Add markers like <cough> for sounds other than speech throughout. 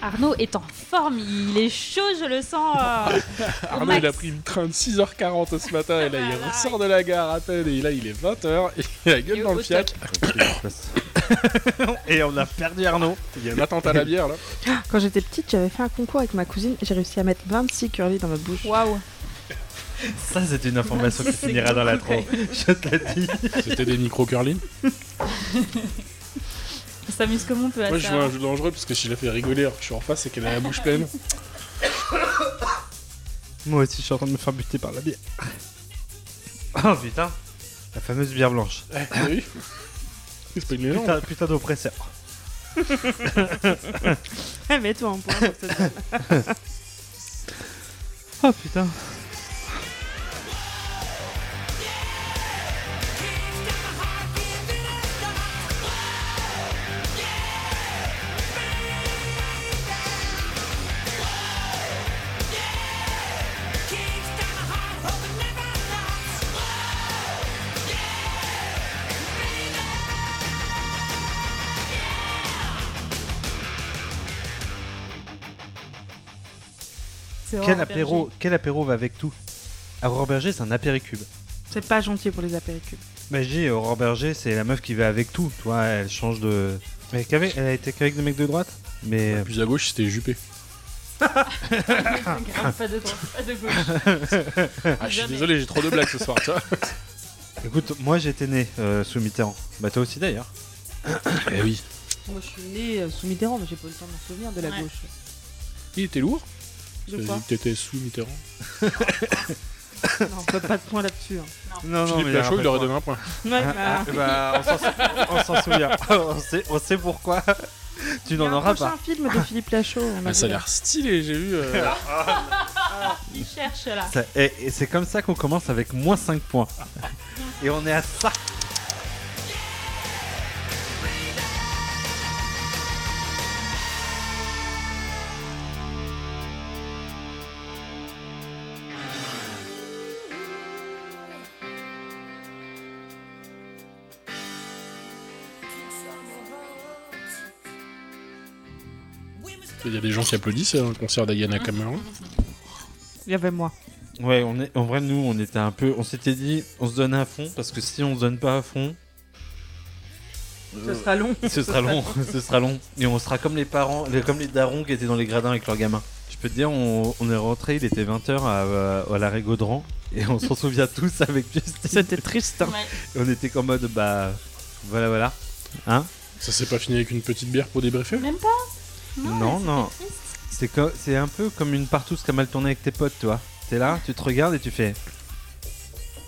Arnaud est en forme, il est chaud, je le sens. <laughs> euh, au Arnaud, max. il a pris le train de 6h40 ce matin, et Ah, là, il Voilà. ressort de la gare à peine, et là, il est 20h, et il a la gueule dans le fiac. Et on a perdu Arnaud. Il y a un attentat à la bière, là. Quand j'étais petite, j'avais fait un concours avec ma cousine et j'ai réussi à mettre 26 curly dans ma <laughs> bouche. Waouh. Ça, c'est une information qui C'est finira dans la concret. tronche. Je te le dis. C'était des micro-curlings. On s'amuse comme on peut à Moi, je ça. hein. joue à un jeu dangereux, parce que je l'ai fait rigoler alors que je suis en face et qu'elle a la bouche <laughs> pleine. Moi aussi, je suis en train de me faire buter par la bière. Oh putain. La fameuse bière blanche. Eh, T'as vu C'est pas une légende. Putain, putain d'oppresseur. Mets-toi en point. pour cette- Oh putain. C'est Quel Aurore apéro, quel apéro va avec tout Aurore Berger, c'est un apéricube. C'est pas gentil pour les apéricubes. Bah, je dis, Aurore Berger, c'est la meuf qui va avec tout. Toi, elle change de. Elle, est qu'avec- elle a été qu'avec des mecs de droite Mais. Plus à gauche, c'était Juppé. Berger. Grave, pas de droite, pas de gauche. Ah, je suis Jamais. désolé, j'ai trop de blagues ce soir, tu vois. Écoute, moi j'étais né euh, sous Mitterrand. Bah, toi aussi d'ailleurs. Eh oui. Moi, je suis née euh, sous Mitterrand, mais j'ai pas eu le temps de m'en souvenir de la Ouais. gauche. Il était lourd. Je T'as crois. dit que T'étais sous Mitterrand. Non, on peut pas de point là-dessus. hein. Non, Philippe Lachaud, il aurait donné un point. Ouais, Ah, bah, Bah, on s'en sou- on s'en souvient. <laughs> on, sait, on sait pourquoi. <laughs> Tu il y a n'en un auras prochain pas. film de Philippe Lachaud. on Ah, a ça a dit. l'air stylé, j'ai vu. euh, Il cherche là. Ça- et et c'est comme ça qu'on commence avec moins 5 points. Ah. et on est à ça. Il y a des gens qui applaudissent euh, un concert d'Ayana Cameron. Il y avait moi. Ouais, on est, en vrai, nous, on était un peu. On s'était dit, on se donne à fond parce que si on se donne pas à fond, euh, Ce sera long. ce <laughs> sera long. <laughs> ce sera long. Et on sera comme les parents, les- comme les darons qui étaient dans les gradins avec leurs gamins. Je peux te dire, on, on est rentré, il était 20h à, à, la Régaudran. Et on s'en <laughs> souvient tous avec Justine. C'était triste. hein. Ouais. Et on était en mode, bah. Voilà, voilà. Hein Ça s'est pas fini avec une petite bière pour débriefer Même pas Non, non. c'est triste. C'est co- c'est un peu comme une partouze qui a mal tourné avec tes potes, toi. T'es là, tu te regardes et tu fais.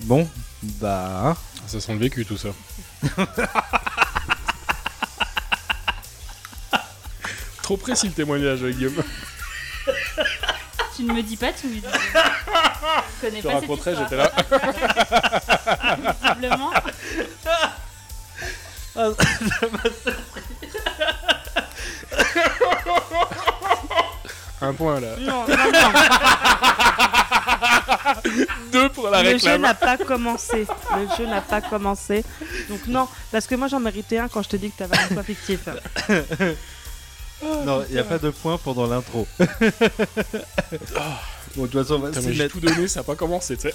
Bon, bah. Ça sent le vécu tout ça. <laughs> Trop précis le témoignage, euh, Guillaume. Tu ne me dis pas tout. <laughs> Je connais Je te pas cette raconterai, histoire. j'étais là. <laughs> Probablement. Un point là. Non, non, <laughs> non. Deux pour la Le jeu réclame. n'a pas commencé. Le jeu n'a pas commencé. Donc non, parce que moi j'en méritais un quand je te dis que t'avais un point fictif. non, il a pas de point pendant l'intro. bon, de toute façon, on va Ah. Putain, s'y mais J'ai mettre. tout donné, ça a pas commencé, tu sais.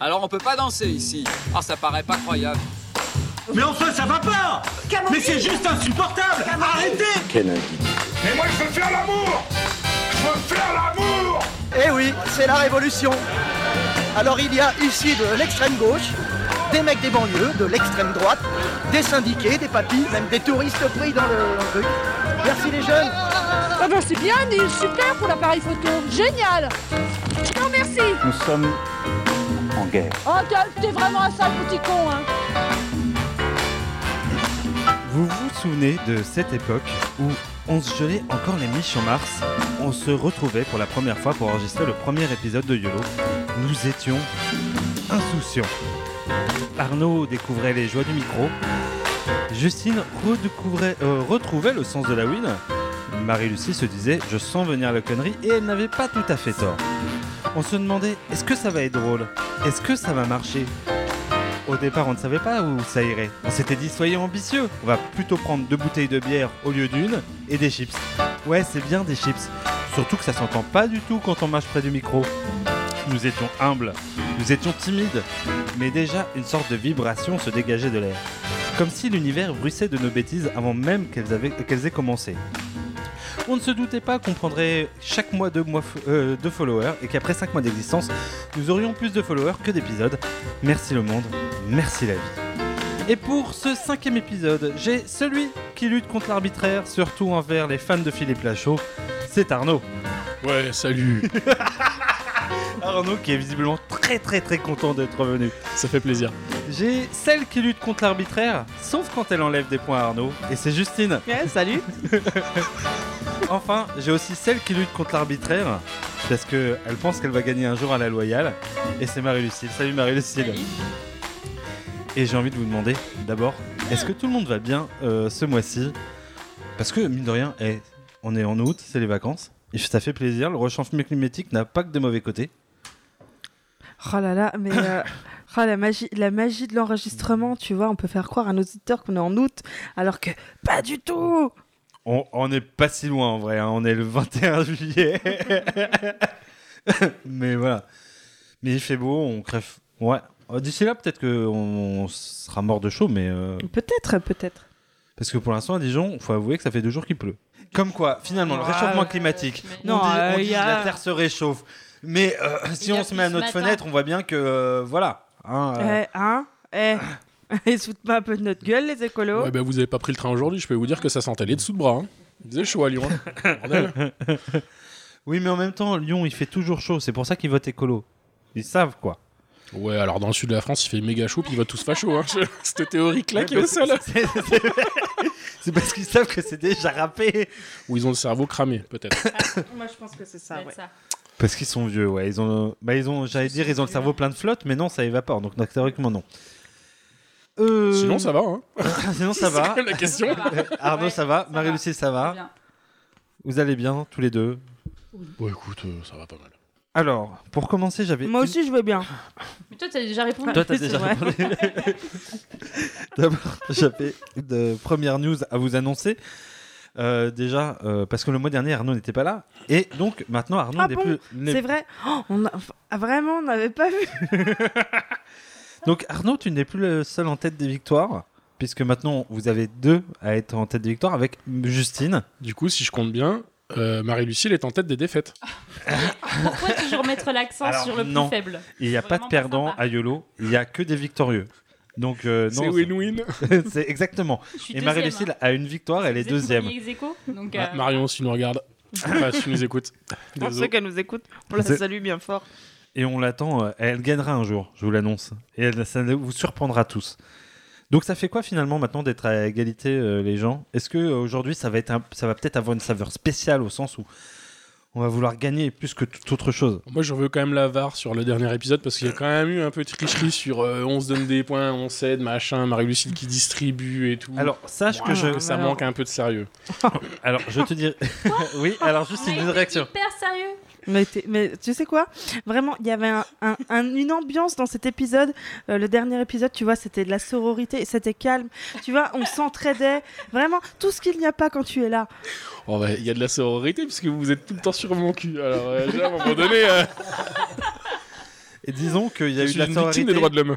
Alors on peut pas danser ici. Ah, ça paraît pas croyable. Mais enfin, ça va pas Mais c'est juste insupportable Arrêtez Eh oui, c'est la révolution. Alors il y a ici de l'extrême gauche, des mecs des banlieues, de l'extrême droite, des syndiqués, des papis, même des touristes pris dans le dans le truc. Merci les jeunes. Ah bah, ben c'est bien, Neil, super pour l'appareil photo, génial Non merci Nous sommes en guerre. Oh t'es- t'es vraiment un sale petit con hein Vous vous souvenez de cette époque où on se gelait encore les miches en mars On se retrouvait pour la première fois pour enregistrer le premier épisode de YOLO. Nous étions insouciants. Arnaud découvrait les joies du micro. Justine redécouvrait- euh, retrouvait le sens de la win. Marie-Lucie se disait Je sens venir la connerie et elle n'avait pas tout à fait tort. On se demandait Est-ce que ça va être drôle Est-ce que ça va marcher au départ, on ne savait pas où ça irait. On s'était dit, soyez ambitieux. On va plutôt prendre deux bouteilles de bière au lieu d'une et des chips. Ouais, c'est bien des chips. Surtout que ça s'entend pas du tout quand on marche près du micro. Nous étions humbles, nous étions timides, mais déjà une sorte de vibration se dégageait de l'air. Comme si l'univers bruissait de nos bêtises avant même qu'elles avaient- qu'elles aient commencé. On ne se doutait pas qu'on prendrait chaque mois deux, mois f- euh, deux followers et qu'après cinq mois d'existence, nous aurions plus de followers que d'épisodes. Merci le monde, merci la vie. Et pour ce cinquième épisode, j'ai celui qui lutte contre l'arbitraire, surtout envers les fans de Philippe Lachaud, c'est Arnaud. Ouais, salut. Arnaud qui est visiblement très très très content d'être revenu. <laughs> Ça fait plaisir. J'ai celle qui lutte contre l'arbitraire, sauf quand elle enlève des points à Arnaud, et c'est Justine. Ouais, salut. <laughs> Enfin, j'ai aussi celle qui lutte contre l'arbitraire, parce que elle pense qu'elle va gagner un jour à la loyale, et c'est Marie-Lucille. Salut Marie-Lucille. Et j'ai envie de vous demander, d'abord, est-ce que tout le monde va bien euh, ce mois-ci Parce que, mine de rien, eh, on est en août, c'est les vacances, et ça fait plaisir, le réchauffement climatique n'a pas que des mauvais côtés. Oh là là, mais euh, oh, la magie, la magie de l'enregistrement, tu vois, on peut faire croire à nos auditeurs qu'on est en août, alors que pas du tout. On, on est pas si loin en vrai, hein. on est le 21 juillet. <laughs> Mais voilà. Mais il fait beau, on crève. Ouais. Euh, D'ici là, peut-être qu'on sera mort de chaud, mais. euh, Peut-être, peut-être. Parce que pour l'instant, à Dijon, faut avouer que ça fait deux jours qu'il pleut. Comme quoi, finalement, le Ah, réchauffement ouais. climatique. Non, on dit, on euh, dit y a- la Terre se réchauffe. Mais euh, si Il a on se met à plu ce notre matin. fenêtre, on voit bien que. euh, voilà. hein, euh, Eh, hein Eh, ils se foutent pas un peu de notre gueule, les écolos. Ouais, bah, vous avez pas pris le train aujourd'hui, je peux vous dire que ça sentait les dessous de bras. Hein. Il faisait chaud à Lyon. hein. Bordel. Oui, mais en même temps, Lyon, il fait toujours chaud. C'est pour ça qu'ils votent écolo. Ils savent quoi. Ouais, alors dans le sud de la France, il fait méga chaud, puis il va tous facho. Hein. Je- <laughs> Cette théorie claque au sol. bah, C'est- c'est- <laughs> C'est parce qu'ils savent que c'est déjà râpé. Ou ils ont le cerveau cramé, peut-être. Moi, je pense que c'est Ça Ah ça, va être ouais. ça. Parce qu'ils sont vieux, ouais. Ils ont, bah, ils ont, j'allais dire, ils ont le cerveau plein de flotte, mais non, ça évapore. Donc non, théoriquement non. Euh, Sinon, ça va. Hein. <laughs> <laughs> sinon ça va. <laughs> la question. Arnaud Ouais, ça va, ça Marie-Lucie ça va. Bien. Vous allez bien tous les deux. Bon, écoute, euh, ça va pas mal. Alors, pour commencer, j'avais. Moi aussi, je veux bien. Mais toi, t'as déjà répondu. une- Toi, t'as <laughs> C'est déjà vrai. répondu. D'abord, j'avais de première news à vous annoncer. Euh, déjà, euh, parce que le mois dernier, Arnaud n'était pas là. Et donc, maintenant, Arnaud Ah n'est bon plus. n'est- C'est vrai. Oh, on a- ah, Vraiment, on n'avait pas vu. Donc Arnaud, tu n'es plus le seul en tête des victoires, puisque maintenant vous avez deux à être en tête des victoires avec Justine. Du coup, si je compte bien, euh, Marie-Lucille est en tête des défaites. Ah, Pourquoi toujours mettre l'accent Alors, sur le plus non. faible Il n'y a pas Vraiment de pas perdant sympa. à YOLO, il n'y a que des victorieux. Donc euh, C'est <laughs> non, win-win. c'est- <laughs> c'est exactement. Je suis Et deuxième, Marie-Lucille hein. a une victoire, elle est Vous êtes deuxième. premier ex-aequo, donc, Ah, euh, Marion, si tu nous <laughs> regardes, enfin, si tu nous écoutes. Pour ceux Désolé. qui nous écoutent, on la C'est- salue bien fort. Et on l'attend, euh, elle gagnera un jour, je vous l'annonce. Et elle- ça vous surprendra tous. Donc ça fait quoi finalement maintenant d'être à égalité euh, les gens Est-ce que euh, aujourd'hui ça va être un- ça va peut-être avoir une saveur spéciale au sens où on va vouloir gagner plus que toute autre chose Moi, je veux quand même la VAR sur le dernier épisode parce qu'il y a quand même eu un peu de tricherie sur euh, on se donne des points, on cède, machin, Marie-Lucille qui distribue et tout. Alors sache que Ouais, je Mm. ça alors- manque un peu de sérieux. Alors, je te dirais. <laughs> oui, alors juste on a une été réaction. Hyper sérieux. Mais, t'es- mais tu sais quoi Vraiment, il y avait un- un- un- une ambiance dans cet épisode. Euh, le dernier épisode, tu vois, c'était de la sororité, c'était calme. Tu vois, on s'entraidait. Vraiment, tout ce qu'il n'y a pas quand tu es là. Oh, bah, Il y a de la sororité puisque vous êtes tout le temps sur mon cul. Alors, euh, déjà, à un <laughs> moment donné, euh, Et disons qu'il y je a eu suis de la une victime des sororité. droits de l'homme.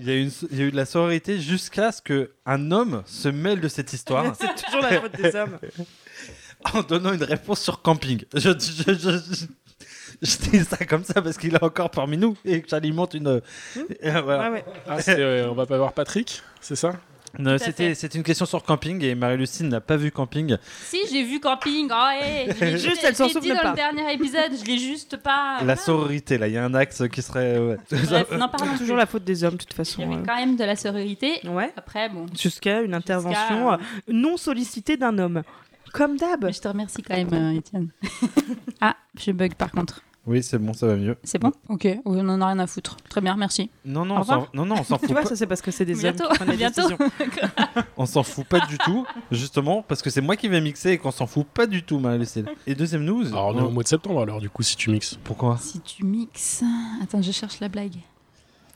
Il y a eu une so- il y a eu de la sororité jusqu'à ce que un homme se mêle de <laughs> cette histoire Ah, C'est toujours la faute des hommes. en donnant une réponse sur camping. Je, je- je- je- je dis ça comme ça parce qu'il est encore parmi Hmm. nous et que j'alimente une. euh, voilà. Ouais, ouais. Ah, c'est, euh, on va pas voir Patrick, c'est ça Non, Tout à C'était fait. c'était une question sur camping et Marie-Lucine n'a pas vu camping. Si, j'ai vu Camping. Oh, <laughs> hey, je l'ai- Juste, je elle s'en l'ai dit souvient dans pas. le dernier épisode, je l'ai juste pas. la sororité, là, il y a un axe qui serait. ouais. Bref, <laughs> non, pardon. Ah, C'est toujours la faute des hommes, de toute façon. Il y avait euh. quand même de la sororité. Ouais. Après, bon. Jusqu'à une intervention euh, euh, non sollicitée d'un homme. Comme d'hab. Mais je te remercie quand même, euh, Étienne. <laughs> ah, je bug par contre. Oui, c'est bon, ça va mieux. C'est bon Ok, oui, on en a rien à foutre. Très bien, merci. Non, Au non, on s'en- non, non, <laughs> on s'en Tu fout vois, pas. ça c'est parce que c'est des Bientôt, hommes qui prennent les bientôt. décisions. On s'en fout pas du tout, justement, parce que c'est moi qui vais mixer et qu'on s'en fout pas du tout, Marie-Lucine. Et deuxième news. Alors, on est au mois de septembre, alors, du coup, si tu mixes. Pourquoi Si tu mixes. Attends, je cherche la blague.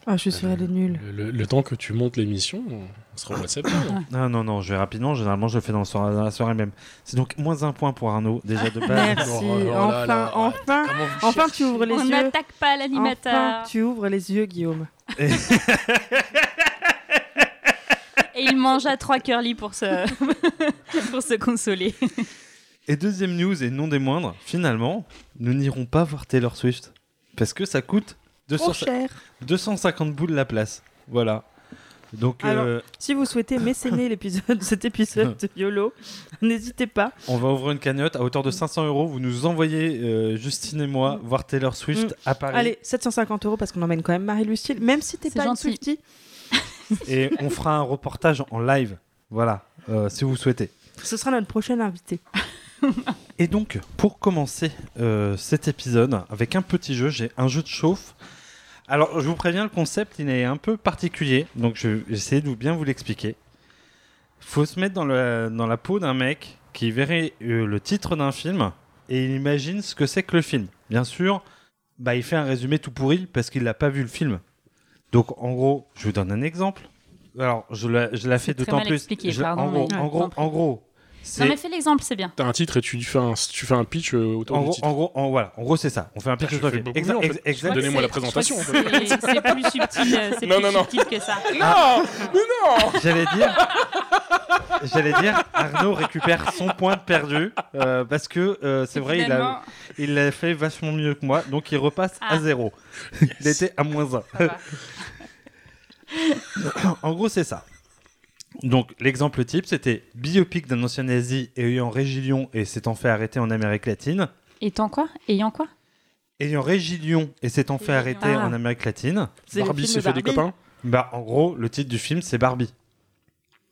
Ah, je suis sûre, elle est nulle. Le, le- le temps que tu montes l'émission, on sera au mois <coughs> de septembre. Non, non, non, je vais rapidement. Généralement, je le fais dans, le soir- dans la soirée même. C'est donc moins un point pour Arnaud, déjà de base. Merci. Oh là enfin, là. enfin, Comment vous enfin, cherchez tu ouvres les on yeux. n'attaque pas l'animateur. Enfin, tu ouvres les yeux, Guillaume. Et il mangea trois curly pour se, pour se consoler. Et deuxième news, et non des moindres, finalement, nous n'irons pas voir Taylor Swift. Parce que ça coûte 200 Trop cher. 250 boules la place. Voilà. Donc, Alors- euh, Si vous <laughs> souhaitez mécéner l'épisode, cet épisode de YOLO, n'hésitez pas. on va ouvrir une cagnotte à hauteur de 500 euros. Vous nous envoyez, euh, Justine et moi, voir Taylor Swift à Paris. Mm. Allez, 750 euros parce qu'on emmène quand même Marie-Lucille, même si t'es C'est pas une gentil. Swiftie. Et on fera un reportage en live. Voilà, euh, si vous souhaitez. Ce sera notre prochaine invitée. Et donc, pour commencer euh, cet épisode avec un petit jeu, j'ai un jeu de chauffe. Alors, je vous préviens, le concept, il est un peu particulier, donc je vais essayer de vous- bien vous l'expliquer. faut se mettre dans, le- dans la peau d'un mec qui verrait euh, le titre d'un film et il imagine ce que c'est que le film. Bien sûr, bah, il fait un résumé tout pourri parce qu'il n'a pas vu le film. Donc, en gros, je vous donne un exemple. Alors, je la, je la fais très d'autant mal plus. expliqué, Je la- en pardon, gros, mais- en Ouais, gros, compris. en gros, c'est. Non, mais fais l'exemple, c'est bien. T'as un titre et tu fais un, tu fais un pitch euh, autour En du gros, titre. en gros, en- voilà, en gros c'est ça. On fait un pitch je autour fais du film. beaucoup mieux, en Exa- fait. ex- exact- Donnez-moi la Je crois que présentation, c'est- C'est c'est plus subtil, euh, c'est Non, plus non, non. subtil que ça. J'allais dire, <laughs> j'allais dire, Arnaud récupère son point de perdu euh, parce que euh, c'est Et vrai, il a, finalement, il l'a fait vachement mieux que moi, donc il repasse à Ah. <laughs> zéro. Il était à moins un. ça va. <laughs> En gros, c'est ça. Donc, l'exemple type, c'était biopic d'un ancien nazi ayant régilion et s'étant fait arrêter en Amérique latine. Étant quoi Ayant quoi Ayant régilion et s'étant fait Ah. arrêter en Amérique latine. C'est le Barbie film s'est fait des Barbie. copains Bah, en gros, le titre du film, c'est Barbie.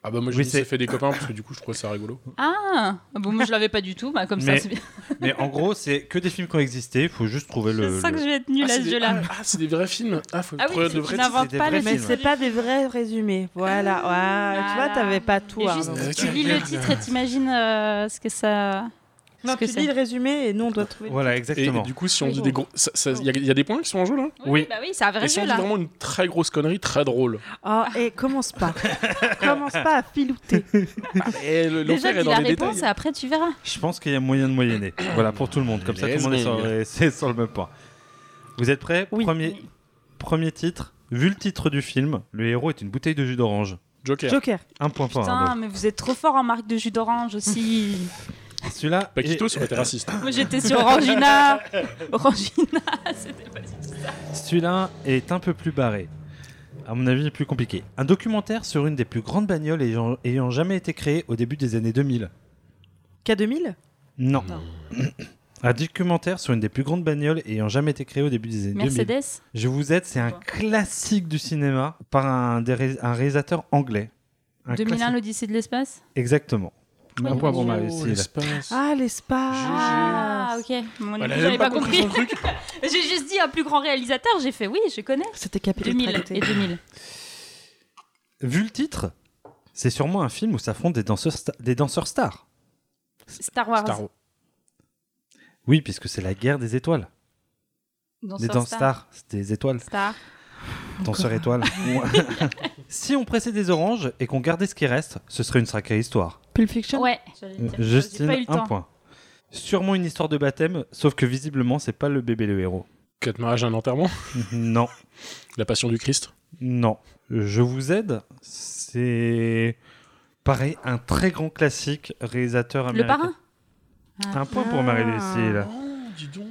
Ah bah moi je Oui, dis c'est- s'est fait des copains parce que du coup je trouvais ça rigolo. Ah Bon, moi je l'avais pas du tout, bah, comme Mais- ça c'est bien. Mais en gros, c'est que des films qui ont existé. Il faut juste trouver le. Je sens le- que je vais être nulle ah, à c'est ce des- jeu-là. ah, ah, c'est des vrais films Ah, faut Ah oui, trouver c'est- le je vrai titre. n'invente des pas vrais le Mais films. titre. c'est pas des vrais résumés. Voilà, ouais, tu vois, Voilà. t'avais Ah, pas Et tout. Arnaud. juste, Arnaud. tu lis le titre et t'imagines euh, ce que ça. Non, ce que tu lis c'est. le résumé et nous on doit trouver. Voilà, Et exactement. du coup, si on dit des gros. Il y, a- y a des points qui sont en jeu là Oui. Bah oui, c'est un vrai Et si on jeu dit là. vraiment une très grosse connerie, très drôle. Oh, et commence pas. <laughs> commence pas à filouter. Et le- Déjà, l'enfer est dis dans la les réponse et détails. après tu verras. Je pense qu'il y a moyen de moyenner. voilà, pour tout le monde. Comme ça, tout le monde est sur, Lesbienne. <laughs> est- c'est sur le même point. Vous êtes prêts Oui. Premier, premier titre. Vu le titre du film, le héros est une bouteille de jus d'orange. Joker. Joker. Un point pour Putain, Arnaud. mais vous êtes trop fort en marque de jus d'orange <laughs> aussi. Celui-là. Paquito, est- ça aurait été raciste. Moi j'étais sur Orangina. Orangina, c'était pas du tout. Celui-là est un peu plus barré. À mon avis, plus compliqué. Un documentaire sur une des plus grandes bagnoles ayant, ayant jamais été créée au début des années 2000. K2000 Non. <clears throat> un documentaire sur une des plus grandes bagnoles ayant jamais été créée au début des années 2000. Mercedes Je vous aide, c'est un Quoi classique du cinéma par un, des ré- un réalisateur anglais. Un 2001, classique. l'Odyssée de l'espace Exactement. Oui, Un point pour oui. ma Oh, réussite. l'espace. Ah, l'espace. Ah, ok. Mon Elle Dieu, avait J'avais pas, compris. son truc. J'ai juste dit un plus grand réalisateur. J'ai fait oui, je connais. C'était Capitaine 2000 et 2000. Vu le titre, c'est sûrement un film où s'affrontent des danseurs, sta- des danseurs stars. Star Wars. Star Wars. Oui, puisque c'est la guerre des étoiles. des Danseur danses stars, c'est des étoiles. Star. Danseurs étoiles. <laughs> <laughs> si on pressait des oranges et qu'on gardait ce qui reste, ce serait une sacrée histoire. Euh, Pulp Fiction Ouais. j'allais Euh, dire. Eh J'ai Justine, pas eu le un temps. point. Sûrement une histoire de baptême, sauf que visiblement, c'est pas le bébé <laughs> le héros. Quatre mariages, un enterrement. non. La passion du Christ. Non. Je vous aide. C'est pareil, un très grand classique réalisateur Le américain. parrain. Un point Ah. pour Marie-Lucille. Oh, dis donc.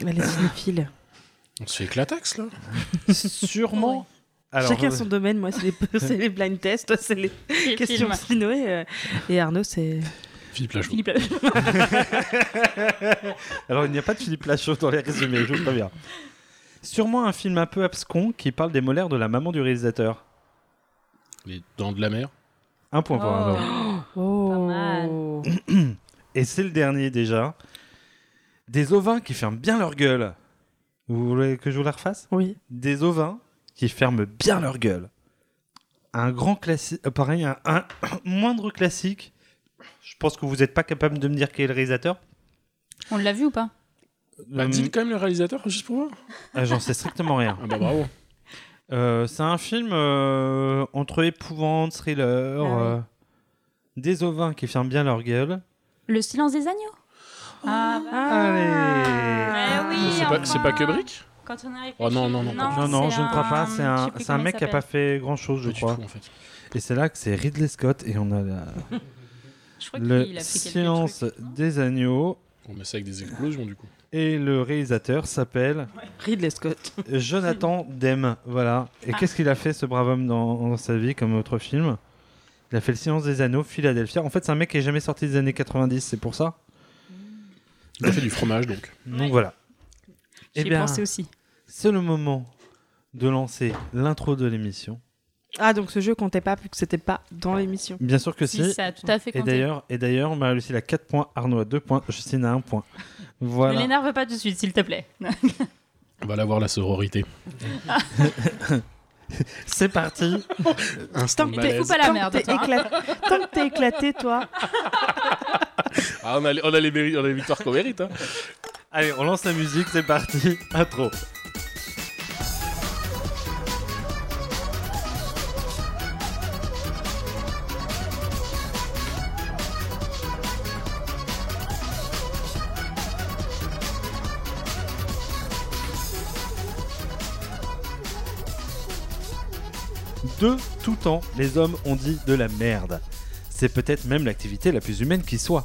Elle est cinéphile. Ah. On se fait éclatax là. <laughs> Sûrement Alors, Chacun euh, son domaine. Moi, c'est les, <laughs> c'est les blind tests, toi, c'est les Les questions films. Spinoé. euh, et Arnaud, c'est. Philippe Lachaud. Philippe Lachaud. Alors, il n'y a pas de Philippe Lachaud dans les résumés, je vous préviens. Sûrement un film un peu abscon qui parle des molaires de la maman du réalisateur. Les dents de la mer. Un point pour Arnaud. Oh. mal. Et c'est le dernier déjà. Des ovins qui ferment bien leur gueule. Vous voulez que je vous la refasse Oui. Des ovins qui ferment bien leur gueule. Un grand classique, euh, pareil, un, un <coughs> moindre classique. Je pense que vous n'êtes pas capable de me dire qui est le réalisateur. On l'a vu ou pas Bah, Euh, dites quand même le réalisateur, juste pour voir. euh, J'en sais <laughs> strictement rien. Ah bah bravo. Euh, c'est un film euh, entre épouvante, thriller, Ah oui. euh, des ovins qui ferment bien leur gueule. Le silence des agneaux Ah, bah. Allez. Eh oui, C'est pas, enfin. c'est pas que Brick Quand on arrive. Oh non, non, non, Ah, Non, non, je ne crois pas. C'est un, c'est un mec qui n'a pas fait grand-chose, je Pas du crois. tout, en fait. Et c'est là que c'est Ridley Scott et on a la- le Le silence des agneaux On met ça avec des explosions, du coup. et le réalisateur s'appelle Ridley Scott. Jonathan Demme. Voilà. Et qu'est-ce qu'il a fait ce brave homme dans, dans sa vie comme autre film Il a fait le silence des agneaux, Philadelphia. En fait, c'est un mec qui est jamais sorti des années 90, c'est pour ça. Il a fait du fromage, donc. Donc voilà. Eh J'y bien, pensé aussi. c'est le moment de lancer l'intro de l'émission. Ah, donc ce jeu comptait pas, vu que c'était pas dans l'émission. Bien sûr que si. Si, ça a tout à fait Et compté. d'ailleurs, et d'ailleurs, Marie-Lucille a 4 points, Arnaud a 2 points, Justine a 1 point. Ne Voilà. l'énerve pas tout de suite, s'il te plaît. On va l'avoir, la sororité. C'est parti. Instant Et te fous malaise. pas la Tant merde, que t'es toi, hein. éclaté- Tant que t'es éclaté, <laughs> toi. Ah, on a, les- on a les, méri- on a les victoires qu'on mérite. Hein. Allez, on lance la musique, c'est parti. <laughs> Intro. De tout temps, les hommes ont dit de la merde. C'est peut-être même l'activité la plus humaine qui soit.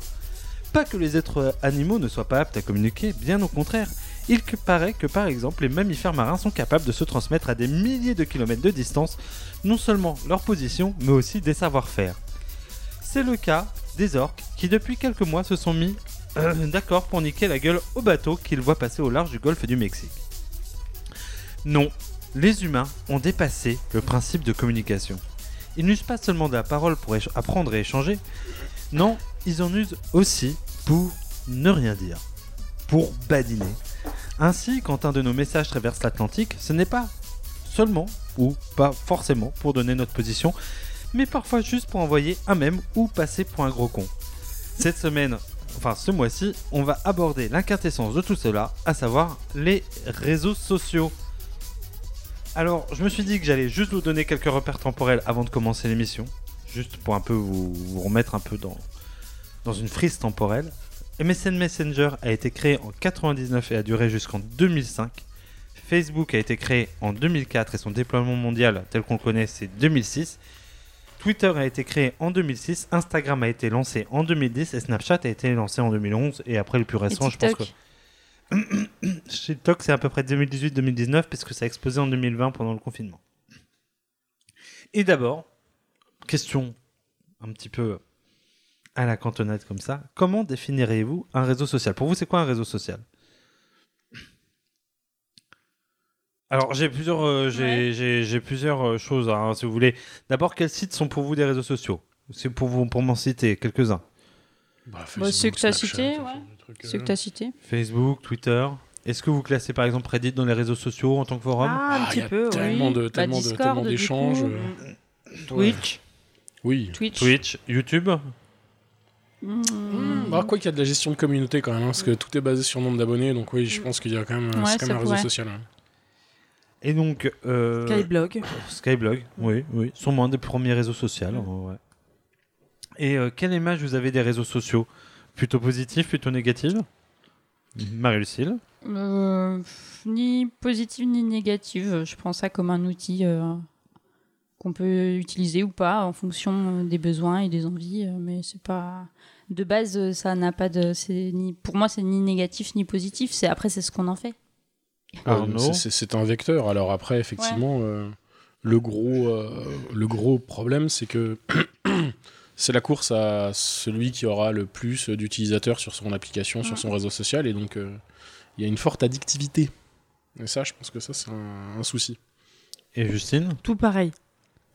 Pas que les êtres animaux ne soient pas aptes à communiquer, bien au contraire. Il que- paraît que par exemple les mammifères marins sont capables de se transmettre à des milliers de kilomètres de distance, non seulement leur position, mais aussi des savoir-faire. C'est le cas des orques qui depuis quelques mois se sont mis euh, d'accord pour niquer la gueule au bateau qu'ils voient passer au large du golfe du Mexique. Non, les humains ont dépassé le principe de communication. Ils n'usent pas seulement de la parole pour éch- apprendre et échanger, non, ils en usent aussi pour ne rien dire, pour badiner. Ainsi, quand un de nos messages traverse l'Atlantique, ce n'est pas seulement ou pas forcément pour donner notre position, mais parfois juste pour envoyer un mème ou passer pour un gros con. Cette semaine, enfin ce mois-ci, on va aborder l'inquintessence de tout cela, à savoir les réseaux sociaux. Alors, je me suis dit que j'allais juste vous donner quelques repères temporels avant de commencer l'émission juste pour un peu vous, vous remettre un peu dans, dans une frise temporelle. MSN Messenger a été créé en 99 et a duré jusqu'en 2005. Facebook a été créé en 2004 et son déploiement mondial tel qu'on le connaît c'est 2006. Twitter a été créé en 2006, Instagram a été lancé en 2010 et Snapchat a été lancé en 2011 et après le plus Et récent je pense TikTok. que chez TikTok, c'est à peu près 2018-2019, parce que ça a explosé en 2020 pendant le confinement. Et d'abord, question un petit peu à la cantonade comme ça. Comment définiriez-vous un réseau social Pour vous, c'est quoi un réseau social Alors, j'ai plusieurs, euh, j'ai- Ouais. j'ai- j'ai plusieurs euh, choses, hein, si vous voulez. D'abord, quels sites sont pour vous des réseaux sociaux C'est pour, vous- pour m'en citer quelques-uns. Bah, Bah, ceux que t'as cités, ouais. C'est Ceux que t'as cités. Facebook, Twitter. Est-ce que vous classez par exemple Reddit dans les réseaux sociaux en tant que forum Ah, un Ah, y petit a peu. ouais. Tellement de, Bah, tellement de, Discord, tellement du d'échanges. coup. mm, euh, Twitch. Oui. Twitch. Twitch, YouTube. Mmh. Bah, quoi qu'il y a de la gestion de communauté quand même, hein, parce que tout est basé sur le nombre d'abonnés, donc oui, je pense qu'il y a quand même, Hmm. Ouais, c'est quand ça même un réseau pourrait. social. hein. Et donc, euh, Skyblog. Skyblog, oui, oui, sûrement un des premiers réseaux sociaux. euh, ouais. Et euh, quelle image vous avez des réseaux sociaux Plutôt positive, plutôt négative Marie-Lucille Euh, pff, ni positive ni négative. Je prends ça comme un outil euh, qu'on peut utiliser ou pas en fonction euh, des besoins et des envies. euh, Mais c'est pas de base, euh, ça n'a pas de. c'est Ni... Pour moi, c'est ni négatif ni positif. C'est après, c'est ce qu'on en fait. Ah, Ouais, donc c'est- c'est c'est un vecteur. Alors après, effectivement, euh, le gros, euh, le gros problème, c'est que <clears throat> c'est la course à celui qui aura le plus d'utilisateurs sur son application, sur son réseau social, et donc euh, il y a une forte addictivité. Et ça, je pense que ça, c'est un, un souci. Et Justine Tout pareil.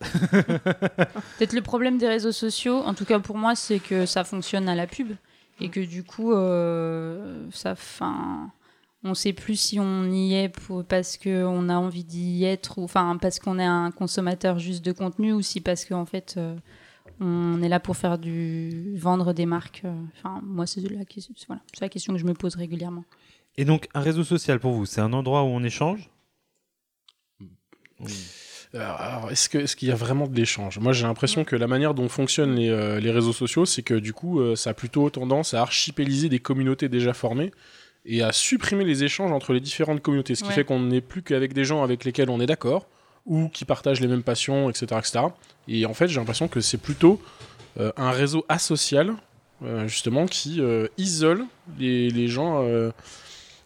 Peut-être le problème des réseaux sociaux, en tout cas pour moi, c'est que ça fonctionne à la pub et que du coup, euh, ça, fin, on sait plus si on y est pour- parce qu'on a envie d'y être ou enfin parce qu'on est un consommateur juste de contenu ou si parce qu'en fait, euh, on est là pour faire du vendre des marques. euh. Enfin, moi, c'est la, question- voilà, c'est la question que je me pose régulièrement. Et donc, un réseau social pour vous, c'est un endroit où on échange Alors, Euh, alors, est-ce que- est-ce qu'il y a vraiment de l'échange Moi, j'ai l'impression que la manière dont fonctionnent les, euh, les réseaux sociaux, c'est que du coup, euh, ça a plutôt tendance à archipéliser des communautés déjà formées et à supprimer les échanges entre les différentes communautés, ce qui Ouais. fait qu'on n'est plus qu'avec des gens avec lesquels on est d'accord ou qui partagent les mêmes passions, etc., etc. Et en fait, j'ai l'impression que c'est plutôt euh, un réseau asocial, euh, justement, qui euh, isole les, les gens. euh,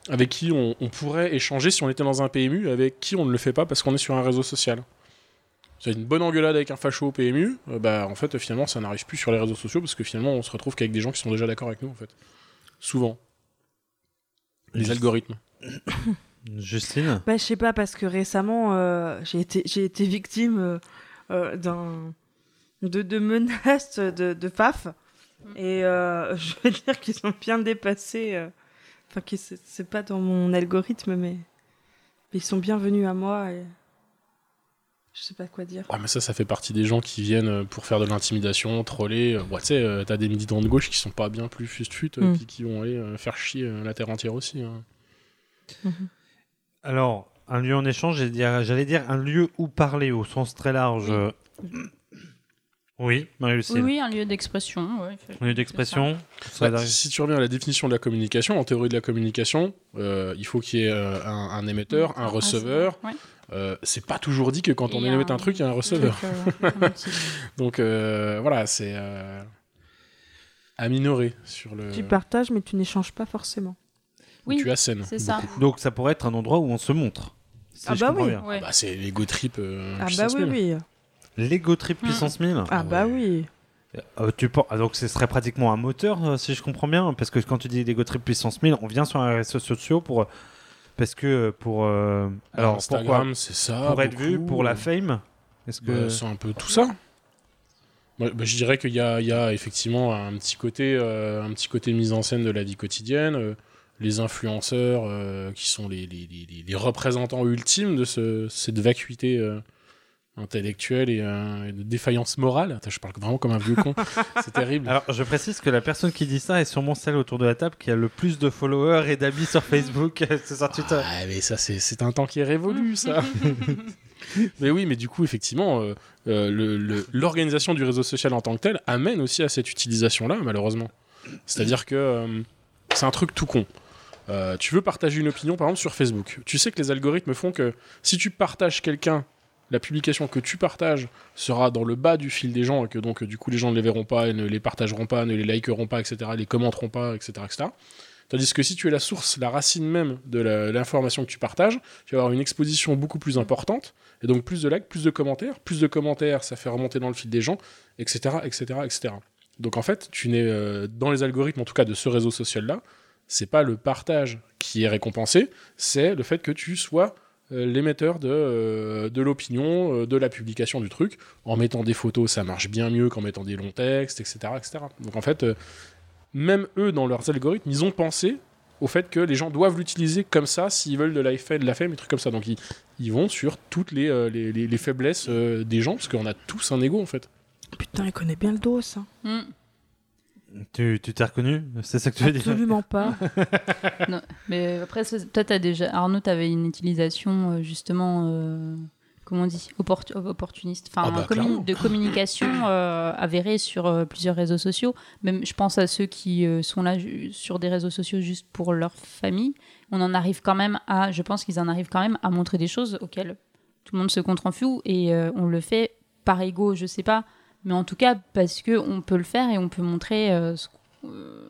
avec qui on, on pourrait échanger si on était dans un PMU, avec qui on ne le fait pas parce qu'on est sur un réseau social. C'est une bonne engueulade avec un facho au PMU, euh, bah en fait euh, finalement ça n'arrive plus sur les réseaux sociaux parce que finalement on se retrouve qu'avec des gens qui sont déjà d'accord avec nous en fait. Souvent. Les algorithmes. Justine Bah, je sais pas, parce que récemment, euh, j'ai été, j'ai été victime euh, euh, d'un, de, de menaces de, de PAF. Et euh, <laughs> je veux dire qu'ils ont bien dépassé. euh, Enfin, que c'est, c'est pas dans mon algorithme, mais, mais ils sont bien venus à moi. Et... Je sais pas quoi dire. Ouais Ah, mais ça ça fait partie des gens qui viennent euh, pour faire de l'intimidation, troller. euh, ouais, tu sais, euh, t'as des militants de gauche qui sont pas bien plus fust-fut, euh, Mm. puis qui vont aller euh, faire chier euh, la terre entière aussi. hein. Alors, un lieu en échange, j'allais dire, j'allais dire un lieu où parler au sens très large. euh. Oui, Marie-Lucille. Oui, oui, un lieu d'expression. ouais, fait- Un lieu d'expression Bah, si tu reviens à la définition de la communication, en théorie de la communication, euh, il faut qu'il y ait euh, un, un émetteur, un receveur. Ah, Ouais. Euh, c'est pas toujours dit que quand Et on un- émet un truc, il y a un receveur. Donc, euh, un outil. Donc euh, voilà, c'est euh, à minorer sur Euh. le. Tu partages, mais tu n'échanges pas forcément. où Oui, Tu assènes. c'est ça. Donc, ça pourrait être un endroit où on se montre. Si Ah je bah comprends oui. bien. Ouais. Bah, c'est l'ego trip. euh, Ah bah puissance oui, mille. oui. L'ego trip Mm. puissance 1000 Ah bah oui. Euh, tu pen- ah, donc ce serait pratiquement un moteur, euh, si je comprends bien, parce que quand tu dis l'ego trip puissance 1000, on vient sur un réseau social pour... Parce que euh, pour... euh, alors, pourquoi Instagram, c'est ça. Pour être vu, beaucoup. euh, pour la fame Est-ce que... Bah, c'est un peu tout ça. Moi, bah, je dirais qu'il y a, il y a effectivement un petit côté, euh, un petit côté mise en scène de la vie quotidienne. euh, les influenceurs euh, qui sont les, les- les- les- les représentants ultimes de ce- cette vacuité euh, intellectuelle et, euh, et de défaillance morale. Attends, je parle vraiment comme un vieux <laughs> con. c'est terrible. Alors, je précise que la personne qui dit ça est sûrement celle autour de la table qui a le plus de followers et d'habits sur Facebook, <laughs> euh, sur Twitter. Ah, mais ça, c'est c'est un temps qui est révolu, ça. <laughs> mais oui, mais du coup, effectivement, euh, euh, le- le- l'organisation du réseau social en tant que tel amène aussi à cette utilisation-là, malheureusement. C'est-à-dire que euh, c'est un truc tout con. Euh, tu veux partager une opinion, par exemple, sur Facebook. Tu sais que les algorithmes font que si tu partages quelqu'un, la publication que tu partages sera dans le bas du fil des gens et que donc, euh, du coup, les gens ne les verront pas, et ne les partageront pas, ne les likeront pas, etc., les commenteront pas, etc., etc. Tandis que si tu es la source, la racine même de la- l'information que tu partages, tu vas avoir une exposition beaucoup plus importante, et donc plus de likes, plus de commentaires, plus de commentaires, ça fait remonter dans le fil des gens, etc., etc., etc. Donc en fait, tu n'es euh, dans les algorithmes, en tout cas de ce réseau social-là, c'est pas le partage qui est récompensé, c'est le fait que tu sois euh, l'émetteur de, euh, de l'opinion, euh, de la publication du truc. En mettant des photos, ça marche bien mieux qu'en mettant des longs textes, etc., etc. Donc en fait, euh, même eux, dans leurs algorithmes, ils ont pensé au fait que les gens doivent l'utiliser comme ça s'ils veulent de la fame, de la fame, des trucs comme ça. Donc ils, ils vont sur toutes les, euh, les, les- les faiblesses euh, des gens, parce qu'on a tous un ego en fait. Putain, il connaît bien le dos, hein. Mm. Tu tu t'es reconnu C'est ça que tu veux dire Ah. Absolument pas. Mais après, c'est- toi, t'as déjà. Arnaud, t'avais une utilisation, euh, justement, euh, comment on dit Opportu- Opportuniste. Enfin, Ah bah, un communi- clairement. de communication euh, avérée sur euh, plusieurs réseaux sociaux. Même, je pense à ceux qui euh, sont là ju- sur des réseaux sociaux juste pour leur famille. On en arrive quand même à. Je pense qu'ils en arrivent quand même à montrer des choses auxquelles tout le monde se contre en fou et euh, on le fait par ego, je sais pas. Mais en tout cas, parce que on peut le faire et on peut montrer euh, ce qu'on- euh,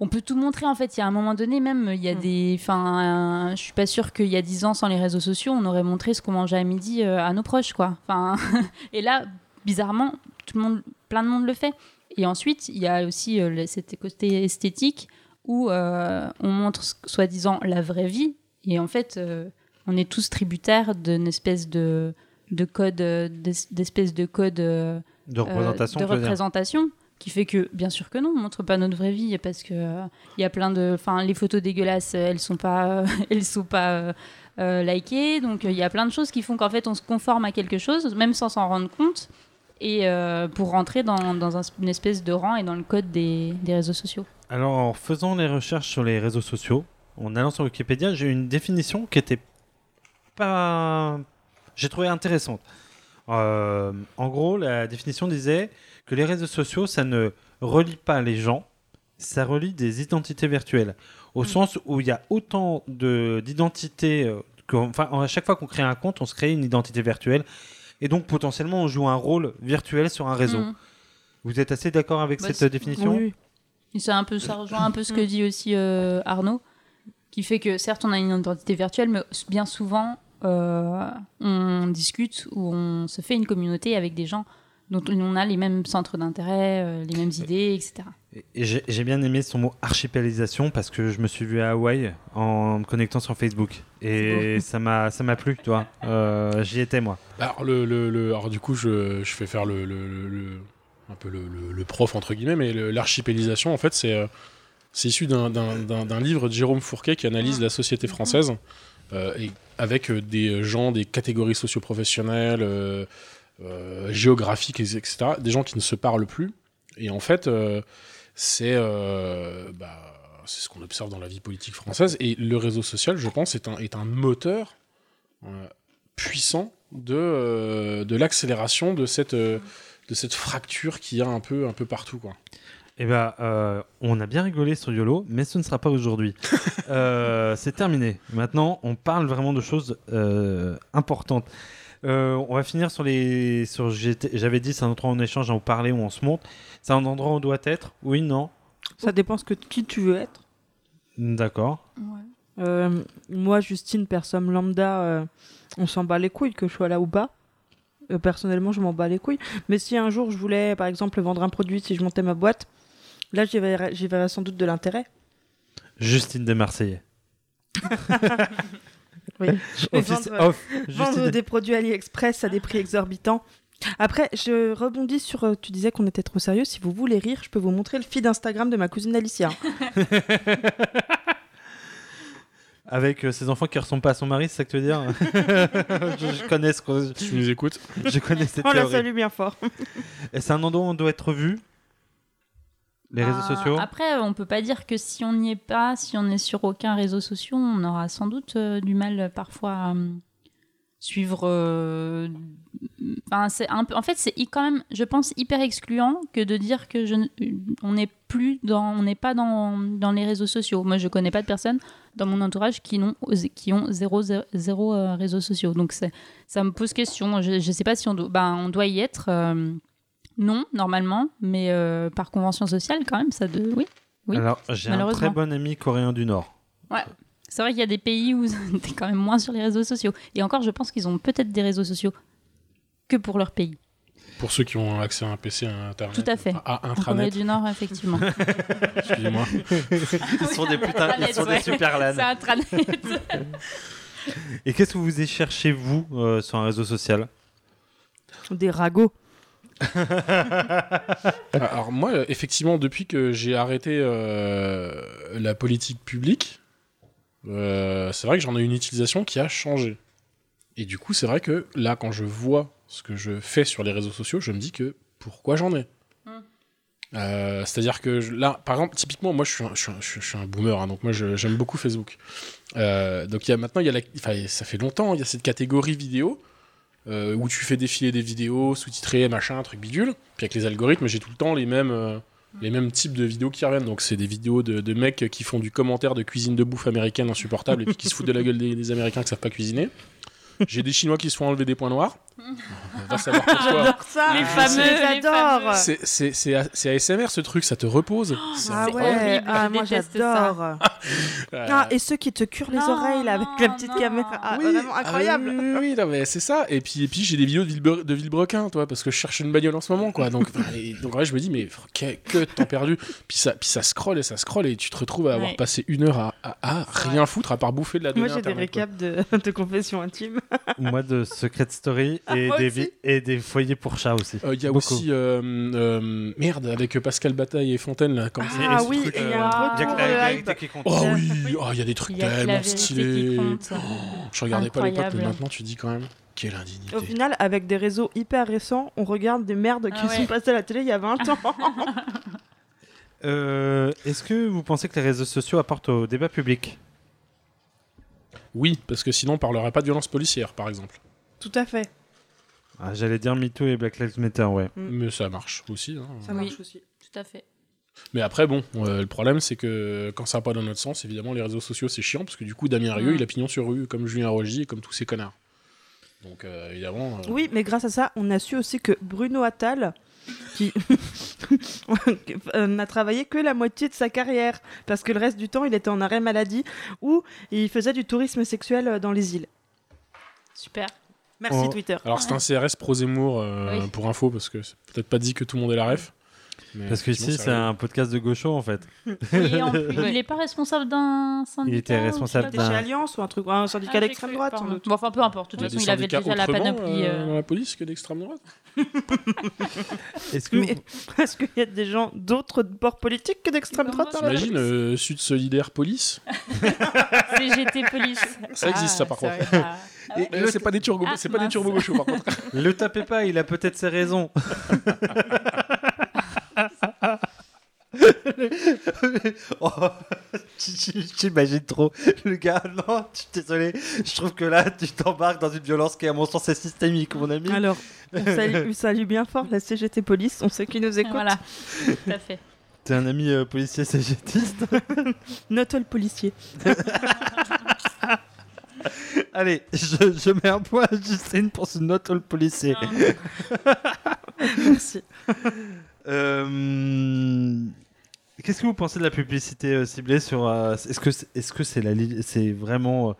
on peut tout montrer en fait. Il y a un moment donné même, il y a des, enfin, euh, je suis pas sûre qu'il y a 10 ans sans les réseaux sociaux, on aurait montré ce qu'on mangeait à midi euh, à nos proches, quoi. Enfin, <laughs> et là, bizarrement, tout le monde, plein de monde le fait. Et ensuite, il y a aussi euh, le- cet côté esthétique où euh, on montre s- soi-disant la vraie vie, et en fait, euh, on est tous tributaires d'une espèce de de code, euh, d'es- d'espèce de code. euh, De euh, représentation, de tu veux dire. représentation qui fait que bien sûr que non on montre pas notre vraie vie parce que euh, il y a plein de enfin les photos dégueulasses euh, elles sont pas euh, <laughs> elles sont pas euh, euh, likées donc euh, il y a plein de choses qui font qu'en fait on se conforme à quelque chose même sans s'en rendre compte et euh, pour rentrer dans, dans un- une espèce de rang et dans le code des, des réseaux sociaux Alors, en faisant les recherches sur les réseaux sociaux, en allant sur Wikipédia, j'ai eu une définition qui était pas. J'ai trouvé intéressante. Euh, en gros, la définition disait que les réseaux sociaux, ça ne relie pas les gens, ça relie des identités virtuelles. Au sens où il y a autant de- d'identités. euh, qu'on- Enfin, à chaque fois qu'on crée un compte, on se crée une identité virtuelle. Et donc, potentiellement, on joue un rôle virtuel sur un réseau. Mhm. Vous êtes assez d'accord avec Bah, cette c'est- définition Et c'est un peu ça rejoint un peu ce que dit aussi euh, Arnaud qui fait que certes on a une identité virtuelle mais s- bien souvent euh, on discute ou on se fait une communauté avec des gens dont on a les mêmes centres d'intérêt, euh, les mêmes idées, etc. Et J'ai j'ai bien aimé son mot archipélisation parce que je me suis vu à Hawaï en me connectant sur Facebook et ça m'a ça m'a plu, tu vois. Euh, J'y étais moi. Bah, Alors, le, le- le- alors, du coup, je, je fais faire le, le- le- le- un peu le, le- le prof, entre guillemets, mais le- l'archipélisation, en fait, c'est euh, c'est issu d'un- d'un d'un- d'un livre de Jérôme Fourquet qui analyse la société française euh, et avec euh, des gens des catégories socioprofessionnelles, euh, euh, géographiques, et- etc., des gens qui ne se parlent plus. Et en fait, euh, c'est euh, bah, c'est ce qu'on observe dans la vie politique française. Et le réseau social, je pense, est un, est un moteur euh, puissant de, euh, de l'accélération de cette, euh, de cette fracture qu'il y a un peu, un peu partout. Quoi. Et bah, on a bien rigolé sur YOLO, mais ce ne sera pas aujourd'hui. Euh, C'est terminé. Maintenant, on parle vraiment de choses euh, importantes. Euh, on va finir sur les. Sur, j'étais- J'avais dit, c'est un endroit où on échange, on parlait, où on se monte. C'est un endroit où on doit être Oui, non Ça dépend ce que qui tu veux être. D'accord. Euh, moi, Justine, personne lambda, euh, on s'en bat les couilles que je sois là ou pas. Euh, personnellement, je m'en bats les couilles. Mais si un jour je voulais, par exemple, vendre un produit, si je montais ma boîte, là, j'y verrais, j'y verrais sans doute de l'intérêt. Justine des Marseillais. Oui. vais Office vendre- off. Justine <laughs> Vendre des produits AliExpress à des prix exorbitants. Après, je rebondis sur. euh, Tu disais qu'on était trop sérieux. Si vous voulez rire, je peux vous montrer le feed Instagram de ma cousine Alicia. Avec euh, ses enfants qui ressemblent pas à son mari, c'est ça que tu veux dire <laughs> je, je connais ce qu'on- Tu nous écoutes je, connais cette On la théorie. salue bien fort. Et c'est un endroit où on doit être vu. Les réseaux Bah, sociaux. Après, on peut pas dire que si on n'y est pas, si on est sur aucun réseau social, on aura sans doute euh, du mal euh, parfois à euh, suivre. euh, enfin, c'est un peu- en fait, c'est hy- quand même, je pense, hyper excluant que de dire que je, ne- euh, on n'est plus dans, on n'est pas dans, dans les réseaux sociaux. Moi, je connais pas de personnes dans mon entourage qui n'ont osé- qui ont zéro zéro, zéro, euh, réseaux sociaux. Donc c'est- ça me pose question. Je, je sais pas si on doit, ben, on doit y être. euh, non, normalement, mais euh, par convention sociale quand même, ça de. Oui. oui, Alors, j'ai un malheureusement. très bon ami coréen du Nord. C'est vrai qu'il y a des pays où <laughs> t'es quand même moins sur les réseaux sociaux. Et encore, je pense qu'ils ont peut-être des réseaux sociaux que pour leur pays. Pour ceux qui ont accès à un PC, à Internet. Tout à fait. À, à En Corée intranet, du Nord, <laughs> effectivement. excusez-moi. Ah Ils sont des putains, ils Intranet, sont des ouais. super C'est LAN. intranet. Et qu'est-ce que vous y cherchez, vous, euh, sur un réseau social Des ragots. Alors moi, euh, effectivement, depuis que j'ai arrêté euh, la politique publique, euh, c'est vrai que j'en ai une utilisation qui a changé. Et du coup, c'est vrai que là, quand je vois ce que je fais sur les réseaux sociaux, je me dis que pourquoi j'en ai Mm. Euh, C'est-à-dire que je- là, par exemple, typiquement, moi, je suis un, je suis un- je suis un boomer, hein, donc moi, je- j'aime beaucoup Facebook. Euh, donc il y a maintenant, il y a la- enfin, ça fait longtemps, il y a cette catégorie vidéo euh, où tu fais défiler des vidéos sous-titrées, machin, truc bidule. Puis avec les algorithmes, j'ai tout le temps les mêmes, euh, les mêmes types de vidéos qui reviennent. Donc c'est des vidéos de, de mecs qui font du commentaire de cuisine de bouffe américaine insupportable et puis qui se foutent de la gueule des, des Américains qui savent pas cuisiner. J'ai des Chinois qui se font enlever des points noirs. Va savoir pourquoi. <laughs> J'adore Ah, ça. Les fameux, fameux, les j'adore. C'est- C'est c'est A- c'est ASMR ce truc, ça te repose. C'est Ah incroyable. ouais, horrible, ah, je moi déteste j'adore. Euh, Ah, et ceux qui te curent les Non, oreilles là avec non, la petite non. caméra, Ah, oui, vraiment ah oui, incroyable. oui, oui, oui, non, mais c'est ça. Et puis, et puis j'ai des vidéos de, Villebro- de Villebrequin, toi, parce que je cherche une bagnole en ce moment, quoi. Donc, et donc ouais, je me dis, mais que, que de temps perdu. Puis ça, puis ça scrolle et ça scrolle, et tu te retrouves à avoir Ouais. passé une heure à, à- à rien foutre, à part bouffer de la donnée Moi j'ai des Internet, quoi. récaps de, <laughs> de confessions intimes. Moi de Secret Story et, Ah, moi des, aussi. vi- et des foyers pour chats aussi. Euh, Il y a Beaucoup. aussi euh, euh, merde avec Pascal Bataille et Fontaine là. Comme Ah oui, Ah truc, et il Il euh, y a un y a retour que la- de la hype. qui compte. Oh Euh, oui, oh, il y a des trucs Il y a que la tellement vérité qui stylés. compte. Oh, je regardais pas à l'époque, mais Incroyable. maintenant tu dis quand même quelle indignité. Au final, avec des réseaux hyper récents, on regarde des merdes qui Ah ouais. sont passées à la télé il y a 20 ans. <laughs> Euh, Est-ce que vous pensez que les réseaux sociaux apportent au débat public Oui, parce que sinon on parlerait pas de violence policière par exemple. Tout à fait. Ah, J'allais dire MeToo et Black Lives Matter, ouais. Mm. Mais ça marche aussi. hein. Ça Oui. marche aussi. Tout à fait. Mais après, bon, euh, le problème, c'est que quand ça va pas dans notre sens, évidemment, les réseaux sociaux, c'est chiant, parce que du coup, Damien Rieu, Mm. il a pignon sur rue, comme Julien Rogy, et comme tous ces connards. Donc, euh, évidemment. euh, Oui, mais grâce à ça, on a su aussi que Bruno Attal, qui <laughs> euh, n'a travaillé que la moitié de sa carrière, parce que le reste du temps, il était en arrêt maladie, ou il faisait du tourisme sexuel euh, dans les îles. <laughs> Super. Merci Oh. Twitter. Alors, c'est un CRS pro Zemmour, euh, Oui. pour info, parce que c'est peut-être pas dit que tout le monde est la ref. mais Parce que effectivement, ici, c'est arrivé. un podcast de gaucho en fait. Et en plus, il n'est pas responsable d'un syndicat. Il était ou je sais responsable pas C'était d'un- quoi. chez Alliance ou un truc, un syndicat Ah, j'ai d'extrême cru, droite hein. sans pardon. doute. Bon, enfin, peu importe. De Il y a toute des façon, il avait syndicats déjà la autrement, panoplie. euh, euh, <laughs> dans la police que d'extrême droite. Est-ce que Mais est-ce qu'il y a des gens d'autres bords politiques que d'extrême droite dans la T'imagines, police euh, Sud Solidaire Police Ah CGT Police. Ah, Ça existe, ça, par contre. ouais. Mais C'est pas des turbo Ah, c'est pas des mince. turbo gauchos, par <laughs> contre. <laughs> le tapez pas Il a peut-être ses raisons. <laughs> Oh, J'imagine trop le gars. <laughs> Non, je suis désolé. Je trouve que là, tu t'embarques dans une violence qui, à mon sens, est systémique, mon ami. Alors, <laughs> on salue, on salue bien fort la CGT Police, on sait qui nous écoute. Voilà, tout à fait. T'es un ami euh, policier cégétiste. Notre le policier. Allez, je, je mets un point <laughs> à Justine pour ce note all policier. Merci. Euh, Qu'est-ce que vous pensez de la publicité euh, ciblée sur euh, Est-ce que c'est- est-ce que c'est la li- c'est vraiment euh,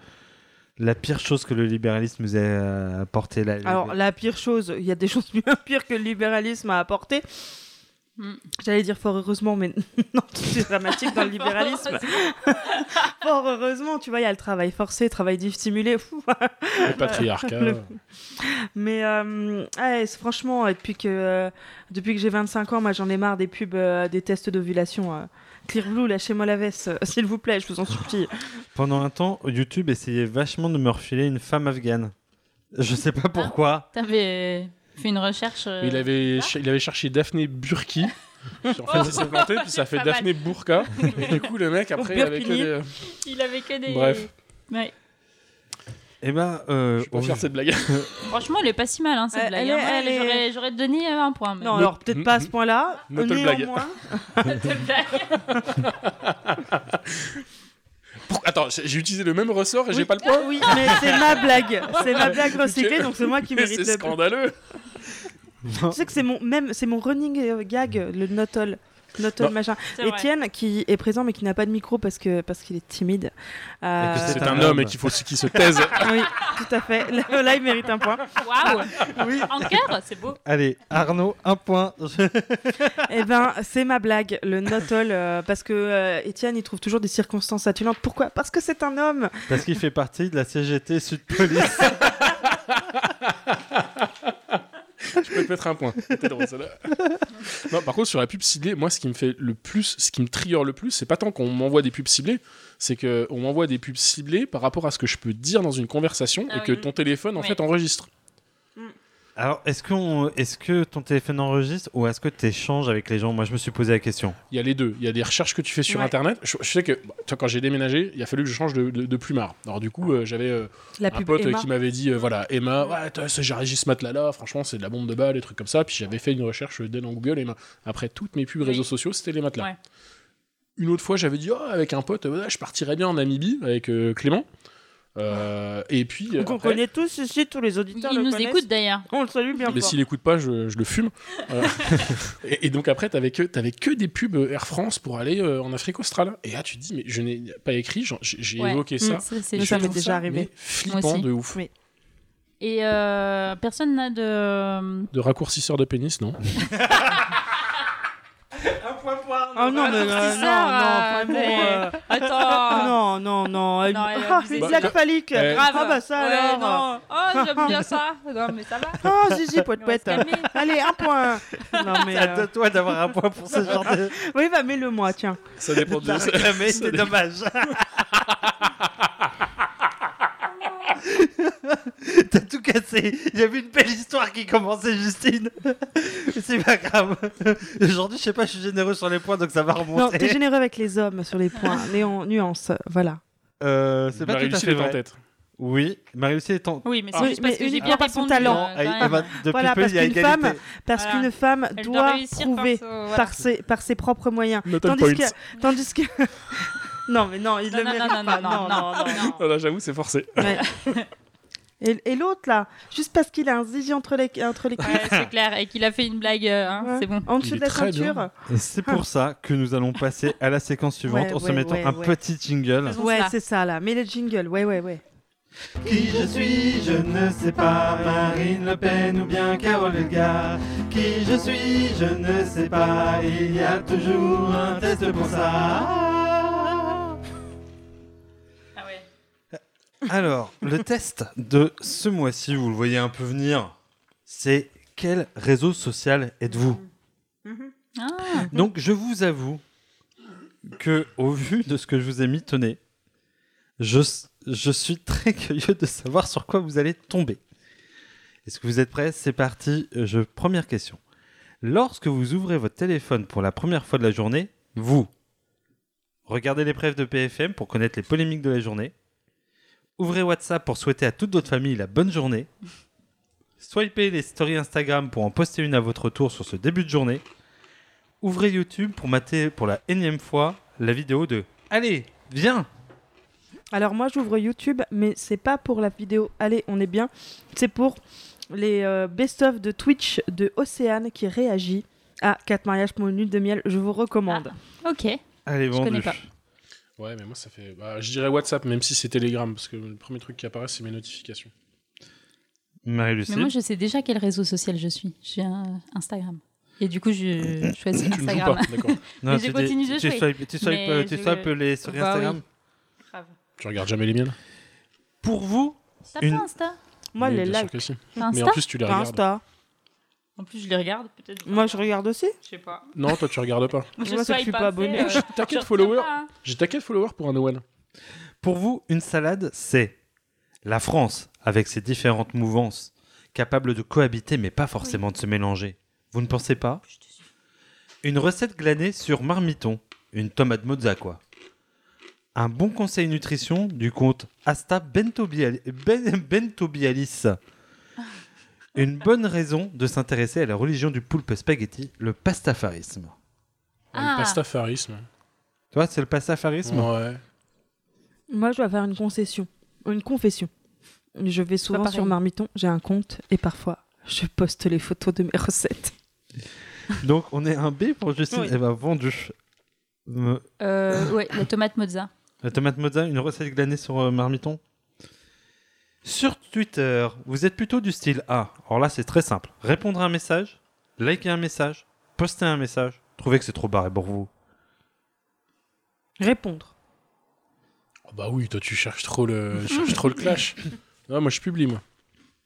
la pire chose que le libéralisme nous a euh, apporté là <laughs> Alors, la pire chose, il y a des choses bien pires que le libéralisme a apporté. Mm. J'allais dire fort heureusement, mais <laughs> non, c'est dramatique dans le libéralisme. fort heureusement, tu vois, il y a le travail forcé, le travail dissimulé. fou. hein. Le patriarcat. Le- Mais euh, ouais, c'est- franchement, euh, depuis que, euh, depuis que j'ai 25 ans, moi j'en ai marre des pubs, euh, des tests d'ovulation. euh. Clear Blue, lâchez-moi la veste, euh, s'il vous plaît, je vous en supplie. Pendant un temps, YouTube essayait vachement de me refiler une femme afghane. Je sais pas Ah. pourquoi. T'avais fait une recherche. euh, Il avait, ça il avait cherché Daphné <laughs> Burki. Puis en fait, Oh, ça s'est planté, puis ça c'est fait pas Daphné Burka. Et du coup, le mec, après, il avait que Burkini. des... Il avait que des. Bref. Ouais. Eh ben, euh, Je vais pas faire oh, cette blague. <laughs> Franchement, elle est pas si mal, hein, cette Euh, blague. Elle- elle hein. est- Moi, elle j'aurais- est- J'aurais donné euh, un point. mais- Non, <laughs> alors peut-être pas à ce point-là. Notre blague. Néanmoins, Cette blague. Pour- Attends, j'ai j'ai utilisé le même ressort et <laughs> j'ai pas le point Oui, mais c'est ma blague. C'est <laughs> ma blague recyclée, donc c'est moi qui Mais <laughs> mérite c'est le point. scandaleux Tu sais que c'est mon même c'est mon running euh, gag le notol notol Non. machin. C'est vrai. Étienne qui est présent mais qui n'a pas de micro parce que parce qu'il est timide. Euh, Et que C'est un homme et qu'il faut qu'il se <laughs> taise. oui, tout à fait. Là, là, il mérite un point. <laughs> Waouh! Oui. En cœur, c'est beau. Allez, Arnaud, <laughs> un point. Eh ben, c'est ma blague, le notol, euh, parce que euh, Étienne, il trouve toujours des circonstances atténuantes. Pourquoi Parce que c'est un homme. Parce qu'il fait partie de la CGT Sud <laughs> Police. Je peux te mettre un point. C'était drôle, <laughs> celle-là. Non, par contre, sur la pub ciblée, moi, ce qui me fait le plus, ce qui me trigger le plus, c'est pas tant qu'on m'envoie des pubs ciblées, c'est que on m'envoie des pubs ciblées par rapport à ce que je peux dire dans une conversation Ah et que oui. ton téléphone, en Oui. fait, enregistre. Alors, est-ce que, est que ton téléphone enregistre ou est-ce que tu échanges avec les gens Moi, je me suis posé la question. Il y a les deux. Il y a des recherches que tu fais sur Ouais. Internet. Je, je sais que bah, toi, quand j'ai déménagé, il a fallu que je change de, de, de plumard. Alors du coup, euh, j'avais euh, La un pub pote euh, Emma. qui m'avait dit, euh, voilà, Emma, ouais, t'as- c'est- j'ai réagi ce matelas-là. Franchement, c'est de la bombe de balles, des trucs comme ça. Puis j'avais fait une recherche dès dans Google. Emma. Après toutes mes pubs Oui. réseaux sociaux, c'était les matelas. Ouais. Une autre fois, j'avais dit, oh, avec un pote, euh, ouais, je partirais bien en Namibie avec euh, Clément. Euh, et puis. Donc on après- connaît tous ici, tous les auditeurs Il le nous connaissent. écoute d'ailleurs. On le salue bien Mais fort. s'il écoute pas, je, je le fume. Voilà. <laughs> et, et donc après, t'avais que, t'avais que des pubs Air France pour aller euh, en Afrique australe. Et là, tu te dis, mais je n'ai pas écrit, j'en- j'ai j'ai Ouais. évoqué ça. Mm, c'est- c'est- Et nous, je ça m'est trouve déjà arrivé. mais Flippant aussi. de ouf. Oui. Et euh, personne n'a de. De raccourcisseur de pénis, non Oh non, mais non, non, Ah, ça, non, euh, vraiment, euh, <laughs> Attends Non, non, non. euh, Non, elle a ah, abusé. une Bah, blague bah, phallique. euh, Grave. Ah bah ça Ouais, alors. non. Oh, j'aime bien ça Non, mais ça va Oh, Zizi, poète, On va se poète. calmer. Allez, <laughs> un point. Non, mais. euh, toi d'avoir un point pour ce genre de. Oui, bah mets-le moi, tiens. Ça dépend T'as réclamé, c'est dommage. <laughs> T'as tout cassé. Il y avait une belle histoire qui commençait, Justine. Mais c'est pas grave. Aujourd'hui, je sais pas, je suis généreux sur les points, donc ça va Non, t'es remonter. généreux avec les hommes sur les points. Néon, nuance, voilà. Euh, C'est pas réussi en tête. Oui, marie lucie est en. Oui, mais c'est Oui, juste mais parce que j'ai uniquement bien par son répondu. talent. euh, Ah, quand ah même. bah, depuis Voilà, peu, parce il y a qu'une égalité. femme- Parce Voilà. qu'une femme Elle doit doit réussir prouver par, son- voilà. par ses, par ses propres moyens. Not on Tandis points. que, tandis que. <laughs> Non, mais non, il Non, le non, mérite non, pas. non, non, non, non. Ah là, j'avoue, c'est forcé. Ouais. Et, et l'autre là, juste parce qu'il a un zizi entre les, entre les cuisses, Ouais, c'est clair, et qu'il a fait une blague, euh, hein, Ouais. c'est bon. en Il dessous est de la très ceinture. bien. Et c'est pour ça que nous allons passer à la séquence suivante Ouais, en se ouais, mettant ouais, un ouais. petit jingle. Faisons Ouais, cela. c'est ça là. Mets le jingle. Ouais, ouais, ouais. Qui je suis, je ne sais pas, Marine Le Pen ou bien Carole Elgar. Qui je suis, je ne sais pas, il y a toujours un test pour ça. Ah ouais. Alors, le test de ce mois-ci, vous le voyez un peu venir, c'est quel réseau social êtes-vous Ah, <laughs> Donc, je vous avoue que, au vu de ce que je vous ai mitonné, je, je suis très <laughs> curieux de savoir sur quoi vous allez tomber. Est-ce que vous êtes prêts C'est parti. Euh, Je, première question. Lorsque vous ouvrez votre téléphone pour la première fois de la journée, vous regardez les preuves de PFM pour connaître les polémiques de la journée. Ouvrez WhatsApp pour souhaiter à toute votre famille la bonne journée. Swipez les stories Instagram pour en poster une à votre tour sur ce début de journée. Ouvrez YouTube pour mater pour la énième fois la vidéo de Allez, viens Alors moi, j'ouvre YouTube, mais c'est pas pour la vidéo. Allez, on est bien. C'est pour les euh, best-of de Twitch de Océane qui réagit à 4 mariages pour une lune de miel. Je vous recommande. Ah. ok. Allez, vendu. connais pas. Ouais, mais moi, ça fait. bah, je dirais WhatsApp, même si c'est Telegram, parce que le premier truc qui apparaît, c'est mes notifications. Mais Marie-Lucie moi, je sais déjà quel réseau social je suis. J'ai un Instagram. Et du coup, je choisis Tu ne joues pas, Instagram. d'accord mais j'ai tu continué de tu jouer. swipes- tu swipes, Mais euh, tu je- swipes les stories Bah Instagram. oui. Grave. Tu regardes jamais les miennes Pour vous, T'as Une- pas Insta Moi, Mais les bien sûr likes. que si. T'as Insta Mais en plus, tu les Pas regardes. Insta. En plus, je les regarde, peut-être. Moi, je regarde aussi. Je sais pas. Non, toi, tu regardes pas. Moi, Moi, c'est que je suis pas abonné. abonné. J'ai taqué de followers. J'ai taqué de followers pour un Owen. pour vous, une salade, c'est la France, avec ses différentes mouvances, capable de cohabiter mais pas forcément de se mélanger. Vous ne pensez pas Une recette glanée sur marmiton, une tomate mozza quoi. Un bon conseil nutrition du compte Asta Bentobiali- Ben- Bentobialis. Une bonne raison de s'intéresser à la religion du poulpe spaghetti, le pastafarisme. Ah. Le pastafarisme. Tu vois, c'est le pastafarisme Ouais. Moi, je dois faire une concession, une confession. Je vais souvent pareil. sur Marmiton, j'ai un compte et parfois je poste les photos de mes <laughs> recettes. Donc on est un B pour Justine, Oui. elle va vendu. Euh, Euh, ouais, la tomate mozza. La tomate mozza, Euh, une recette glanée sur euh, marmiton. Sur Twitter, vous êtes plutôt du style A. Alors là, c'est très simple. Répondre à un message, liker un message, poster un message. Trouvez que c'est trop barré pour vous. Répondre. Oh bah oui, toi, tu cherches trop le, tu cherches trop le <laughs> clash. Non, moi, je publie, moi.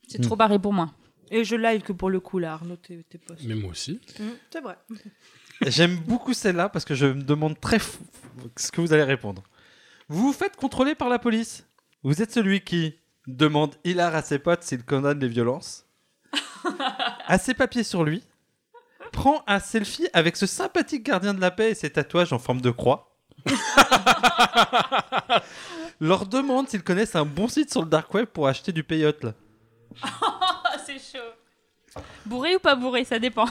C'est trop barré pour moi. Et je like pour le coup là, Arnaud, tes, tes posts. Mais moi aussi. Mm, C'est vrai. J'aime beaucoup celle-là parce que je me demande très f- ce que vous allez répondre. Vous vous faites contrôler par la police. Vous êtes celui qui demande hilar à ses potes s'il condamne les violences, a ses papiers sur lui, prend un selfie avec ce sympathique gardien de la paix et ses tatouages en forme de croix, leur demande s'ils connaissent un bon site sur le dark web pour acheter du peyote. là. Ah, c'est Oh, chaud. Bourré ou pas bourré, ça dépend.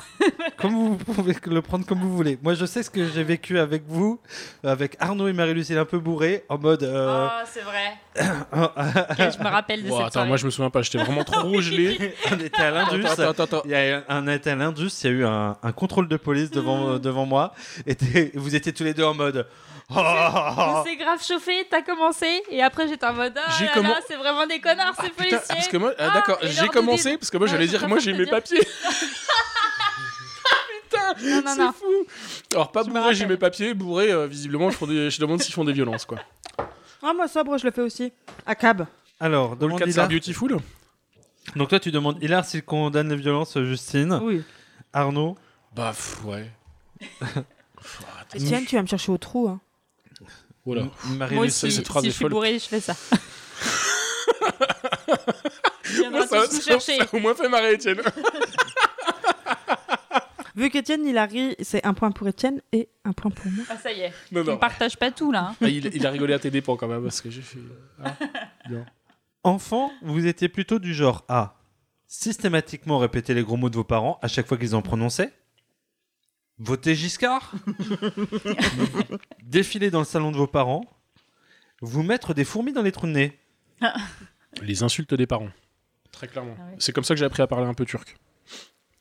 Comme vous pouvez le prendre comme vous voulez. Moi, je sais ce que j'ai vécu avec vous, avec Arnaud et Marie-Lucille un peu bourrés, en mode. euh, Oh, c'est <coughs> vrai. on Ok, je me rappelle de Ouah, cette attends, soirée. moi je me souviens pas, j'étais vraiment trop <laughs> <laughs> gelé. était à l'Indus. Oh. Attends, attends, attends, attends. Il y a eu un, on était à l'Indus, il y a eu un, un contrôle de police devant, Hmm. devant moi. Et t'es- vous étiez tous les deux en mode. oh. On s'est grave chauffé, t'as commencé, et après j'étais en mode ah J'ai là commen- là, c'est vraiment des connards, Ah, ces putain, policiers. parce que moi, ah, Ah, d'accord, et j'ai leur commencé doudou. parce que moi Ouais, j'allais je dire, préfère moi j'ai te mes dire. papiers. Non, non, non. Alors pas Je me bourré, j'ai rappelle. mes papiers, bourré, euh, visiblement, je, fais des- je demande s'ils font des violences quoi. Ah, moi, sobre, je le fais aussi. À cab. Alors, Dans le demande cadre c'est Hilar. Beautiful, Donc, toi, tu demandes Hilar s'il condamne les violences, euh, Justine. Oui. Arnaud. bah pff, <laughs> ouais. Pff, attends, Etienne, tu vas me chercher au trou. Hein. voilà. M- Marie-Lucille. Moi aussi, si cette phrase je est suis folle. bourré, je fais <laughs> ça. Il viendra Moi, ça- tous nous ça- chercher. ça a au moins fait marrer Étienne. <laughs> Vu qu'Etienne, il a ri, c'est un point pour Etienne et un point pour moi. Ah, ça y est, Non, on non. partage pas tout là. hein. Ah, il, il a rigolé à tes dépens quand même parce que j'ai fait. Ah, bien. Enfant, vous étiez plutôt du genre à systématiquement répéter les gros mots de vos parents à chaque fois qu'ils en prononçaient, <laughs> voter Giscard, défiler dans le salon de vos parents, vous mettre des fourmis dans les trous de nez. Les insultes des parents. Très clairement. Ah ouais. C'est comme ça que j'ai appris à parler un peu turc.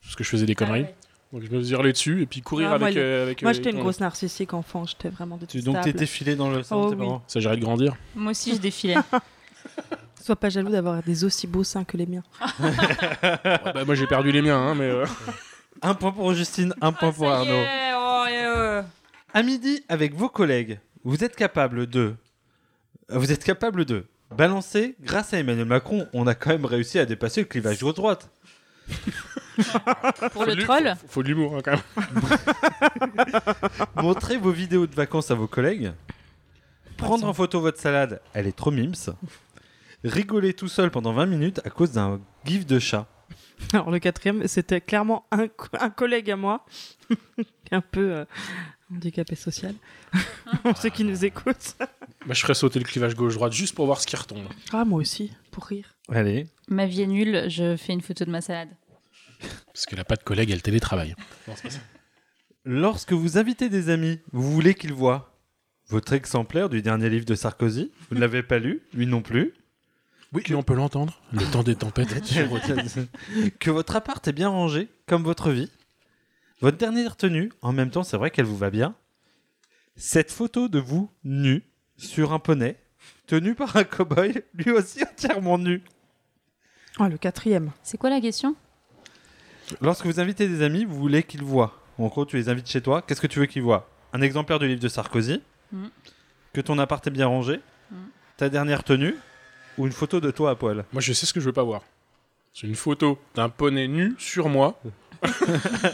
Parce que je faisais des Ah conneries. Donc je me faisais hurler dessus et puis courir Ah, moi, avec, le- euh, avec, Moi, euh, j'étais une ton- grosse narcissique enfant, j'étais vraiment Tu- Donc t'es détestable. défilé dans le salon Oh de tes oui. parents. Ça j'arrête de grandir. Moi aussi, je défilais. Sois pas jaloux d'avoir des aussi beaux seins que les miens. <laughs> Ouais, bah, moi j'ai perdu les miens, hein, mais. <laughs> euh, Un point pour Justine, un point pour Ça y Arnaud. est, oh, et, euh, À midi, avec vos collègues, vous êtes capable de. Vous êtes capable de balancer. Grâce à Emmanuel Macron, on a quand même réussi à dépasser le clivage gauche-droite. oh. Pour faut le de l'hu- troll Faut, faut de l'humour hein, quand même. Montrez vos vidéos de vacances à vos collègues. Prendre en photo votre salade, elle est trop mims. Rigoler tout seul pendant 20 minutes à cause d'un gif de chat. Alors, le quatrième, c'était clairement un, <laughs> co- un collègue à moi, <laughs> un peu euh, handicapé social, <laughs> pour ceux qui nous écoutent. Bah, je ferais sauter le clivage gauche-droite juste pour voir ce qui retombe. Ah, moi aussi, pour rire. Allez. Ma vie est nulle, je fais une photo de ma salade. Parce qu'elle a pas de collègue, elle télétravaille. Non, c'est pas ça. Lorsque vous invitez des amis, vous voulez qu'ils voient votre exemplaire du dernier livre de Sarkozy. Vous ne l'avez pas lu, lui non plus. Oui, mais on peut l'entendre. <laughs> Le temps des tempêtes. <laughs> que votre appart est bien rangé, comme votre vie. Votre dernière tenue, en même temps, c'est vrai qu'elle vous va bien. Cette photo de vous nu sur un poney, tenu par un cow-boy, lui aussi entièrement nu. Ah, le quatrième. C'est quoi la question Lorsque vous invitez des amis, vous voulez qu'ils voient. En gros, tu les invites chez toi. Qu'est-ce que tu veux qu'ils voient Un exemplaire du livre de Sarkozy, Mhm. que ton appart est bien rangé, Mhm. ta dernière tenue, ou une photo de toi à poil. Moi, je sais ce que je veux pas voir. C'est une photo d'un poney nu sur moi. <laughs>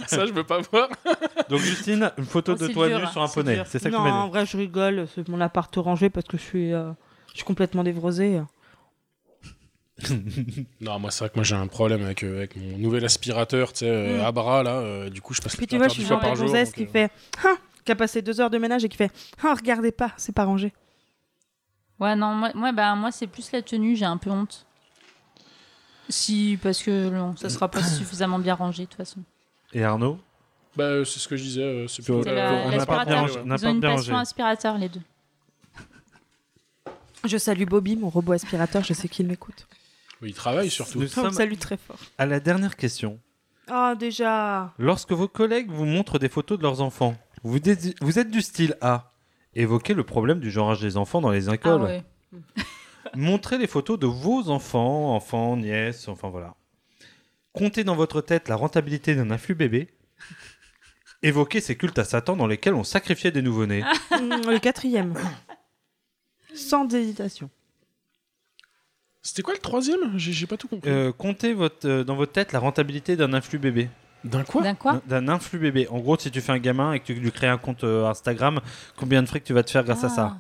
ça, je veux pas voir. <laughs> Donc Justine, une photo Oh, de c'est toi dur, nu hein, sur un c'est poney. dur. C'est ça que non, tu m'as dit. en vrai, je rigole, c'est mon appart rangé parce que je suis, euh, je suis complètement névrosée. Non, moi, c'est vrai que moi, j'ai un problème avec, euh, avec mon nouvel aspirateur, tu sais, euh, Mm. à bras, là. euh, du coup, je passe Puis le tu vois, je dix suis fois genre par la jour. gonzesse donc, qui euh, fait Ah qui a passé deux heures de ménage et qui fait Ah regardez pas, c'est pas rangé. Ouais, non, moi, moi, bah, moi c'est plus la tenue, j'ai un peu honte. Si, parce que non, ça sera <coughs> pas suffisamment bien rangé de toute façon. Et Arnaud Bah, euh, c'est ce que je disais. euh, c'est C'est plutôt- C'est Euh, la- on n'a pas bien l'aspirateur. rangé, on n'a Ils pas ont une bien passion rangé. aspirateur, les deux. Je salue Bobby, mon robot aspirateur, je sais qu'il m'écoute. Oui, il travaille surtout. Nous On le sommes salue très fort. à la dernière question. Ah <laughs> déjà Lorsque vos collègues vous montrent des photos de leurs enfants, vous, dé- vous êtes du style A. Évoquez le problème du genrage des enfants dans les Ah écoles. ouais. Montrez les photos de vos enfants, enfants, nièces, enfin voilà. Comptez dans votre tête la rentabilité d'un afflux bébé. Évoquez ces cultes à Satan dans lesquels on sacrifiait des nouveau-nés. Ah. Mm, Le quatrième. Sans hésitation. C'était quoi le troisième J'ai j'ai pas tout compris. Euh, comptez votre, euh, dans votre tête la rentabilité d'un influx bébé. D'un quoi D'un quoi D'un influx bébé. En gros, si tu fais un gamin et que tu lui crées un compte euh, Instagram, combien de fric tu vas te faire grâce à Ah. ça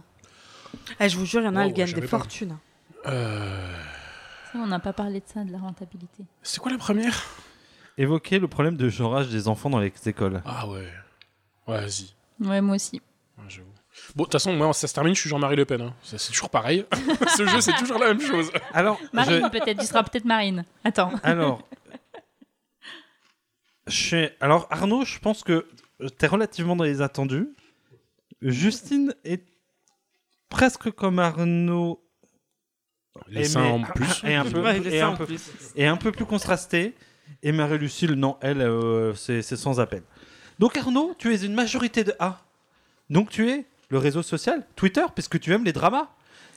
Ah, je vous jure, il y en a, Wow, elles gagnent j'avais des pas. fortunes. hein. Euh, Ah, ça, on n'a pas parlé de ça, de la rentabilité. C'est quoi la première Évoquer le problème de genrage des enfants dans les écoles. Ah ouais. Ouais, vas-y. Ouais, moi aussi. Ouais, j'avoue. Bon, de toute façon, moi, ça se termine, je suis Jean-Marie Le Pen. hein. Ça, C'est toujours pareil. <laughs> Ce jeu, c'est toujours la même chose. Alors, je- Marine, peut-être. Tu seras peut-être Marine. Attends. alors Je suis- Alors, Arnaud, je pense que t'es relativement dans les attendus. Justine est presque comme Arnaud. Les et seins Eh, mais- en plus. Et un peu, Ouais, il est et ça, un en peu, plus. et un peu plus contrastée. Et Marie-Lucille, non, elle, euh, c'est c'est sans appel. Donc, Arnaud, tu es une majorité de A. Donc, tu es le réseau social, Twitter, puisque tu aimes les dramas.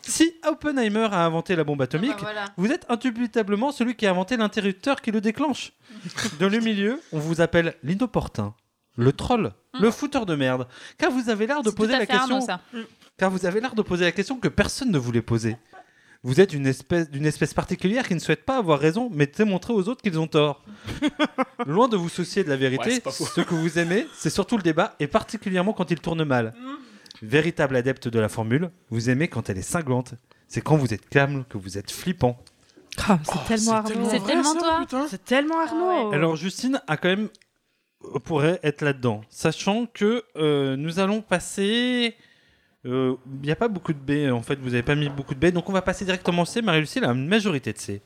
Si Oppenheimer a inventé la bombe atomique, vous êtes indubitablement celui qui a inventé l'interrupteur qui le déclenche. Dans le milieu, on vous appelle l'inopportun, le troll, le fouteur de merde, car vous avez l'air de poser la question. ça. car vous avez l'air de poser la question que personne ne voulait poser. Vous êtes une espèce d'une espèce particulière qui ne souhaite pas avoir raison, mais démontrer aux autres qu'ils ont tort. Loin de vous soucier de la Ouais, vérité, c'est pas faux. ce que vous aimez, c'est surtout le débat, et particulièrement quand il tourne mal. Véritable adepte de la formule, vous aimez quand elle est cinglante. C'est quand vous êtes calme que vous êtes flippant. Ah, c'est tellement Arnaud. hein. C'est tellement toi. C'est tellement Arnaud. Alors Justine a quand même euh, pourrait être là-dedans, sachant que euh, nous allons passer. euh, Il n'y a pas beaucoup de B en fait, vous n'avez pas mis beaucoup de B, donc on va passer directement au C. Marie-Lucille a une majorité de C.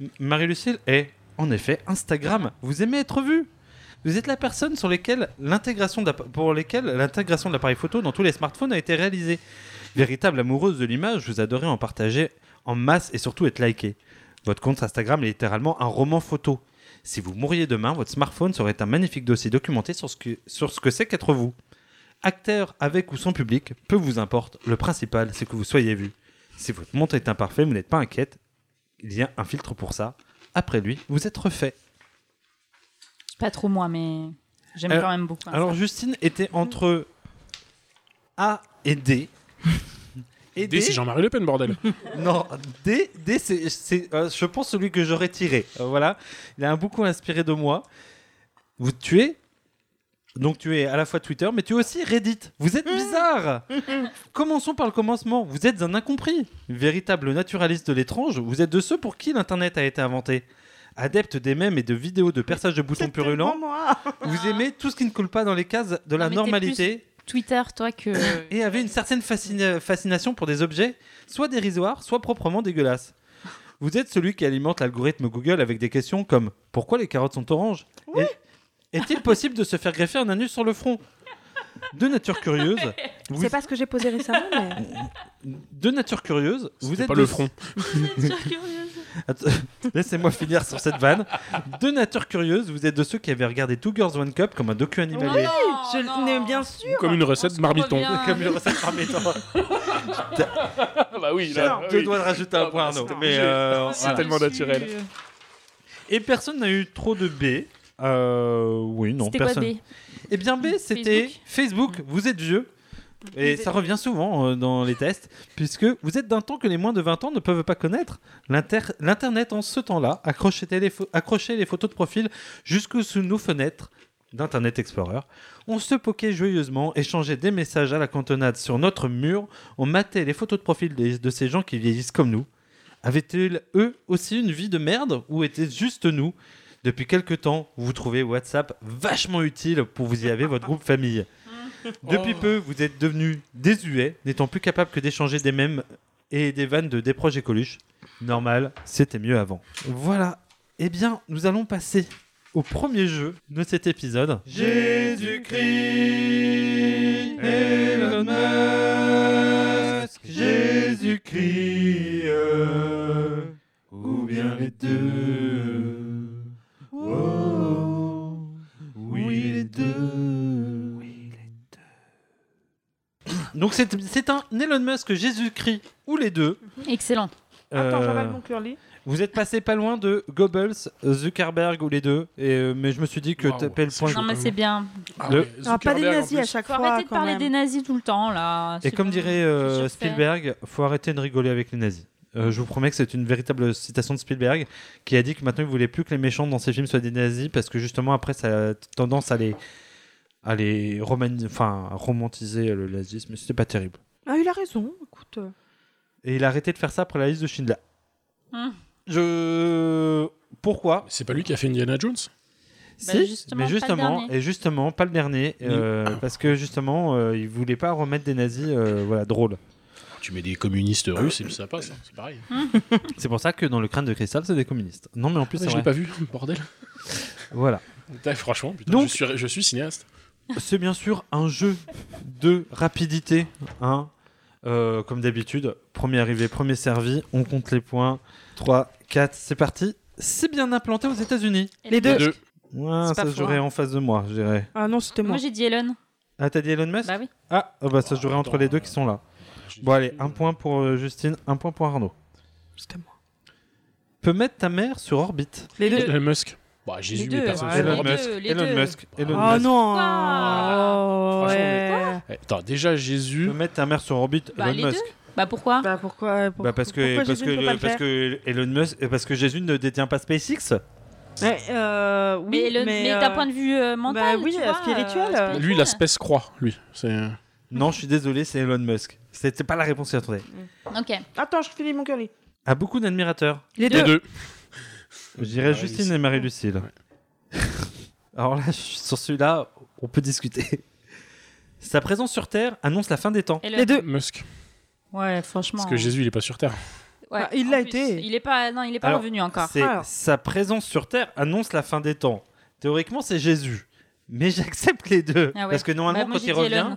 M- Marie-Lucille est en effet Instagram. Vous aimez être vu. Vous êtes la personne sur lesquelles l'intégration d'app- pour lesquelles l'intégration de l'appareil photo dans tous les smartphones a été réalisée. Véritable amoureuse de l'image, vous adorez en partager en masse et surtout être liké. Votre compte Instagram est littéralement un roman photo. Si vous mouriez demain, votre smartphone serait un magnifique dossier documenté sur ce que sur ce que c'est qu'être vous. Acteur avec ou sans public, peu vous importe, le principal c'est que vous soyez vu. Si votre montre est imparfait, vous n'êtes pas inquiète, il y a un filtre pour ça. Après lui, vous êtes refait. Pas trop moi, mais j'aime Euh, quand même beaucoup. hein. Alors Justine était entre A et D. <laughs> Et D, c'est Jean-Marie Le Pen, bordel. Non, D, D c'est, c'est, euh, je pense, celui que j'aurais tiré. Euh, voilà, il a beaucoup inspiré de moi. Vous tu es donc tu es à la fois Twitter, mais tu es aussi Reddit. Vous êtes bizarre. Commençons par le commencement. Vous êtes un incompris, véritable naturaliste de l'étrange. Vous êtes de ceux pour qui l'internet a été inventé. Adepte des mèmes et de vidéos de perçage de boutons c'est purulents, tellement moi. vous aimez tout ce qui ne coule pas dans les cases de la Non, mais t'es normalité Twitter, toi que. et avait une certaine fascina- fascination pour des objets, soit dérisoires, soit proprement dégueulasses. Vous êtes celui qui alimente l'algorithme Google avec des questions comme Pourquoi les carottes sont oranges Et- Est-il possible de se faire greffer un anus sur le front De nature curieuse, vous- C'est pas ce que j'ai posé récemment, mais. de nature curieuse, vous C'était êtes pas le de- front. Att- <laughs> Laissez-moi finir sur cette vanne. De nature curieuse, vous êtes de ceux qui avaient regardé Two Girls One Cup comme un docu animalier. Je l'ai bien sûr. hein. Comme une recette marmiton. <laughs> Comme une recette parmi tant. Ah bah oui, J'ai deux doigts de rajouter un Ah, point, bah, Arnaud. c'est Mais obligé. euh, C'est voilà. tellement Euh, naturel. Et personne n'a eu trop de B. Euh, oui, non, C'était quoi personne. B Eh bien, B, c'était Facebook. Vous êtes vieux. Et Vous ça revient souvent euh, dans les tests, puisque vous êtes d'un temps que les moins de 20 ans ne peuvent pas connaître. L'inter- L'Internet, en ce temps-là, accrochait, les pho- accrochait les photos de profil jusque sous nos fenêtres d'Internet Explorer. On se poquait joyeusement, échangeait des messages à la cantonade sur notre mur, on matait les photos de profil des- de ces gens qui vieillissent comme nous. Avaient-ils, eux, aussi une vie de merde ou étaient juste nous depuis quelques temps, vous trouvez WhatsApp vachement utile pour vous y avez votre groupe famille. Depuis peu, vous êtes devenus désuets, n'étant plus capable que d'échanger des mèmes et des vannes de des proches et Coluche. Normal, c'était mieux avant. Voilà. Eh bien, nous allons passer au premier jeu de cet épisode. Jésus-Christ, Elon Musk, Jésus-Christ, ou bien les deux. Oh. oui, les deux. Donc c'est c'est un Elon Musk Jésus-Christ ou les deux. Excellent. Attends, Euh, j'avale mon curly. vous êtes passé pas loin de Goebbels, Zuckerberg ou les deux. Et, euh, mais je me suis dit que Waouh, taper le c'est point. chaud. Non, mais peux- c'est bien. Ah, Le- mais Alors, pas des Zuckerberg, en nazis à plus. chaque Faut fois. arrêter de quand parler même. des nazis tout le temps, là. Et C'est comme bon. dirait euh, Je fais. Spielberg, faut arrêter de rigoler avec les nazis. Euh, je vous promets que c'est une véritable citation de Spielberg qui a dit que maintenant il voulait plus que les méchants dans ses films soient des nazis parce que justement après ça a tendance à les, à les romani- enfin, à romantiser le nazisme. mais C'était pas terrible. Ah, il a raison. Écoute. euh, Et il a arrêté de faire ça après la liste de Schindler. Hmm. Je. Pourquoi Mais C'est pas lui qui a fait Indiana Jones Bah, Si, justement, mais pas le justement, dernier. et justement, pas le dernier, euh, parce que justement, euh, il voulait pas remettre des nazis, euh, voilà, drôle. Tu mets des communistes russes et puis ça passe, hein, c'est pareil. <laughs> C'est pour ça que dans le crâne de cristal, c'est des communistes. Non, mais en plus, Ah, Je c'est l'ai pas vrai. vu, bordel. Voilà. Putain, franchement, putain, Donc- je, suis, je suis cinéaste. C'est bien sûr un jeu de rapidité. Hein. Euh, comme d'habitude, premier arrivé, premier servi. On compte les points. 3, 4, c'est parti. C'est bien implanté aux États-Unis. Les deux. Deux. Ouais, C'est pas ça se faux, jouerait hein. en face de moi, je dirais. Ah non, c'était moi. Moi j'ai dit Elon. Ah, t'as dit Elon Musk Bah oui. Ah, oh bah ça se jouerait entre les deux qui sont là. Bon, allez, un point pour euh, Justine, un point pour Arnaud. C'était moi. Peut mettre ta mère sur orbite. Les deux. Elon Musk. Bah, Jésus, Les mais deux, personne. ouais. ne Elon le remet. Musk. deux, les Elon deux. Musk. Elon Oh Musk. non Quoi oh, Franchement, ouais. Eh, Attends, déjà Jésus. Peut mettre ta mère sur orbite. Hmm. Bah, les Elon Musk. Bah pourquoi Bah pourquoi, pour- Bah parce que pourquoi parce Jésus ne que peut pas le parce faire que Elon Musk euh, parce que Jésus ne détient pas SpaceX. Ouais, euh, oui, Mais, Elon- mais d'un euh, point de vue euh, mental. bah oui, tu vois, spirituel. euh, Lui, la space croix, lui. C'est. Non, je suis désolé, c'est Elon Musk. C'était pas la réponse qui attendait. Ok. Attends, je finis mon curly. A beaucoup d'admirateurs. Les Les deux. deux. Je dirais Marie Justine Lucille. et Marie Lucille. <laughs> Alors là, sur celui-là, on peut discuter. <laughs> Sa présence sur Terre annonce la fin des temps. Elon. Les deux. Musk. Ouais, franchement. Parce que Jésus, il est pas sur Terre. Ouais, Bah, il en l'a plus, été. Il est pas, non, il est pas Alors, revenu encore. C'est Alors. sa présence sur Terre annonce la fin des temps. Théoriquement, c'est Jésus. Mais <laughs> j'accepte les deux. Ah ouais. Parce que normalement, Bah, moi, quand j'ai il dit Elon. revient.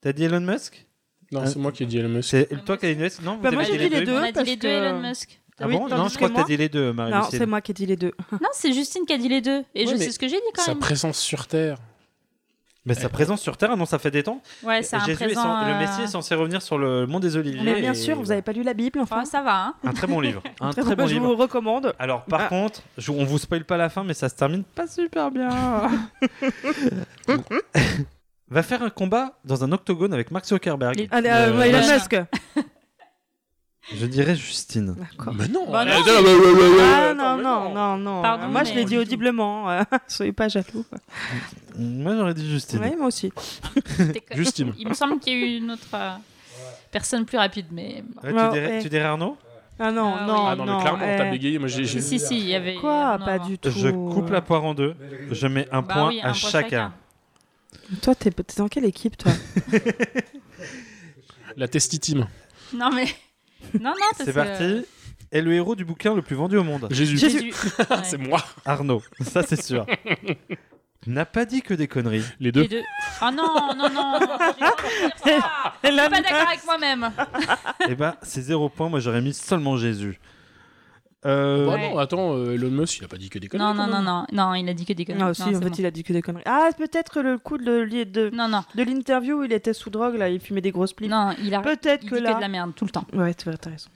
T'as dit Elon Musk Non, Ah. c'est moi qui ai dit Elon Musk. C'est Elon toi qui as dit Elon Musk Non, vous Bah, moi, avez j'ai dit les On deux. a dit parce les deux que- Elon Musk. Ah Oui, bon Non, tandis je crois que que t'as moi- dit les deux, Marie Non, Lucille. c'est moi qui ai dit les deux. Non, c'est Justine qui a dit les deux. Et Ouais, je mais- sais ce que j'ai dit quand Sa même. présence sur Terre. Mais sa présence sur Terre annonce la fin des temps. Ouais, c'est un Jésus est présent. cen- le euh, Messie est censé revenir sur le monde des Oliviers. Mais et- bien sûr, vous n'avez pas lu la Bible, enfin. enfin, ça va. <laughs> Hein. Un très bon livre. Un très, Très bon bon, je livre. Euh, vous recommande. Alors par Ah. contre, je- on vous spoil pas la fin, mais ça se termine pas super bien. Va faire un combat dans un octogone avec Mark Zuckerberg. Les- Allez, Euh, euh, ouais, Elon voilà. Musk. Je dirais Justine. D'accord. Mais non. Bah non, Eh, ouais, ouais, ouais, ouais. Ah non, non, non, non. Pardon, moi, je mais- l'ai dit audiblement. euh, <laughs> Soyez pas jaloux. Moi j'aurais dit Justine. Oui, moi aussi. C'était que- Justine. Il me semble qu'il y a eu une autre euh, personne plus rapide, mais. bon. Ouais, Ouais, tu, dirais, ouais. tu dirais Arnaud Ah non, Ah, non, oui. Ah non, mais clairement, eh. t'as bégayé. Moi, j'ai. j'ai- Si, si, il y avait. Quoi Ah, non, Pas non. du tout. Je coupe la poire en deux. Je mets un Bah point oui, à un point chacun. Toi, t'es t'es dans quelle équipe, toi La testitime. Non, mais. <laughs> Non, non, parce que- C'est parti. Et le héros du bouquin le plus vendu au monde Jésus. <laughs> Jésus. Ouais. C'est moi. Arnaud, ça c'est sûr. N'a pas dit que des conneries. Les deux. Les deux. Ah non, non, non. <laughs> Je vais pas dire ça. Je suis Ah, pas d'accord avec moi-même. Eh ben, c'est zéro point. Moi, j'aurais mis seulement Jésus. Euh, Bah Ouais. non, attends, euh, Elon Musk, il a pas dit que des conneries. Non, quand non, non, même. non. Non, il a dit que des conneries. Non, Ah, si, c'est en fait, bon. il a dit que des conneries. Ah, peut-être le coup de le- de- Non, non. de l'interview où il était sous drogue, là, il fumait des grosses plis. Non, il a Peut-être il dit que que de là. la merde tout le temps. Ouais, tu as t'as raison.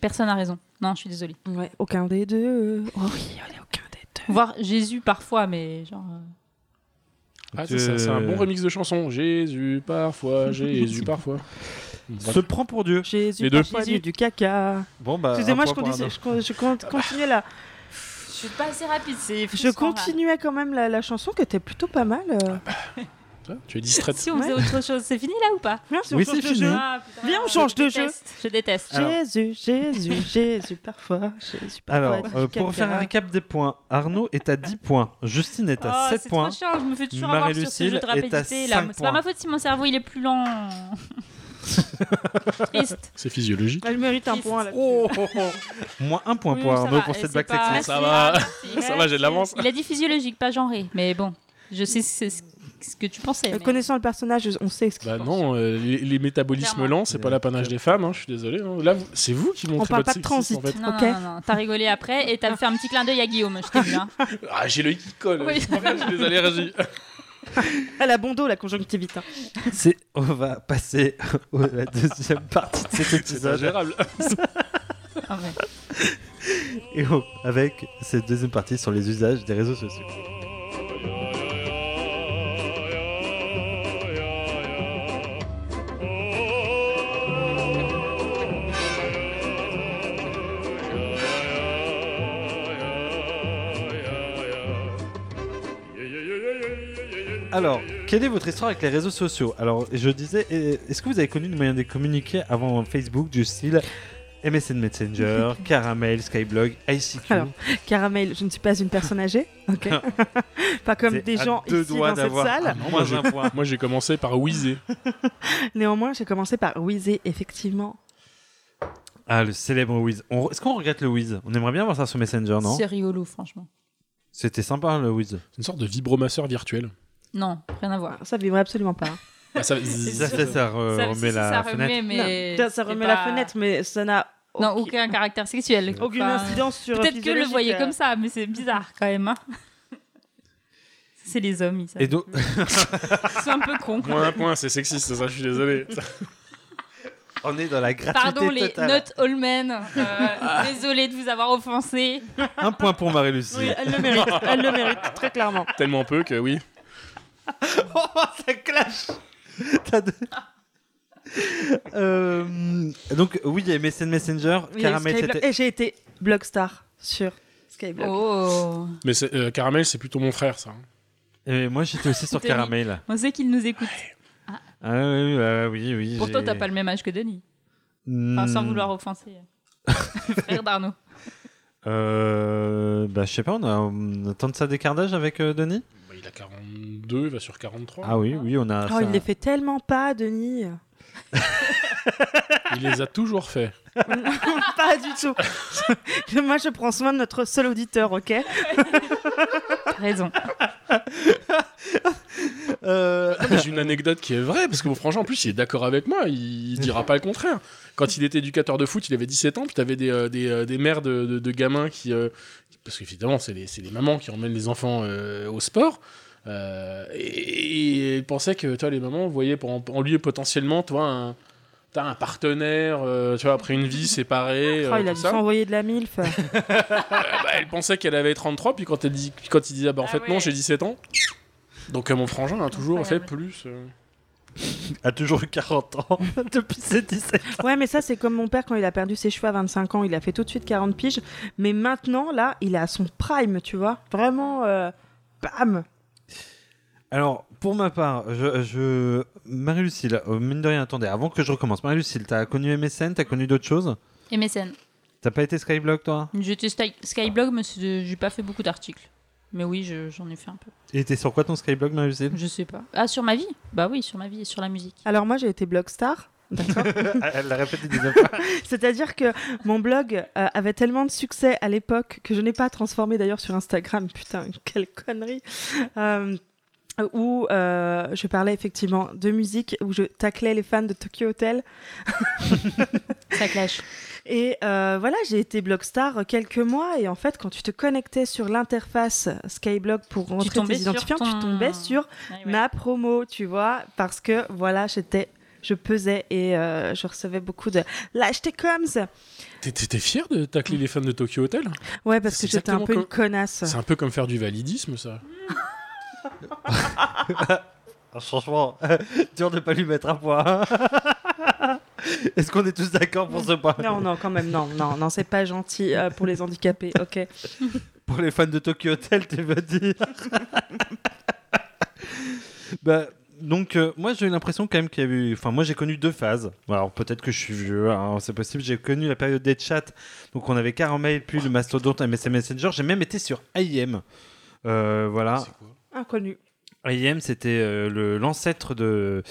Personne n'a raison. Non, je suis <laughs> désolée. Ouais, aucun des deux. Oh oui, allez, aucun des deux. Voir Jésus parfois, mais genre. euh, Ah, c'est ça, c'est un bon remix de chanson. Jésus, <laughs> parfois, Jésus, parfois. se prend pour Dieu. Jésus, Les deux. parfois, Jésus. du caca. Bon bah. Excusez-moi, un je, point pour continue- Arnaud. je, con- je con- continuais là. Je suis pas assez rapide, c'est. Je frustrant, là. continuais quand même la, la chanson qui était plutôt pas mal. euh. Ah, bah. Voilà. Tu es distraite. Si on faisait autre chose, c'est fini là ou pas Viens, si on Oui, change c'est de fini. hein. jeu. Ah, putain, Mmh. Viens, on je change de jeu. déteste. Je déteste. Alors. Jésus, Jésus, <laughs> Jésus, parfois, Jésus, parfois. Alors, du euh, pour caca. faire un récap des points, Arnaud est à 10 points, Justine est à Oh, 7 c'est Ah, points, trop chiant, je me fais toujours Marie avoir sur ce Lucille jeu de est à rapidité cinq là. C'est points. pas ma faute si mon cerveau il est plus <laughs> lent. Triste. C'est Ah, physiologique. Elle mérite un point là. Oh, moins 1 point Oui, pour ça Arnaud va, pour et cette c'est blague pas- sexiste. Ça va. Merci. <laughs> Ça va, j'ai de l'avance. Il a dit physiologique, pas genré, mais bon, je sais ce c'est ce que tu pensais. Euh, mais- Connaissant le personnage, on sait ce qu'il Bah pense. non, euh, les, les métabolismes Clairement. lents, c'est pas l'apanage des femmes, hein, je suis désolé. hein. Là, vous- c'est vous qui montrez parle votre pas de sexisme, transit. Non, Ok. non, non, non, t'as rigolé après et t'as fait un petit clin d'œil à Guillaume, je t'ai vu. hein. en fait. Ah, j'ai l'œil qui colle. Oui. C'est pour ça que J'ai des <laughs> allergies. Elle a bon dos Ah, la conjonctivite. hein. C'est- On va passer à la deuxième partie de cet C'est épisode. ingérable. Ah ouais. Et on- avec cette deuxième partie sur les usages des réseaux sociaux. Alors, quelle est votre histoire avec les réseaux sociaux Alors, je disais, eh, est-ce que vous avez connu le moyen de communiquer avant Facebook du style MSN Messenger, <laughs> Caramel, Skyblog, ICQ Alors, Caramel, je ne suis pas une personne âgée, <laughs> ok <laughs> Pas comme C'est des à gens deux ici doigts dans cette d'avoir- salle. Ah non, moi, j'ai- Moi, j'ai commencé par whizzer. Néanmoins, j'ai commencé par Wheezy, effectivement. Ah, le célèbre Wiz. On- Est-ce qu'on regrette le Wiz On aimerait bien voir ça sur Messenger, non C'est rigolo, franchement. C'était sympa le Wiz. C'est une sorte de vibromasseur virtuel. Non, rien à voir. Ah, Ça vibre absolument pas. hein. Ah, ça- Ça, ça, ça re- Euh, Ça- remet si, la ça fenêtre. remet, mais Non, ça c'est remet la pas- fenêtre, mais ça n'a Non, aucun- aucun caractère sexuel. <laughs> aucune Enfin, incidence sur. Peut-être que le physiologique, voyait euh. comme ça, mais c'est bizarre quand même. hein. <laughs> c'est les hommes, ils, savent. Et donc, Ils sont un peu cons. quoi. Point, point, c'est sexiste, ça, je suis désolé. <laughs> on est dans la gratuité Pardon les totale. not all men. <laughs> Euh, Ah. désolé de vous avoir offensé. Un point pour Marie-Lucie. Oui, elle le mérite, elle le mérite, très clairement. Tellement peu que oui. Oh, <laughs> ça clash <laughs> T'as deux- Euh, donc oui, il y a MSN Messenger, Oui, Caramel, Skyblock. c'était... Et j'ai été blockstar sur Skyblock. Oh. Mais c'est- euh, Caramel, c'est plutôt mon frère, ça. hein. Et moi j'étais aussi sur Denis. Caramel. On sait qu'ils nous écoutent. Ah oui, bah, oui, oui. Hmm. Pourtant, t'as pas le même âge que Denis. le... Enfin, Hmm. sans vouloir offenser. <laughs> le Frère d'Arnaud. Euh, bah je sais pas, on a on attend de ça des cardages avec euh, Denis Bah, il a 42, il va sur 43. Ah oui, oui, on a... Oh, ça. il les fait tellement pas, <laughs> Denis. Il les a toujours fait. pas du <laughs> tout. Moi, je prends soin de notre seul auditeur, ok T'as raison. Euh, Non, mais J'ai une anecdote qui est vraie, parce que mon frangin, en plus, il est d'accord avec moi, il, il dira pas le contraire. Quand il était éducateur de foot, il avait 17 ans, puis t'avais des, euh, des, euh, des mères de, de- de gamins qui. euh, qui- parce qu'évidemment, c'est les, c'est les mamans qui emmènent les enfants euh, au sport. euh, et, et ils pensaient que toi, les mamans voyaient pour- en, en lui potentiellement, toi, un. t'as un partenaire, euh, tu vois, après une vie séparée. Oh, euh, Il a tout dû ça. s'envoyer de <laughs> la MILF. Bah, elle pensait qu'elle avait 33, puis quand, elle dit, puis quand il disait, ah, bah en Ah fait, ouais. non, j'ai 17 ans. Donc euh, mon frangin a toujours Incroyable. fait plus. euh. a toujours eu 40 ans <laughs> depuis ses 17 Ouais, mais ça, c'est comme mon père quand il a perdu ses cheveux à 25 ans. Il a fait tout de suite 40 piges. Mais maintenant, là, il est à son prime, tu vois. Vraiment, euh, bam Alors, pour ma part, je. je... Marie-Lucille, euh, mine de rien, attendez, avant que je recommence, Marie-Lucille, t'as connu MSN, t'as connu d'autres choses MSN. T'as pas été Skyblock, toi J'étais Sky- Skyblog, mais c'est- j'ai pas fait beaucoup d'articles. Mais oui, je- j'en ai fait un peu. Et t'es sur quoi ton Skyblock, Marie-Lucille Je sais pas. Ah, sur ma vie Bah oui, sur ma vie et sur la musique. Alors, moi, j'ai été blockstar. <laughs> Elle l'a répété des <laughs> fois. C'est-à-dire que mon blog euh, avait tellement de succès à l'époque que je n'ai pas transformé d'ailleurs sur Instagram. <laughs> Putain, quelle connerie. Euh, où euh, je parlais effectivement de musique, où je taclais les fans de Tokyo Hotel. Ça clash. Et euh, voilà, j'ai été blogstar quelques mois. Et en fait, quand tu te connectais sur l'interface Skyblog pour rentrer tombais tes sur identifiants, ton- Eh tu tombais sur Ouais, ouais. ma promo, tu vois, parce que voilà, j'étais, je pesais et euh, je recevais beaucoup de lâche tes coms. T'es- T'es t'es fier de tacler les fans de Tokyo Hotel Ouais, parce C'est que j'étais un exactement peu une comme- connasse. C'est un peu comme faire du validisme, ça. Franchement, <laughs> dur de pas lui mettre un point. <laughs> Est-ce qu'on est tous d'accord pour ce point <laughs> Non, non, quand même, non, non, non, c'est pas gentil euh, pour les handicapés, ok. Pour les fans de Tokyo Hotel, tu vas dire. <laughs> bah, donc, euh, moi, j'ai eu l'impression quand même qu'il y avait eu. Enfin, moi, j'ai connu deux phases. Alors, peut-être que je suis vieux, hein, c'est possible. J'ai connu la période des chats. Donc, on avait Caramel, puis le Mastodonte, MSN Messenger. J'ai même été sur IM. Euh, voilà. C'est quoi Inconnu. IM, c'était euh, le- l'ancêtre de,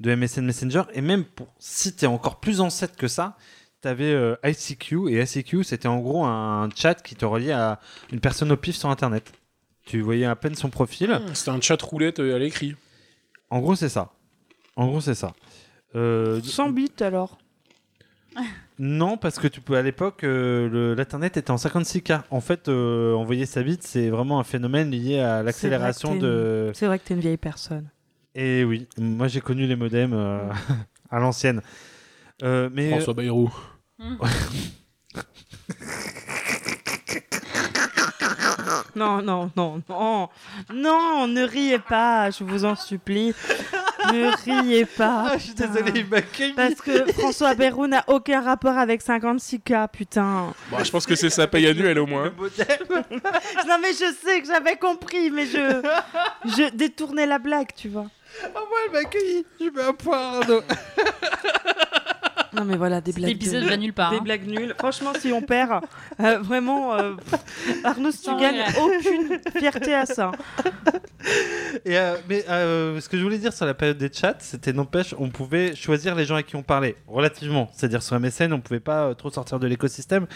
de MSN Messenger. Et même pour, si t'es encore plus ancêtre que ça, t'avais euh, ICQ. Et ICQ, c'était en gros un chat qui te reliait à une personne au pif sur Internet. Tu voyais à peine son profil. Ah, C'était un chat roulette euh, à l'écrit. En gros, c'est ça. En gros, c'est ça. Euh, 100 bits alors. non, parce que tu peux, à l'époque, euh, le- l'Internet était en 56K. En fait, euh, envoyer sa bite, c'est vraiment un phénomène lié à l'accélération t'es- de. C'est vrai que t'es une vieille personne. Et Eh oui, moi j'ai connu les modems euh, <laughs> à l'ancienne. Euh, mais François Bayrou. Non, non, non, non, non, ne riez pas, je vous en supplie. Ne riez pas. Ah, je suis putain. désolé, il m'accueille. Parce que François Bayrou n'a aucun rapport avec 56K, putain. Bon, Bah, je pense que c'est sa paye annuelle au moins. Non, mais je sais que j'avais compris, mais je, je détournais la blague, tu vois. Ah, moi, il m'accueille. Je mets un point, Arnaud. Non, mais voilà, des blagues. L'épisode de- va nulle part. Des hein. blagues nulles. Franchement, si on perd, euh, vraiment, euh, pff, Arnaud, si tu Sans gagnes regret. aucune fierté à ça. Et euh, mais euh, ce que je voulais dire sur la période des chats, c'était n'empêche, on pouvait choisir les gens à qui on parlait, relativement. C'est-à-dire sur MSN, on pouvait pas euh, trop sortir de l'écosystème.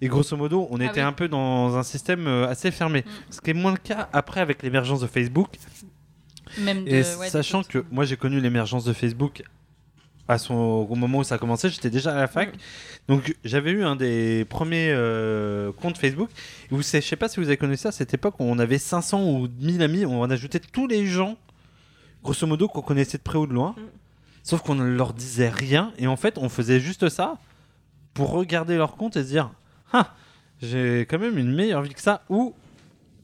Et grosso modo, on Ah était oui. Mm. un peu dans un système euh, assez fermé. Ce qui est moins le cas après avec l'émergence de Facebook. Même Et de- ouais, sachant des que autres. moi j'ai connu l'émergence de Facebook à son, au moment où ça a commencé, j'étais déjà à la fac. Mm. Donc j'avais eu un des premiers euh, comptes Facebook. Et vous savez, je sais pas si vous avez connu ça, à cette époque où on avait 500 ou 1000 amis, on en ajoutait tous les gens, grosso modo, qu'on connaissait de près ou de loin. Mm. Sauf qu'on ne leur disait rien. Et en fait, on faisait juste ça pour regarder leur compte et se dire Ah, j'ai quand même une meilleure vie que ça. Ou,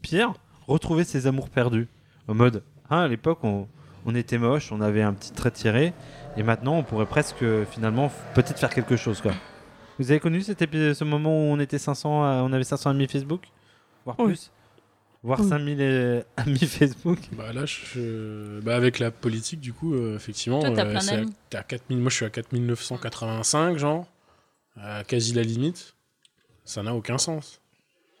pire, retrouver ses amours perdus. En mode, ah, à l'époque, on, on était moche, on avait un petit trait tiré, et maintenant, on pourrait presque, euh, finalement, f- peut-être faire quelque chose, quoi. Vous avez connu cet épi- ce moment où on était 500, à- on avait 500 amis Facebook Voire Oui. plus Voire Oui. 5000 euh, amis <laughs> Facebook Bah là, je- bah, avec la politique, du coup, euh, effectivement, Toi, t'as euh, plein c'est à- d'amis. t'es à 4000 moi je suis à 4985, genre, à quasi la limite. Ça n'a aucun sens.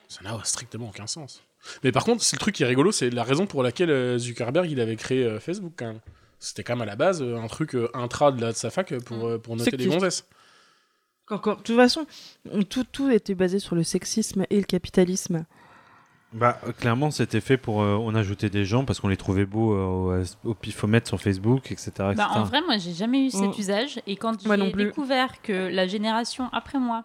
Ça n'a strictement aucun sens. Mais par contre, c'est le truc qui est rigolo, c'est la raison pour laquelle euh, Zuckerberg il avait créé euh, Facebook quand même. C'était quand même à la base euh, un truc euh, intra de, la, de sa fac euh, pour, Mm. euh, pour noter les Sexiste. gonzesses. Encore, de toute façon, on- tout, tout était basé sur le sexisme et le capitalisme. Bah, euh, clairement, c'était fait pour. euh, on ajoutait des gens parce qu'on les trouvait beaux euh, au, au pifomètre sur Facebook, etc. etc. Bah, en vrai, moi, j'ai jamais eu cet Mm. usage. Et quand Moi non j'ai plus. découvert que la génération après moi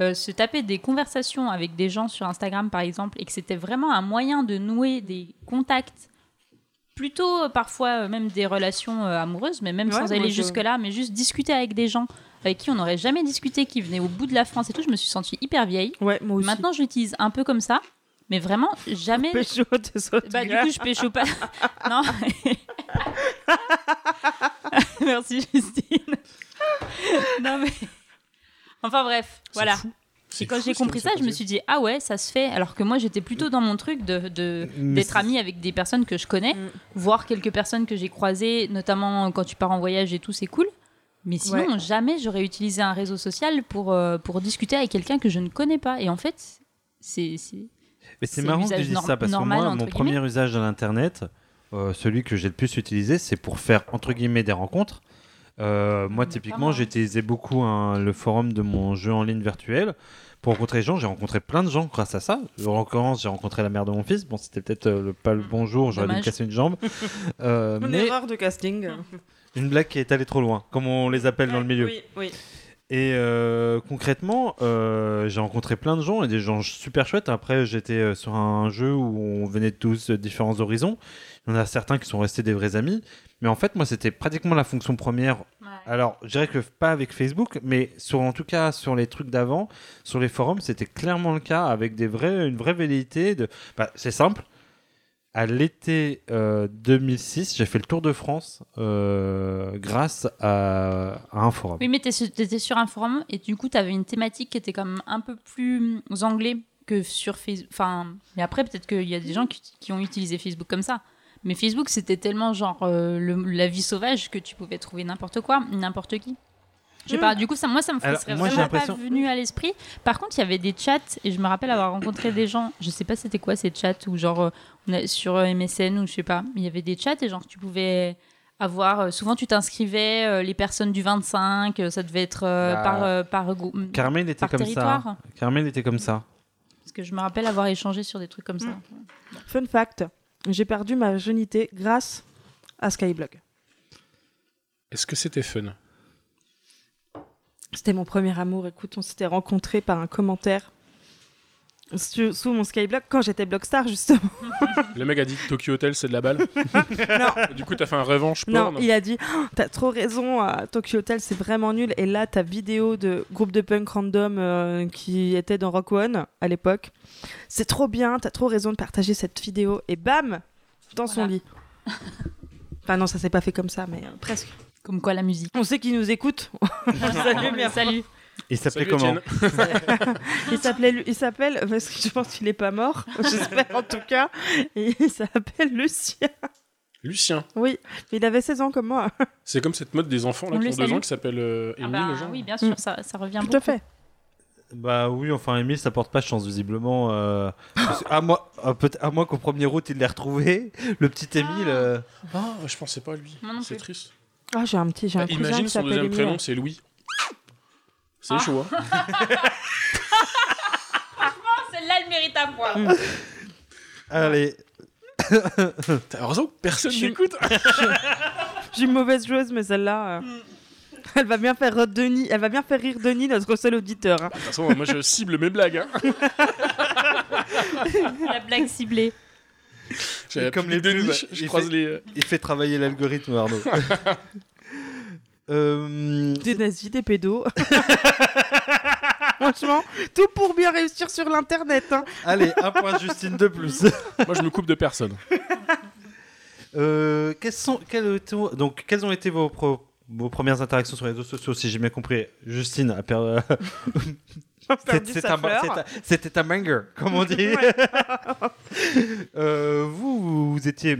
euh, se tapait des conversations avec des gens sur Instagram, par exemple, et que c'était vraiment un moyen de nouer des contacts, plutôt euh, parfois euh, même des relations euh, amoureuses, mais même Ouais, sans moi, aller je- jusque-là, mais juste discuter avec des gens avec qui on n'aurait jamais discuté, qui venaient au bout de la France et tout, je me suis sentie hyper vieille. Ouais, moi aussi. Maintenant, je l'utilise un peu comme ça, mais vraiment jamais. Pécho, des Bah, du autographes. coup, je pécho pas. non. <laughs> Merci, Justine. non, mais. Enfin, bref, C'est voilà. fou. C'est Et quand fou, j'ai ce qui compris nous ça, est je me proposé. suis dit, ah ouais, ça se fait. Alors que moi, j'étais plutôt dans mon truc de, de- Mais d'être c'est- amie avec des personnes que je connais, Mm. voir quelques personnes que j'ai croisées, notamment euh, quand tu pars en voyage et tout, c'est cool. Mais sinon, jamais j'aurais utilisé un réseau social pour, euh, pour discuter avec quelqu'un que je ne connais pas. Et en fait, c'est, c'est... Mais C'est c'est marrant que l'usage tu dises nor- ça parce que normal, moi, entre mon guillemets. premier usage de l'internet, euh, celui que j'ai le plus utilisé, c'est pour faire entre guillemets des rencontres. Euh, moi, Mais pas typiquement, moi. j'utilisais beaucoup hein, le forum de mon jeu en ligne virtuel pour rencontrer les gens. J'ai rencontré plein de gens grâce à ça. En l'occurrence, j'ai rencontré la mère de mon fils. Bon, c'était peut-être euh, le, pas le bon jour, j'aurais dû me Dommage. casser une jambe. <laughs> Euh, Une mais erreur de casting. une blague qui est allée trop loin, comme on les appelle dans le milieu. Oui, oui. Et euh, concrètement, euh, j'ai rencontré plein de gens et des gens super chouettes. Après, j'étais euh, sur un jeu où on venait de tous de différents horizons. Il y en a certains qui sont restés des vrais amis. Mais en fait, moi, c'était pratiquement la fonction première. Alors, je dirais que pas avec Facebook, mais sur, en tout cas sur les trucs d'avant, sur les forums, c'était clairement le cas avec des vrais, une vraie velléité. De... Bah, c'est simple. À l'été euh, 2006, j'ai fait le tour de France euh, grâce à, à un forum. Oui, mais t'es su- t'étais sur un forum et du coup, t'avais une thématique qui était quand même un peu plus hum, anglais que sur Facebook. Enfin, mais après, peut-être qu'il y a des gens qui, qui ont utilisé Facebook comme ça. Mais Facebook, c'était tellement genre euh, le- la vie sauvage que tu pouvais trouver n'importe quoi, n'importe qui. Je sais Mm. pas, du coup, ça, moi, ça me Alors, serait moi, j'ai vraiment pas l'impression- venu à l'esprit. Par contre, il y avait des chats et je me rappelle avoir rencontré des gens, je sais pas c'était quoi ces chats ou genre euh, on a- sur euh, MSN ou je sais pas, mais il y avait des chats et genre tu pouvais avoir, euh, souvent tu t'inscrivais euh, les personnes du 25, euh, ça devait être euh, Ah. par, euh, par, gou- Carmen était par comme territoire. ça. Carmen était comme ça. Parce que je me rappelle avoir échangé sur des trucs comme Mm. ça. Fun fact, j'ai perdu ma jeunité grâce à Skyblog. Est-ce que c'était fun C'était mon premier amour. Écoute, on s'était rencontrés par un commentaire sur- sous mon Skyblog quand j'étais Blockstar, justement. Le mec a dit Tokyo Hotel, c'est de <laughs> la balle. Du coup, t'as fait un revanche Non, porn. il a dit Oh, T'as trop raison, à Tokyo Hotel, c'est vraiment nul. Et là, ta vidéo de groupe de punk random euh, qui était dans Rock One à l'époque, c'est trop bien, t'as trop raison de partager cette vidéo. Et bam Dans son Voilà. lit. <laughs> Enfin, non, ça s'est pas fait comme ça, mais euh, presque. Comme quoi la musique. On sait qu'il nous écoute. <laughs> Salut, merci. Salut. Ah Il s'appelait Salut, comment Étienne. Il s'appelait, Lu- il s'appelle, parce que je pense qu'il est pas mort, <laughs> j'espère en tout cas, et il s'appelle Lucien. Lucien. Oui, mais il avait 16 ans comme moi. C'est comme cette mode des enfants là, On qui le ont deux salue. ans qui s'appelle euh, Ah Émile, bah, genre. oui, bien sûr, Mm. ça, ça revient Tout beaucoup. à fait. Bah oui, enfin, Emile, ça porte pas chance, visiblement. euh, parce que à, moi, à, peut- à moins qu'au premier route, il l'ait retrouvé, le petit Emile. euh, Ah, je pensais pas à lui. Moi non C'est plus. triste. Ah, j'ai un petit, j'ai un cousin Bah, Imagine qui son s'appelle deuxième Émile. prénom, c'est Louis. Ah. C'est chaud, hein. <laughs> Celle-là, elle mérite un point. ah, Allez, T'as raison, personne Je- n'écoute. Je suis une mauvaise joueuse, mais celle-là, euh, elle va bien faire euh, Denis, elle va bien faire rire Denis, notre seul auditeur. hein. De toute façon, moi je cible mes blagues. Hein. La blague ciblée. J'ai la Comme pub les de pubs, niche, je il croise fait- les. euh, il fait travailler <laughs> l'algorithme, Arnaud. Euh, Des nazis, des pédos. Franchement, tout pour bien réussir sur l'internet. hein. allez, un point Justine de plus. Moi je me coupe de personne. Euh, quelles, sont, quelles, ont, donc, quelles ont été vos, pro- vos premières interactions sur les réseaux sociaux, si j'ai bien compris Justine a <laughs> perdu. perdu sa un- fleur. c'est un- C'était un banger, comme on dit. <laughs> Euh, vous, vous étiez.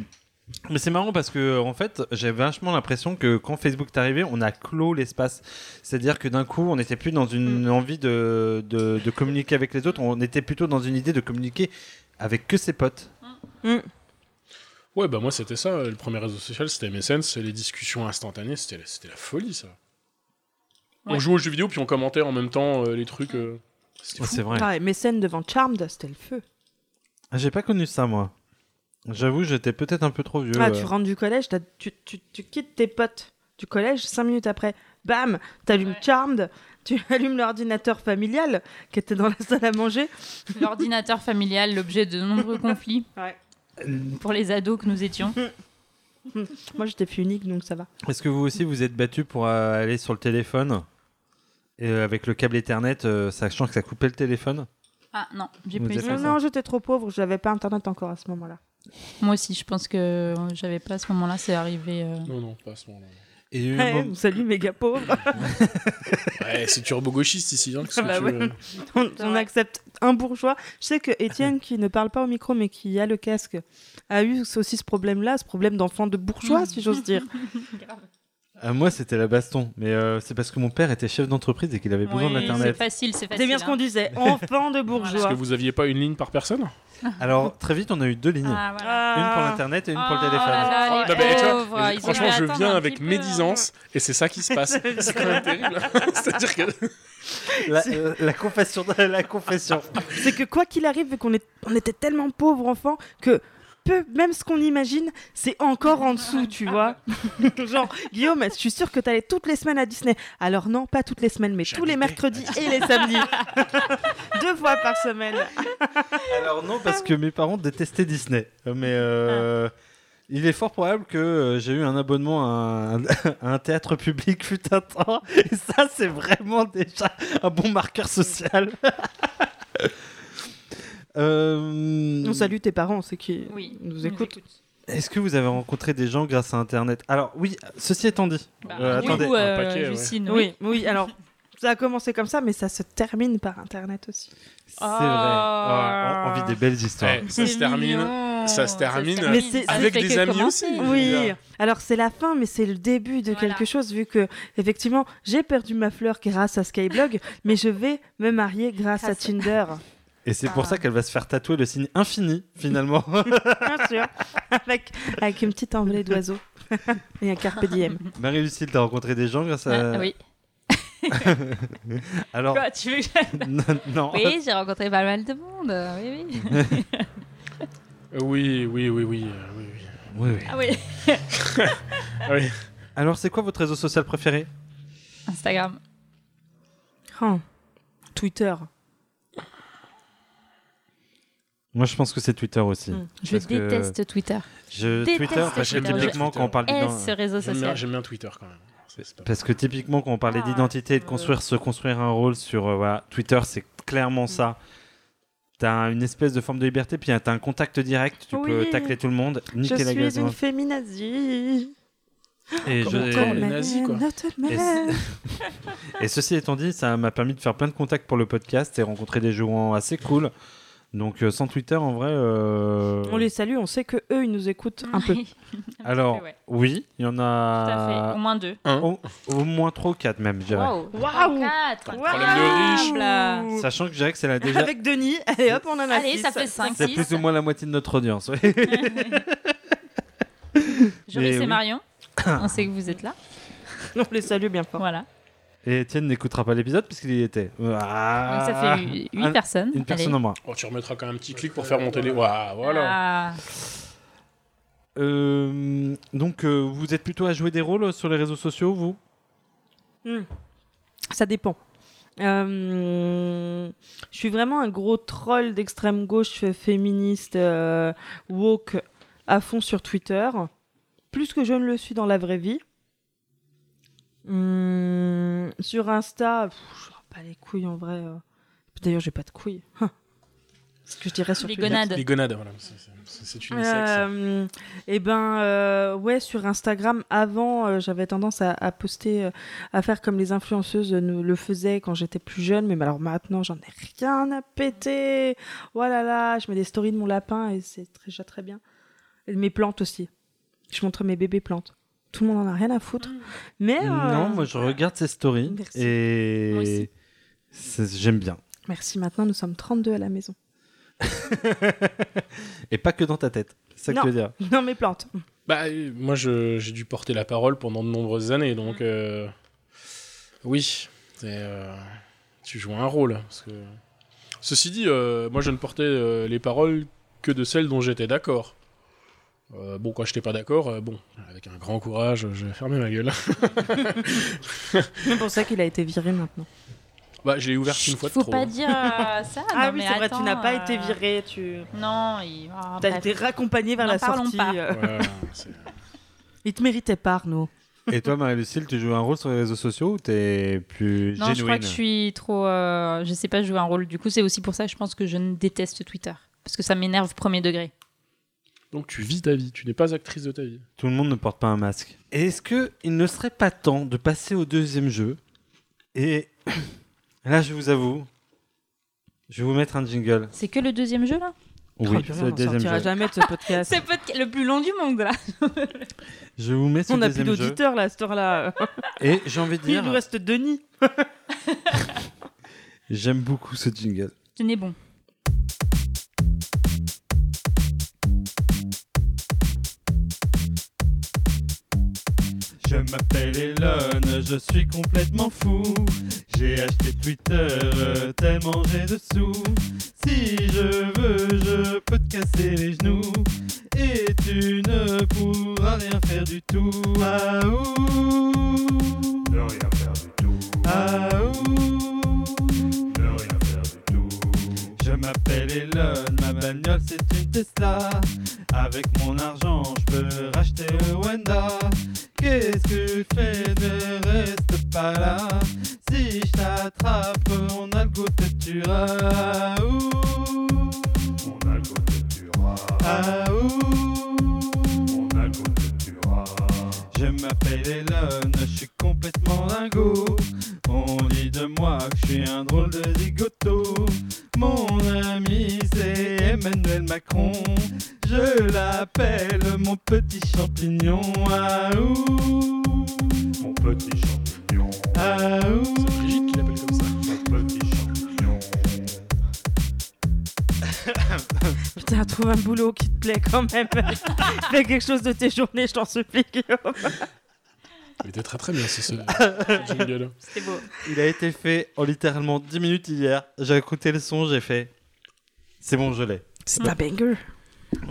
Mais c'est marrant parce que, en fait, j'ai vachement l'impression que quand Facebook est arrivé, on a clos l'espace. C'est-à-dire que d'un coup, on n'était plus dans Mm. une envie de, de, de communiquer avec les autres, on était plutôt dans une idée de communiquer avec que ses potes. Ouais, bah moi c'était ça. Le premier réseau social c'était MSN, c'est les discussions instantanées, c'était la, c'était la folie ça. On Ouais. jouait aux jeux vidéo puis on commentait en même temps euh, les trucs. euh, C'était fou. C'est vrai. Ah, et Mécène devant Charmed, c'était le feu. Ah, J'ai pas connu ça, moi. J'avoue, j'étais peut-être un peu trop vieux. Ah, euh. tu rentres du collège, t'as- tu, tu- tu quittes tes potes du collège, cinq minutes après, bam, t'allumes Ouais. Charmed, tu <laughs> allumes l'ordinateur familial qui était dans la salle à manger. L'ordinateur familial, l'objet de <laughs> nombreux conflits Ouais. pour les ados que nous étions. <laughs> Moi, j'étais fille unique, donc ça va. Est-ce que vous aussi, vous êtes battu pour euh, aller sur le téléphone Et euh, avec le câble Ethernet, euh, sachant que ça coupait le téléphone Ah non, j'ai Vous plus êtes ça. Non, ça. non, j'étais trop pauvre, j'avais pas internet encore à ce moment-là. Moi aussi, je pense que euh, j'avais pas à ce moment-là, c'est arrivé. euh, Non, non, pas à ce moment-là. Et euh, il y a eu un Ouais, moment- salut, méga pauvre. Ouais, c'est turbo gauchiste ici. Hein, <laughs> qu'est-ce que Bah tu ouais. veux on, C'est on vrai. accepte un bourgeois. Je sais que Étienne, qui ne parle pas au micro mais qui a le casque, a eu aussi ce problème-là, ce problème d'enfant de bourgeois, si <laughs> j'ose dire. Ah, moi, c'était la baston. Mais euh, c'est parce que mon père était chef d'entreprise et qu'il avait besoin oui, C'est d'Internet. facile, c'est facile. C'est bien ce qu'on hein. disait, enfant de Parce bourgeois. que vous aviez pas une ligne par personne Alors, très vite, on a eu deux lignes. Ah, voilà. Une pour Ah. l'Internet et une pour le Oh téléphone. là là, les Non, mais tu vois, pauvres, mais Oh, ils ont franchement, dû je attendre viens un avec petit peu. hein. médisance et c'est ça qui <laughs> se passe. c'est quand même terrible. <laughs> C'est-à-dire que La, euh, la confession. <laughs> de- La confession. C'est que quoi qu'il arrive, vu qu'on est- on était tellement pauvres enfants que peu, même ce qu'on imagine, c'est encore en <laughs> dessous, tu vois. <laughs> Genre, Guillaume, je suis sûre que t'allais toutes les semaines à Disney. Alors non, pas toutes les semaines, mais tous les mercredis et <laughs> les samedis. <laughs> Deux fois par semaine. Ah. Alors non, parce que mes parents détestaient Disney. Mais euh, il est fort probable que euh, j'ai eu un abonnement à un, <laughs> à un théâtre public <laughs> fut un temps. Et ça, c'est vraiment déjà un bon marqueur social. <laughs> Euh, On salue tes parents, c'est qui Oui, nous ils écoutent. Est-ce que vous avez rencontré des gens grâce à Internet Alors oui, ceci étant dit. Bah, Euh, oui, attendez. ou, euh, Un paquet, ouais. Justine, oui. Oui, oui, alors ça a commencé comme ça, mais ça se termine par Internet aussi. C'est Oh. vrai. Ah, on, on vit des belles histoires. Ouais, ça se C'est termine mignon. ça se termine Mais c'est- Ça avec fait des que amis commencer. aussi. Oui, alors c'est la fin, mais c'est le début de Voilà. quelque chose, vu que, effectivement, j'ai perdu ma fleur grâce à Skyblog, mais je vais me marier grâce, à Grâce. Tinder. Et c'est pour Ah. ça qu'elle va se faire tatouer le signe infini finalement. Bien sûr, avec, avec une petite envolée d'oiseaux et un carpe diem. Marie-Lucille, t'as rencontré des gens grâce à... Ah, oui. Alors... Quoi, tu veux que j'aille non, <laughs> non. oh. Oui, j'ai rencontré pas mal de monde. euh, Oui, oui. Oui, oui, oui, oui, euh, oui, oui. Oui, oui. Ah oui, Ah oui. Alors, c'est quoi votre réseau social préféré Instagram. Oh, Twitter. Moi, je pense que c'est Twitter aussi. Mm. Je Parce que déteste Twitter. Je déteste Twitter, parce que Twitter. typiquement quand on parle Est d'ident- ce réseau J'aime bien, social. j'aime bien Twitter quand même. C'est- c'est pas- parce que typiquement quand on parlait Ah, d'identité et de euh. construire, se construire un rôle sur euh, voilà, Twitter, c'est Hmm. clairement ça. T'as une espèce de forme de liberté, puis hein, t'as un contact direct, tu Oui. peux tacler tout le monde, niquer Je la gueule. suis une féminazie. Et, je- Encore les et- nazis, quoi. Notre et- mère. et ceci étant dit, ça m'a permis de faire plein de contacts pour le podcast et rencontrer des gens assez cool. Donc euh, sans Twitter, en vrai. euh, On les salue, on sait que eux ils nous écoutent un peu. Alors, ouais. oui, il y en Tout à fait, au a moins deux. au, au moins trop quatre même, euh, je dirais. Waouh Waouh. Quatre. Waouh. problème de riche. Là. Sachant que je dirais que c'est la déjà. Avec Denis, allez hop, on en a Allez, six. ça fait <laughs> 5, C'est 6. plus ou moins la moitié de notre audience. ouais. Joris Mais et oui. Marion, on sait que vous êtes là. On les salue bien fort. Voilà. Et Étienne n'écoutera pas l'épisode puisqu'il y était. Donc Ah. ça fait 8 Un- personnes. Une personne en Allez. moins. Oh, tu remettras quand même un petit clic pour faire monter les. Waouh, voilà. Ah, Euh, donc, euh, vous êtes plutôt à jouer des rôles euh, sur les réseaux sociaux, vous Ça dépend. Euh, je suis vraiment un gros troll d'extrême gauche euh, féministe euh, woke à fond sur Twitter, plus que je ne le suis dans la vraie vie. Hum, sur Insta, pff, je rends pas les couilles en vrai. euh. D'ailleurs, j'ai pas de couilles. <laughs> Hein. Ce que je dirais sur les Twitter. gonades. Les gonades, voilà. C'est- C'est c'est unisexe. Euh, Eh ben, euh, ouais, sur Instagram, avant, euh, j'avais tendance à, à poster, euh, à faire comme les influenceuses nous le faisaient quand j'étais plus jeune, mais alors maintenant, j'en ai rien à péter. Voilà, là, je mets des stories de mon lapin et c'est très- déjà très bien. Et de mes plantes aussi. Je montre mes bébés plantes. Tout le monde en a rien à foutre. Mais. Eh euh, Non, moi je regarde ces stories Merci. Moi et aussi. c'est- j'aime bien. Merci, maintenant, nous sommes 32 à la maison. <laughs> Et pas que dans ta tête, c'est ça que Non. tu <laughs> veux dire. Non, mes plantes. Bah, euh, moi, je- j'ai dû porter la parole pendant de nombreuses années, donc Mhm. euh, oui, c'est, euh, tu joues un rôle. parce que- Ceci dit, euh, moi, je ne portais euh, les paroles que de celles dont j'étais d'accord. Euh, bon, quand j'étais pas d'accord, euh, bon, avec un grand courage, j'ai fermé ma gueule. <laughs> C'est pour ça qu'il a été viré maintenant. bah, je l'ai ouvert une Chut, fois de faut trop. pas dire euh, ça. Ah non, oui, mais c'est vrai, tu attends, n'as pas euh, été viré, tu. Non, il... ah, T'as bref. été raccompagné vers N'en la parlons sortie. pas. euh. Voilà, <laughs> c'est- Il te méritait pas, Arnaud. Et toi, Marie-Lucille, tu joues un rôle sur les réseaux sociaux ou t'es Non, plus je crois genuine que je suis trop. euh, je sais pas jouer un rôle. Du coup, c'est aussi pour ça que je pense que je ne déteste Twitter. Parce que ça m'énerve premier degré. Donc, tu vis ta vie, tu n'es pas actrice de ta vie. Tout le monde ne porte pas un masque. Et est-ce que il ne serait pas temps de passer au deuxième jeu Et <coughs> là, je vous avoue, je vais vous mettre un jingle. C'est que le deuxième jeu, là Oui, Oh, purée, c'est le on deuxième sortira jeu. jamais de ce <laughs> podcast. C'est podcast le plus long du monde, là. Je vous mets ce on n'a plus deuxième jeu. d'auditeurs là, à cette heure-là. Et j'ai envie de <laughs> Il nous dire, reste Denis. j'aime beaucoup ce jingle. <laughs> Tenez bon. Je m'appelle Elon, je suis complètement fou. J'ai acheté Twitter, euh, tellement j'ai de sous. Si je veux, je peux te casser les genoux. Et tu ne pourras rien faire du tout. Aouh. Ne rien faire du tout. Aouh. Ne rien faire du tout. Je m'appelle Elon, ma bagnole c'est une Tesla. Avec mon argent, je peux racheter Wanda. Qu'est-ce que je fais Ne reste pas là. Si je t'attrape, on a le goût de te tuer. Aouh. On a le goût de te tuer. Ah, Aouh. On a le goût de te tuer. Je m'appelle Elon, je suis complètement dingo. On dit de moi que je suis un drôle de zigoto. Mon ami, c'est Emmanuel Macron. Je l'appelle mon petit champignon. Ah, Aouh. Mon petit champignon. Aouh. C'est Brigitte qui l'appelle comme ça. Putain, trouve un boulot qui te plaît quand <laughs> même. Fais quelque chose de tes journées, je t'en supplie. Guillaume. Il était très très bien <laughs> ce, ce- ce jingle. C'était beau. Il a été fait en littéralement 10 minutes hier. J'ai écouté le son, j'ai fait. C'est bon, je l'ai. <laughs> C'est un banger.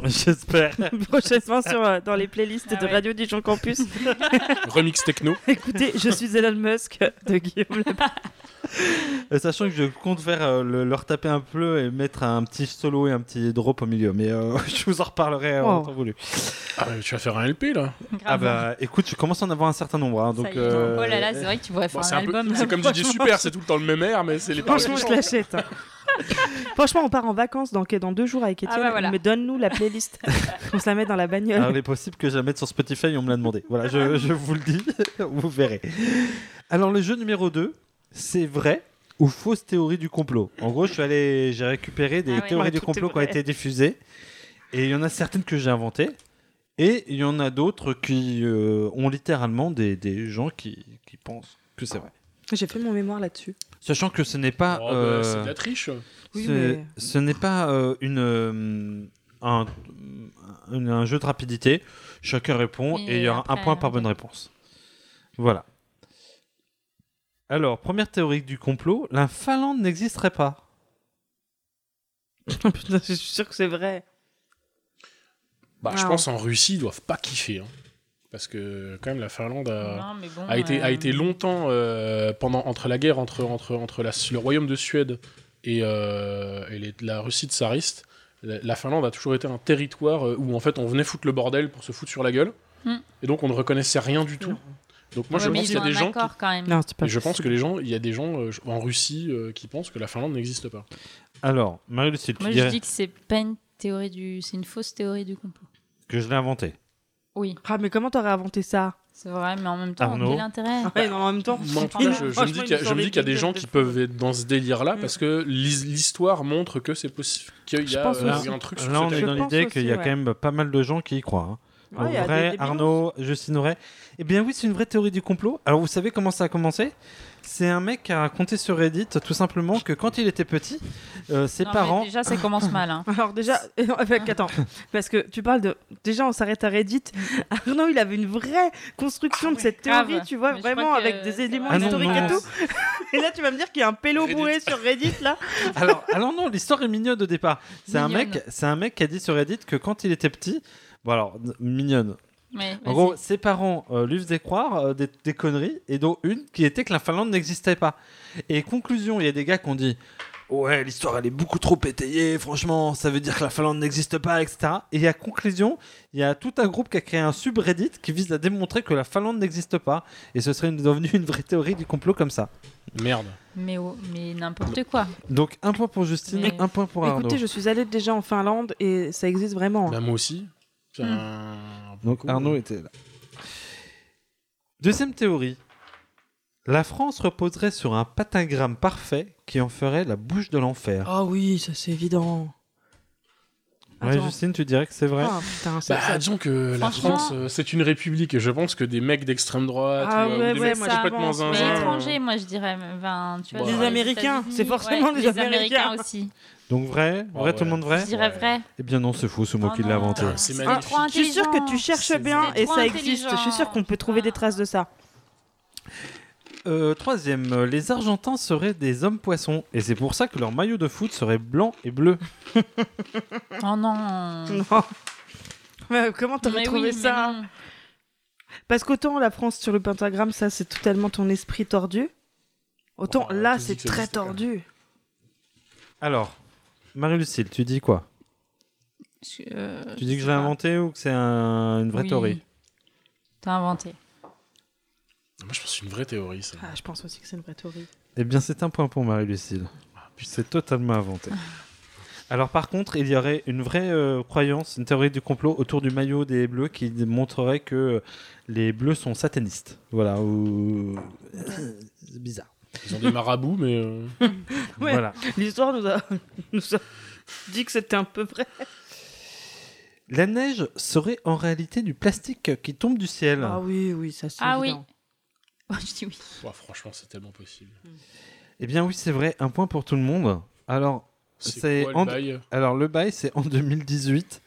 J'espère. <laughs> Prochainement sur, euh, dans les playlists Ah de ouais. Radio Dijon Campus. <laughs> Remix techno. Écoutez, je suis Elon Musk de Guillaume. Le- Euh, Sachant que je compte faire euh, le- leur taper un peu et mettre un petit solo et un petit drop au milieu. Mais euh, <laughs> je vous en reparlerai euh, en Oh. temps voulu. Ah, mais tu vas faire un LP là. Ah bah écoute, je commence à en avoir un certain nombre. hein, Ça donc, y est. euh, Oh là là, c'est vrai que tu pourrais Bon, faire c'est un, un peu- album. c'est comme DJ Super, c'est tout le temps le même air, mais c'est les paroles Franchement, qui je changent. l'achète. hein. <laughs> Franchement, on part en vacances dans, dans deux jours avec Étienne. Ah bah voilà. Mais donne-nous la <laughs> playlist. on se la met dans la bagnole. Alors, il est possible que je la mette sur Spotify, on me l'a demandé. Voilà, <laughs> <laughs> je, je vous le dis, vous verrez. Alors, le jeu numéro 2, c'est vrai ou fausses théories du complot. En gros, je suis allé, j'ai récupéré des Ah ouais. théories Ouais, du tout est complot qui ont vrai. été diffusées. Et il y en a certaines que j'ai inventées. Et il y en a d'autres qui euh, ont littéralement des, des gens qui, qui pensent que c'est vrai. Ah J'ai fait mon mémoire là-dessus. Sachant que ce n'est pas. Oh, bah, euh, C'est de la triche. Oui, ce, mais- ce n'est pas euh, une, euh, un, un- un jeu de rapidité. Chacun répond et, Et il y aura un après, point par bonne réponse. Voilà. Alors, première théorie du complot, la Finlande n'existerait pas. Putain, <laughs> je suis sûre que c'est vrai. Bah, je Ah. pense en Russie, ils doivent pas kiffer. hein. Parce que, quand même, la Finlande a. Non, mais bon, a été, euh, a été longtemps euh, pendant entre la guerre entre entre entre la- le royaume de Suède et, euh, et les- la Russie tsariste. La, la Finlande a toujours été un territoire euh, où en fait on venait foutre le bordel pour se foutre sur la gueule. Hmm. Et donc on ne reconnaissait rien du tout. Non. Donc moi ouais, je mais pense ils qu'il y a ont des un gens qui- accord, quand même. Non, c'est pas et je pense que les gens, il y a des gens euh, en Russie euh, qui pensent que la Finlande n'existe pas. Alors, Marie-Lucille, tu Moi, je dirais dis que c'est pas une théorie du, c'est une fausse théorie du complot. que je l'ai inventé. Oui, Ah, mais comment t'aurais <laughs> inventé ça c'est vrai, mais en même temps, Arnaud. quel intérêt Ouais, non, en même temps. Moi, en tout cas, je, je me dis Franchement, qu'il y a, ils je ont me dis des qu'il y a des guignols gens de qui fou. peuvent être dans ce délire-là Mm. parce que l'his- l'histoire montre que c'est possible qu'il y Je a pense euh, aussi. un truc sur Là, on cette est dans Je pense l'idée qu'il y a aussi, ouais. quand même pas mal de gens qui y croient. hein. En Ouais, il y a vrai, des- des bilans. Arnaud, Justine Auray. Eh bien oui, c'est une vraie théorie du complot. Alors vous savez comment ça a commencé C'est un mec qui a raconté sur Reddit tout simplement que quand il était petit, euh, ses Non, mais parents... Déjà, ça commence mal. hein. <laughs> Alors déjà, <laughs> <laughs> avec- attends, parce que tu parles de... Déjà, on s'arrête à Reddit. Arnaud, il avait une vraie construction de cette Ah grave. théorie, tu vois, Mais je crois vraiment que avec des c'est éléments vrai. Ah non, historiques non, et tout. <laughs> Et là, tu vas me dire qu'il y a un pélo Reddit. bourré sur Reddit, là <laughs> Alors, alors non, l'histoire est mignonne au départ. C'est un, Mignonne. mec, c'est un mec qui a dit sur Reddit que quand il était petit... Bon alors, n- mignonne. Mais, En gros, ses parents euh, lui faisaient croire euh, des, des conneries, et dont une qui était que la Finlande n'existait pas. Et conclusion, il y a des gars qui ont dit Ouais, l'histoire elle est beaucoup trop étayée, franchement, ça veut dire que la Finlande n'existe pas, etc. Et à conclusion, il y a tout un groupe qui a créé un subreddit qui vise à démontrer que la Finlande n'existe pas, et ce serait une- devenu une vraie théorie du complot comme ça. Merde. mais, oh, mais n'importe quoi. Donc un point pour Justine, Mais- un point pour Arnaud. Écoutez, je suis allée déjà en Finlande et ça existe vraiment. Bah, moi aussi. C'est Hmm. un- Donc Cool. Arnaud était là. Deuxième théorie. La France reposerait sur un patagramme parfait qui en ferait la bouche de l'enfer. Oh, Ah oui, ça c'est évident. ouais, Justine, tu dirais que c'est vrai Ah putain, ça- Bah, ça- disons que la Franchement- France, euh, c'est une république et je pense que des mecs d'extrême droite Ah ou, euh, ou ouais, des ouais, mecs moi, je complètement pense, Mais Ouais. zinzin. étrangers, moi, je dirais. ben, tu vois, Les genre les Américains, États-Unis, c'est forcément ouais, les Américains. aussi. Donc vrai Ah Vrai, ouais. tout le monde vrai Je dirais Ouais. vrai. Eh bien non, c'est faux, c'est moi Oh qui l'ai non. inventé. Ah, c'est C'était magnifique. trop Je suis sûre que tu intelligent. cherches C'est bien vrai. et Trop ça existe. Je suis sûre qu'on peut trouver des intelligent. Ah. traces de ça. Euh, troisième, euh, les Argentins seraient des hommes poissons et c'est pour ça que leur maillot de foot serait blanc et bleu. Oh non. <laughs> Non. Mais euh, comment t'aurais Mais trouvé oui, mais ça non. Parce qu'autant la France sur le pentagramme, ça c'est totalement ton esprit tordu. Autant Enfin, là Oh, tu dis c'est que ça très existe, quand même. tordu. Alors, Marie-Lucille, tu dis quoi Je- euh, Tu dis que sais je l'ai pas. inventé ou que c'est un- une vraie Oui. théorie T'as inventé. <laughs> euh, Moi, je pense que c'est une vraie théorie. Ça. Ah, je pense aussi que c'est une vraie théorie. <laughs> Eh bien, c'est un point pour Marie-Lucille. Puis c'est totalement inventé. Alors, par contre, il y aurait une vraie euh, croyance, une théorie du complot autour du maillot des Bleus qui montrerait que les Bleus sont satanistes. Voilà, ou. euh, c'est bizarre. Ils ont des marabouts, mais euh, <laughs> Ouais. Voilà. L'histoire nous a... <laughs> nous a dit que c'était un peu vrai. La neige serait en réalité du plastique qui tombe du ciel. Ah oui, oui, ça c'est Ah oui. évident. Oh, je dis oui. pff, ouah, franchement, c'est tellement possible. Eh bien, oui, c'est vrai, un point pour tout le monde. Alors, C'est C'est quoi, le en- bail Alors le bail, c'est en <laughs> 2018.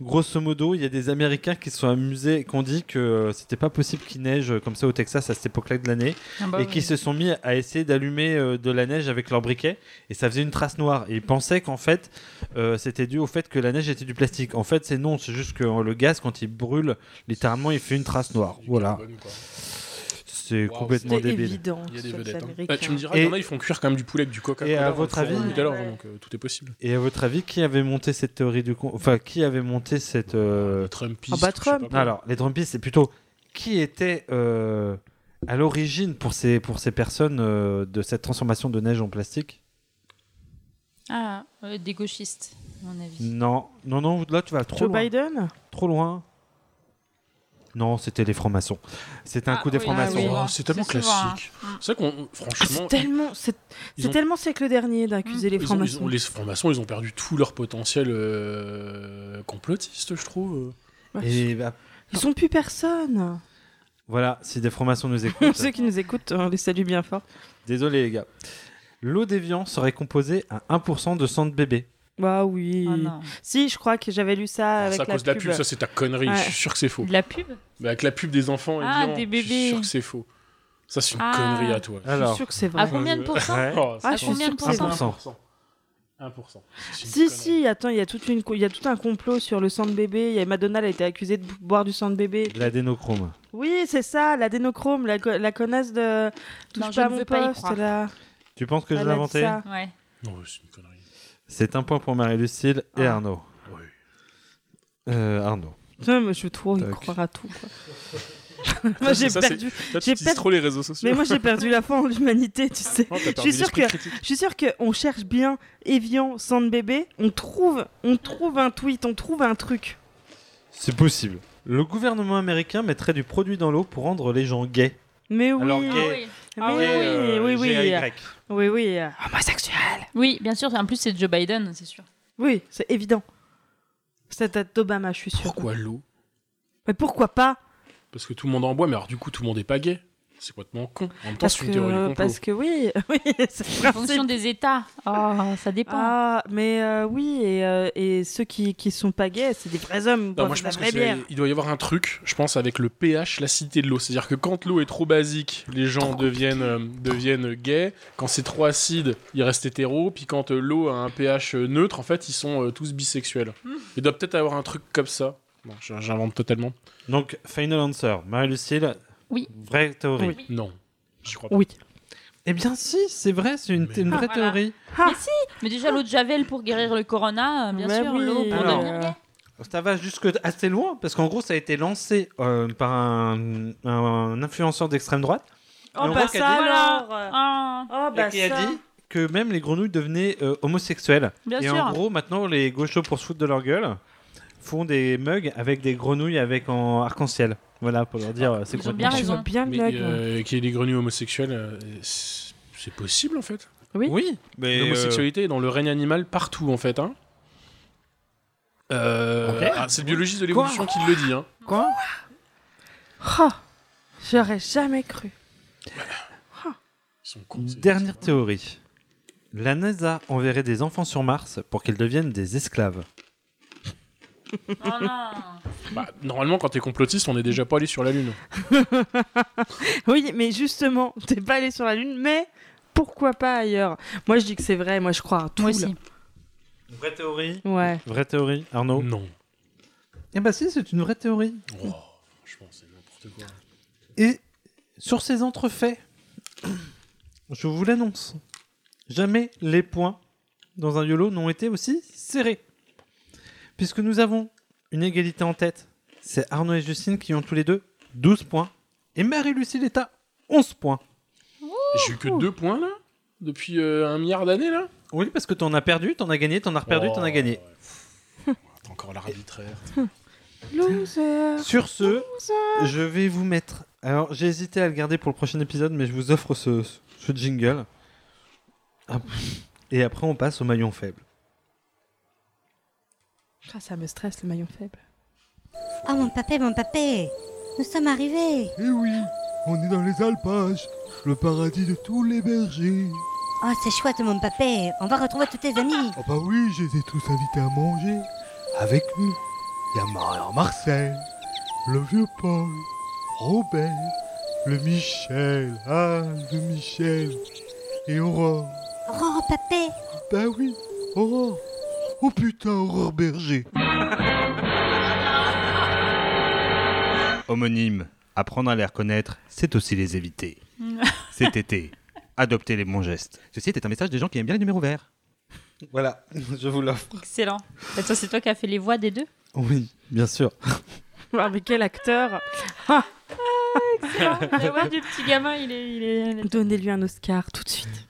Grosso modo, il y a des Américains qui se sont amusés et qui ont dit que euh, c'était pas possible qu'il neige euh, comme ça au Texas à cette époque-là de l'année Ah bah et qui oui. se sont mis à essayer d'allumer euh, de la neige avec leur briquet et ça faisait une trace noire. Et ils pensaient qu'en fait euh, c'était dû au fait que la neige était du plastique. En fait, c'est non, c'est juste que euh, le gaz quand il brûle, littéralement, il fait une trace noire. Du Voilà, carbone, quoi. c'est Wow, complètement C'était débile. évident. Il y a des que ce soit vedettes. hein. des Bah, tu me Américains. diras, il y en a, ils font cuire quand même du poulet avec du Coca-Cola. Et à euh, votre sur avis Google, Ouais. donc euh, tout est possible. Et à votre avis, qui avait monté cette théorie du con- enfin qui avait monté cette euh, Les Trumpistes, Ah bah, je sais pas Trump. quoi. Alors, les Trumpistes, c'est plutôt qui était euh, à l'origine pour ces, pour ces personnes euh, de cette transformation de neige en plastique Ah, euh, des gauchistes, à mon avis. Non, non, non, là tu vas trop Joe loin. Biden Trop loin. Non, c'était les francs-maçons. C'était un Ah, coup des oui. francs-maçons. Ah oui. Oh, c'est tellement C'est souvent, hein. Mm. classique. C'est vrai qu'on, franchement, Ah, C'est tellement, c'est ils c'est ont- tellement siècle dernier d'accuser les ils ont- ils francs-maçons. ont- les francs-maçons, ils ont perdu tout leur potentiel euh, complotiste, je Ah, trouve. Et bah, Ils sont plus Ah, <laughs> personne. voilà, si des francs-maçons <laughs> nous écoutent. Ceux qui nous écoutent, on les salue bien fort. Désolé les gars. L'eau d'évian serait composée à 1% de sang de bébé. Bah oui. Ah non. si, je crois que j'avais lu ça Alors, avec ça, à la, cause de la pub, ça c'est ta connerie, Ouais. je suis sûr que c'est Oh. faux. De la pub Mais avec la pub des enfants, Ah, évidemment, des je suis bébés. sûr que c'est faux. Ça c'est une Ah. connerie à toi. Je suis Alors, sûr que c'est vrai. À combien de pourcents ouais. Oh, Ah, c'est je suis faux. sûre que c'est 1%. 1%. C'est une Si, connerie. si, attends, il y, a toute une co- il y a tout un complot sur le sang de bébé. Il y a Madonna, elle a été accusée de boire du sang de bébé. de l'adénochrome. Oui, c'est ça, l'adénochrome, la, co- la connasse de Touche Non, je pas à ne mon veux pas y poste. croire. là. Tu penses que je Elle l'ai a dit inventé ça. Ouais. Non, c'est une connerie. C'est un point pour Marie-Lucille et Ah. Arnaud. Oui. Euh, Arnaud. Non, mais je veux trop y Toc. croire à tout. <laughs> quoi. moi, j'ai Ça, c'est- perdu. Toi, J'ai tu utilises peut-être- trop les réseaux sociaux. Mais moi, j'ai perdu la foi en l'humanité, tu sais. Non, t'as perdu suis sûre l'esprit que- critique. Je suis sûre qu'on cherche bien Evian, sang de bébé, on trouve, on trouve un tweet, on trouve un truc. C'est possible. Le gouvernement américain mettrait du produit dans l'eau pour rendre les gens gays. Mais oui, hein. Alors, Ah gay, oui. mais ah oui, ouais, euh, oui, oui, oui, G-A-Y. oui, oui, euh, homosexuel. Oui, bien sûr. En plus, c'est Joe Biden, c'est sûr. Oui, c'est évident. Ça date d'Obama, je suis sûre. Pourquoi l'eau Mais pourquoi pas Parce que tout le monde en boit, mais alors du coup, tout le monde est pas gay. C'est complètement con. En même temps, Parce c'est que, une théorie du euh, complot. parce que oui, <laughs> oui, c'est En fonction le principe. des États. Ah, ça dépend. Ah, mais euh, oui, et, euh, et ceux qui, qui sont pas gays, c'est des vrais hommes, Non, boivent moi, je de la pense que vraie c'est- bière. il doit y avoir un truc, je pense, avec le pH, l'acidité de l'eau. C'est-à-dire que quand l'eau est trop basique, les gens deviennent, euh, deviennent gays. Quand c'est trop acide, ils restent hétéros. Puis quand euh, l'eau a un pH neutre, en fait, ils sont euh, tous bisexuels. Hmm. Il doit peut-être avoir un truc comme ça. Non, j- j'invente totalement. Donc, final answer. Marie-Lucille, Oui. vraie théorie. Oui. Non, j'y crois pas. Oui. Eh bien, si, c'est vrai, c'est une, Mais une non. vraie Ah, voilà. théorie. Mais déjà, l'eau de Javel pour guérir le corona, euh, bien Mais sûr. Bah oui. euh, L'eau pour Alors. devenir gay. Ça va jusque assez loin, parce qu'en gros, ça a été lancé euh, par un, un influenceur d'extrême droite Oh, on voit bah qu'elle ça dit- alors Ah, Oh, bah qui a ça dit que même les grenouilles devenaient euh, homosexuelles. bien Et sûr. en gros, maintenant, les gauchos, pour se foutre de leur gueule, font des mugs avec des grenouilles avec en arc-en-ciel. Voilà, pour leur dire, euh, c'est Ils ont complètement bien con. raison. bien Mais euh, qu'il y ait des grenouilles homosexuelles, euh, c'est c'est possible, en fait. Oui. Oui, mais euh, L'homosexualité est dans le règne animal partout, en fait. Hein. Euh, Ok. ah, c'est le biologiste de l'évolution qui le dit. Hein. euh, quoi Oh, J'aurais jamais cru. Ils sont cons, ces- Dernière théorie. La NASA enverrait des enfants sur Mars pour qu'ils deviennent des esclaves. Oh non. Bah, normalement, quand t'es complotiste, on est déjà pas allé sur la Lune. <laughs> Oui, mais justement, t'es pas allé sur la Lune, mais pourquoi pas ailleurs Moi, je dis que c'est vrai, moi, je crois à tout. Moi là. aussi. Vraie théorie Ouais. Vraie théorie, Arnaud Non. Eh bah si, c'est une vraie théorie. Oh, franchement, c'est n'importe quoi. Et sur ces entrefaits, <clears throat> je vous l'annonce, jamais les points dans un YOLO n'ont été aussi serrés. Puisque nous avons une égalité en tête, c'est Arnaud et Justine qui ont tous les deux 12 points. Et Marie-Lucille est à 11 points. J'ai eu que deux points, là Depuis euh, un milliard d'années, là Oui, parce que t'en as perdu, t'en as gagné, t'en as reperdu, t'en as gagné. Oh, T'as encore l'arbitraire. Loser. Sur ce, je vais vous mettre. Alors, j'ai hésité à le garder pour le prochain épisode, mais je vous offre ce, ce jingle. Ah, Et après, on passe au maillon faible. Ah, ça me stresse, le maillon faible. Oh mon papé, mon papé, nous sommes arrivés. Eh oui, on est dans les alpages, le paradis de tous les bergers. Oh c'est chouette mon papé, on va retrouver tous tes amis. Ah bah oui, je les ai tous invités à manger. Avec nous, il y a Mar- Marcel, le vieux Paul, Robert, le Michel, ah, le Michel, et Aurore. Oh papé, Bah oui, Aurore. Oh putain, Aurore Berger. <laughs> Homonyme, apprendre à les reconnaître, c'est aussi les éviter. Cet été, adoptez les bons gestes. Ceci était un message des gens qui aiment bien les numéros verts. Voilà, je vous l'offre. Excellent. Attends, c'est toi qui as fait les voix des <laughs> deux Oui, bien sûr. Ah, mais quel acteur La voix du petit gamin, il est. Il est... Donnez-lui un Oscar tout de suite.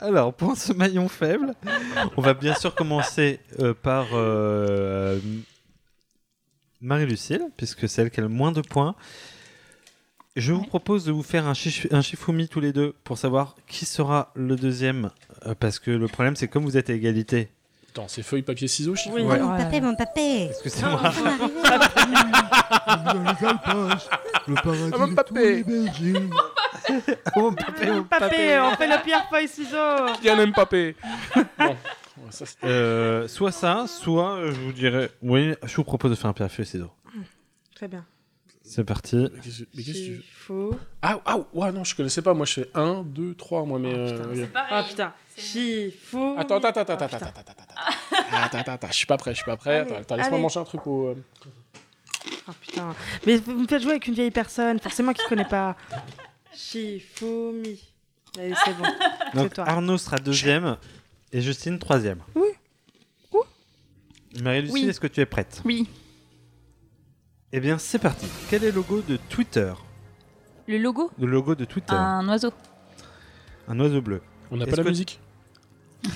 Alors, pour ce maillon faible, on va bien sûr commencer euh, par euh, Marie-Lucille, puisque c'est elle qui a le moins de points. Je vous propose de vous faire un, chichi- un Shifumi tous les deux pour savoir qui sera le deuxième. euh, parce que le problème, c'est que comme vous êtes à égalité. Attends, c'est feuille, papier, ciseaux, chiffre Ouais. Oh Mon papé, mon papé. Excusez-moi. Dans les Alpages, le paradis de tous les Belgiques. Mon papé, mon Papé, on fait le pierre feuille ciseaux. Kylian Mbappé. Bon, ça, c'est- Euh, soit ça, soit euh, je vous dirais. Oui, je vous propose de faire un pierre feuille ciseaux. Très bien. C'est parti. Mais qu'est-ce que mais qu'est-ce que tu veux Faux. Ah, ah, ouais, non, je connaissais pas. Moi, je fais 1, 2, 3, moi, Oh, mais. euh, regarde. Ah putain. Chifou. Attends, attends, attends, attends, attends, attends, attends, attends, attends, attends, attends, je suis pas prêt, je suis pas prêt. Allez, Attends, attends, laisse-moi allez. manger un truc au. euh, Ah putain. Mais vous me faites jouer avec une vieille personne, forcément qui connaît pas. Shifumi. Allez, c'est bon. Donc toi. Arnaud sera deuxième et Justine troisième. Oui. Oui. Marie-Lucie, Oui. est-ce que tu es prête Oui. Eh bien, c'est parti. Quel est le logo de Twitter Le logo Le logo de Twitter Un oiseau. Un oiseau bleu. On n'a Est-ce pas la que- musique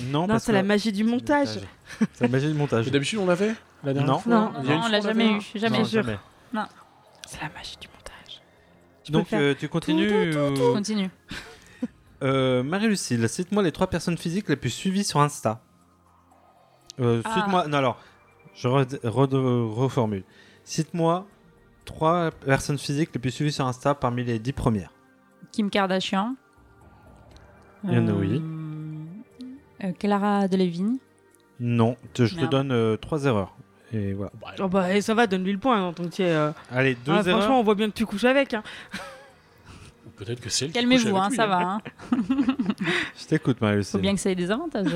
Non, Non, parce c'est que- la magie du montage. C'est la magie du <laughs> montage. Mais D'habitude, on l'avait la dernière Non. fois Non. Il y a Non, une on l'a fois, jamais l'avait. eu. Jamais Non, sûr. jamais. C'est la magie du montage. Tu peux Donc, faire. euh, tu continues. ou- Continue. Euh, Marie-Lucille, cite-moi les trois personnes physiques les plus suivies sur Insta. Euh, Ah. Cite-moi. Non, alors, je re- re- reformule. Cite-moi trois personnes physiques les plus suivies sur Insta parmi les dix premières. Kim Kardashian. Il y en a, oui. euh, Clara Delevingne. Non, te- je te Merde. donne euh, trois erreurs. Et voilà. Bah, Oh bah, eh, ça va, donne-lui le point. hein, donc, tu es, euh, Allez, deux ah, erreurs. franchement, on voit bien que tu couches avec. hein. ou Peut-être que c'est elle qui Calmez-vous, couche hein, avec lui, ça va. hein. Je t'écoute, Marie-Lucille. Faut bien que ça ait des avantages.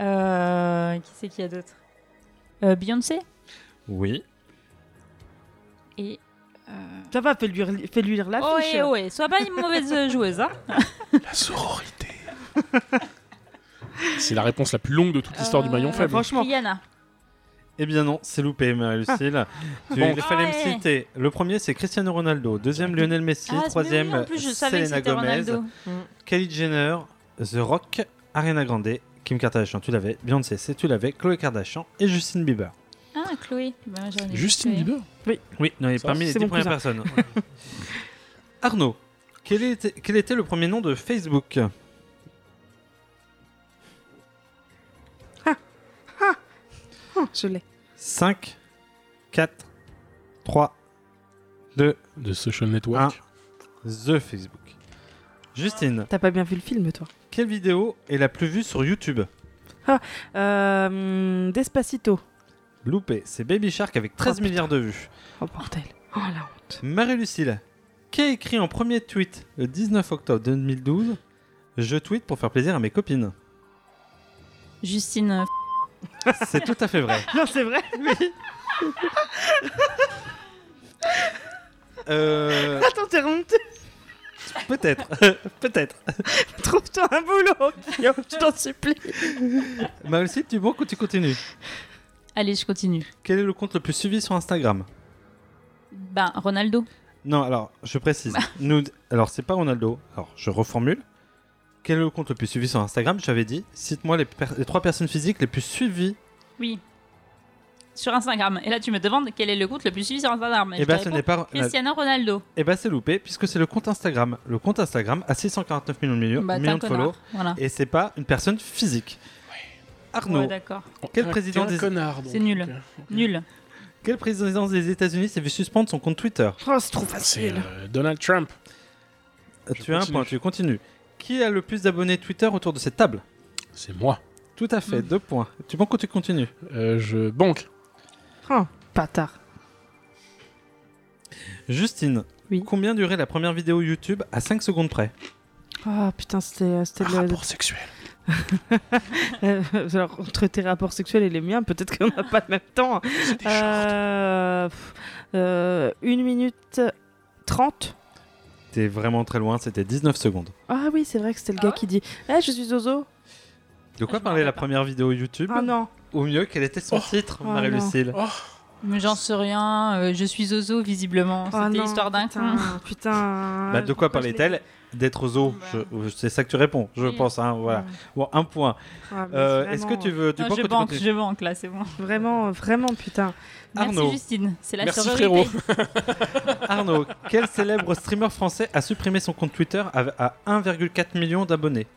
Euh, qui c'est qu'il y a d'autre Euh, Beyoncé Oui. et. euh, Ça va, fais-lui rel- fais-lui lire la Oh, fiche. eh, oh, eh, sois pas une mauvaise euh, joueuse, hein La sororité. c'est la réponse la plus longue de toute l'histoire du maillon Euh, faible. Franchement, Rihanna. Eh bien non, c'est <laughs> loupé, Marie-Lucille. Tu- Bon. Il fallait Ah. Ouais. me citer. Le premier, c'est Cristiano Ronaldo. Deuxième, Lionel Messi. Ah, mais oui, Troisième, en plus, je savais que Selena c'était Gomez. Ronaldo. Kylie Jenner, The Rock, Ariana Grande, Kim Kardashian, tu l'avais, Beyoncé, c'est tu l'avais, Chloé Kardashian et Justin Bieber. Ah, Chloé. Bah, j'en ai Justine Chloé. Bieber Oui, non, il est Ça, parmi les c'est dix mon premières personnes. <laughs> <laughs> Arnaud, quel était, quel était le premier nom de Facebook oh, je l'ai. 5, 4, 3, 2, de Social Network. Ah. The Facebook. Justine, T'as pas bien vu le film, toi. quelle vidéo est la plus vue sur YouTube Euh, hum, Despacito. Loupé, c'est Baby Shark avec 13 Oh, putain. milliards de vues. Oh bordel. Oh la honte. Marie-Lucille, qu'a écrit en premier tweet le 19 octobre 2012 Je tweet pour faire plaisir à mes <laughs> copines. Justine. euh, C'est tout à fait vrai. Non, c'est vrai. <laughs> Euh, Attends, t'es remonté. peut-être, peut-être. Trouve-toi un boulot. Guillaume, Je t'en supplie. Marie-Lucille, tu es bon ou tu continues Allez, je continue. Quel est le compte le plus suivi sur Instagram Ben, Ronaldo. Non, alors, je Bah. précise. Nous, alors, c'est pas Ronaldo. Alors, je reformule. Quel est le compte le plus suivi sur Instagram J'avais dit, cite-moi les, per- les trois personnes physiques les plus suivies. Oui. Sur Instagram. Et là, tu me demandes quel est le compte le plus suivi sur Instagram. Et Eh Bah, je ben, te ce réponds, n'est pas. Cristiano Ronaldo. Eh ben, c'est loupé, puisque c'est le compte Instagram. Le compte Instagram a 649 millions de, millions- Bah, t'es un millions de connard. follow. Voilà. Et c'est pas une personne physique. Arnaud, Ouais, d'accord. quel Ah, président t'es un des- connard, donc. euh, C'est nul. Ok. Nul. quel président des États-Unis s'est vu suspendre son compte Twitter Oh, c'est trop C'est facile. euh, Donald Trump. Je Tu as un continue. point, tu continues. Qui a le plus d'abonnés Twitter autour de cette table C'est moi. Tout à Hmm. fait, deux points. Tu penses que tu continues Euh, je banque. Oh, euh, Patard. Justine, Oui. combien durait la première vidéo YouTube à 5 secondes près Oh putain, c'était c'était Un le- rapport sexuel. Euh, <laughs> alors, entre tes rapports sexuels et les miens, peut-être qu'on n'a pas le même temps. Euh, pff, euh, une minute 30. T'es vraiment très loin, c'était 19 secondes. Ah oui, c'est vrai que c'était le gars qui dit Eh, je suis Zozo. De quoi Ah, Je me parlait la rappelle pas. première vidéo YouTube Ah non. Au mieux, quel était son titre, Oh non. Marie-Lucille Oh, Mais j'en sais rien, euh, je suis Zozo visiblement. Oh C'était non, l'histoire d'un putain, con. <laughs> Putain. Bah, de quoi parlait-elle D'être zo, Oh, bah. je- c'est ça que tu réponds, je pense. hein, voilà. Bon, un point. Ah, mais Euh, vraiment, Est-ce que tu veux tu Non, penses je que tu banque, continues je banque là, c'est bon. Vraiment, vraiment, putain. Merci Arnaud. Justine, c'est la Merci, sororité. frérot. <laughs> Arnaud, quel célèbre streamer français a supprimé son compte Twitter à, à 1,4 million d'abonnés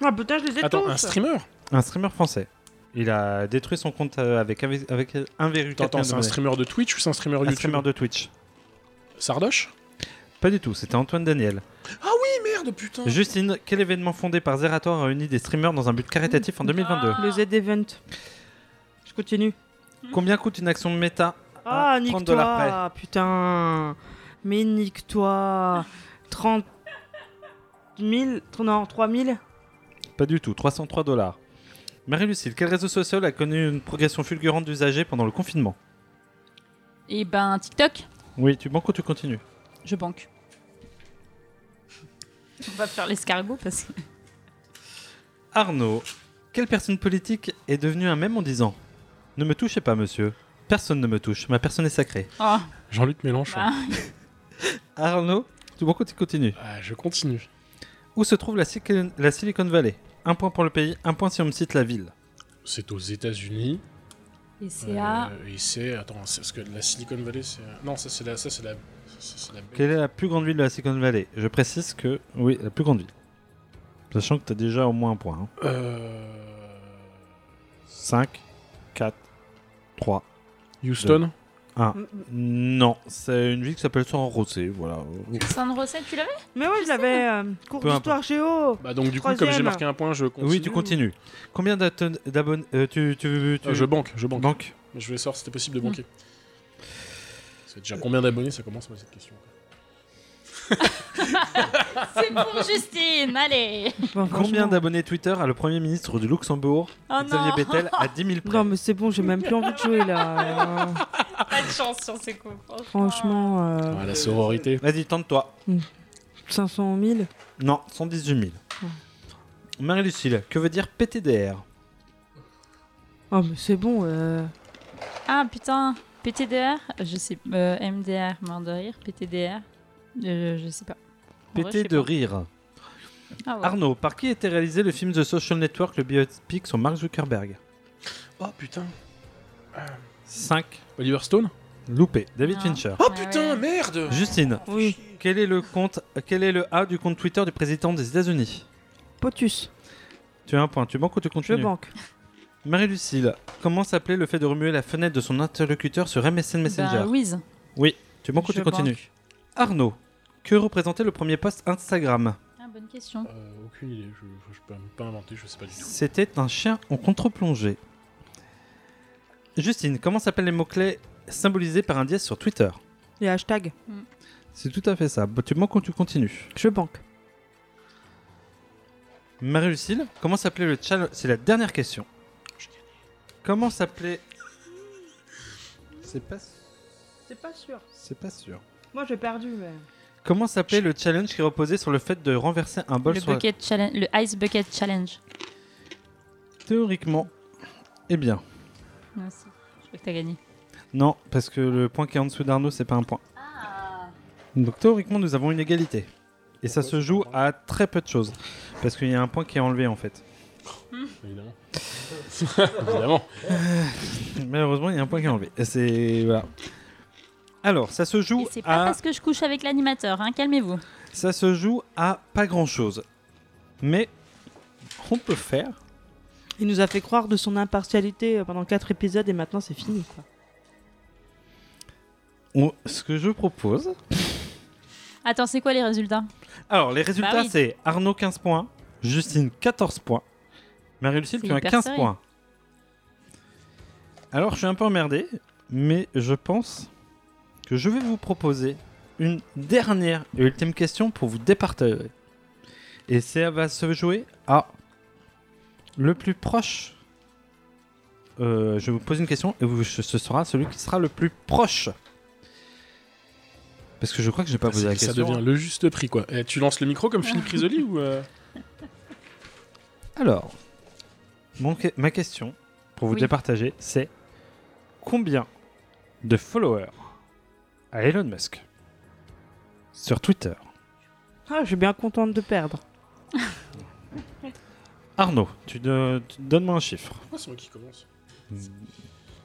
Ah putain, je les ai tous. Un streamer français. Il a détruit son compte euh, avec, avec 1,4 million Attends, c'est un d'abonnés. streamer de Twitch ou c'est un streamer Un YouTube streamer de Twitch. Sardoche Pas du tout, c'était Antoine Daniel. Ah oui, merde, putain Justine, quel événement fondé par Zerator a réuni des streamers dans un but caritatif en 2022 Le Z-Event. Je continue. Combien coûte une action méta Ah, à 30 dollars près nique-toi, putain. Mais nique-toi. 30 000, non, 3 000. Pas du tout, 303 dollars. Marie-Lucille, quel réseau social a connu une progression fulgurante d'usagers pendant le confinement Et ben TikTok, Oui, tu banques ou tu continues je banque. On va faire l'escargot parce que. Arnaud, quelle personne politique est devenue un même en disant Ne me touchez pas, monsieur. Personne ne me touche. Ma personne est sacrée. Ah. Jean-Luc Mélenchon. Bah. Arnaud, tu banques ou tu continues Ah, Je continue. Où se trouve la, Silicon- la Silicon Valley Un point pour le pays, un point si on me cite la ville. C'est aux États-Unis. Et c'est à. Euh, et c'est. Attends, c'est parce que la Silicon Valley, c'est. Non, ça, c'est la. Ça, c'est la. ça, c'est la- Quelle est la plus grande ville de la Silicon Valley Je précise que. Oui, la plus grande ville. Sachant que tu as déjà au moins un point. hein. Euh, 5, 4, 3. Houston 1. Non, c'est une ville qui s'appelle San José, voilà. San Rosé, tu l'avais Mais ouais, je l'avais. euh, cours Peu d'histoire géo. Bah, donc, du coup, Troisième. comme j'ai marqué un point, je continue. Oui, tu continues. Combien d'aton- d'abonnés euh, tu, tu, tu- Euh, je banque, je banque. Hmm. Banque. Je vais savoir si c'était possible de banquer. C'est déjà combien d'abonnés Ça commence, moi, cette question. C'est pour <laughs> Justine, allez Combien d'abonnés Twitter a le Premier ministre du Luxembourg, Oh Xavier non. Bettel, <laughs> à 10 000 près Non, mais c'est bon, j'ai même plus envie de jouer là. <laughs> Euh, Pas de chance sur ces coups, Franchement, euh, Ah, la sororité. Vas-y, tente-toi. 500 000. Non, 118 000. Marie-Lucille, que veut dire PTDR Oh, mais c'est bon. euh. Ah putain, PTDR, je sais. euh, MDR, mort de rire, PTDR, euh, je sais pas. En vrai, je PT sais de pas. rire. Ah ouais. Arnaud, par qui était réalisé le film The Social Network, le biopic sur Mark Zuckerberg Oh putain. 5. Oliver Stone Loupé. David Non. Fincher. Oh Ouais, putain, Ah ouais. merde Justine, Oui. quel est le compte, quel est le A du compte Twitter du président des États-Unis Potus. Tu as un point. Tu banques ou tu Je continues banque. Marie-Lucille, comment s'appelait le fait de remuer la fenêtre de son interlocuteur sur MSN Messenger Bah, Louise. Oui. Tu banques ou Je tu continues banque. Arnaud, que représentait le premier post Instagram Ah, bonne question. Euh, Aucune idée, je, je, je peux même pas inventer, je sais pas du tout. C'était un chien en contre-plongée. Justine, comment s'appellent les mots-clés symbolisés par un dièse sur Twitter Les hashtags. C'est tout à fait ça. Bah, Tu banques ou tu continues Je banque. Marie-Lucille, comment s'appelait le challenge C'est la dernière question. Comment s'appelait. C'est pas, C'est pas sûr. c'est pas sûr. Moi, j'ai perdu, mais. Comment s'appelait le challenge qui reposait sur le fait de renverser un bol Le, sur la- bucket challenge, le Ice Bucket Challenge. Théoriquement. Eh bien, Merci. Je crois que t'as gagné. non, parce que le point qui est en dessous d'Arnaud, c'est pas un point. Ah. Donc théoriquement, nous avons une égalité. Et ça se joue à très peu de choses. Parce qu'il y a un point qui est enlevé en fait. <laughs> <laughs> Évidemment. Évidemment. Malheureusement, il y a un point qui est enlevé. Et c'est. Voilà. Alors, ça se Et joue c'est pas à. parce que je couche avec l'animateur, hein, calmez-vous. Ça se joue à pas grand chose. Mais on peut faire. Il nous a fait croire de son impartialité euh, pendant 4 épisodes et maintenant c'est fini, quoi. On- Ce que je propose. Attends, c'est quoi les résultats Alors, les résultats, Bah oui. c'est Arnaud 15 points, Justine 14 points, Marie-Lucille, C'est tu as hyper 15 serré. points. Alors, je suis un peu emmerdé, mais je pense que je vais vous proposer une dernière et ultime question pour vous départager. Et ça va se jouer à le plus proche. Euh, je vais vous poser une question et vous- ce sera celui qui sera le plus proche. Parce que je crois que je n'ai pas posé la Bah, ça question. devient le juste prix, quoi. Eh, tu lances le micro comme Philippe Risoli ou. euh, Alors, mon que- ma question pour vous Oui. départager, c'est combien de followers à Elon Musk sur Twitter. Ah, je suis bien contente de perdre. Arnaud, tu, don- tu- donne-moi un chiffre. Pourquoi c'est moi qui commence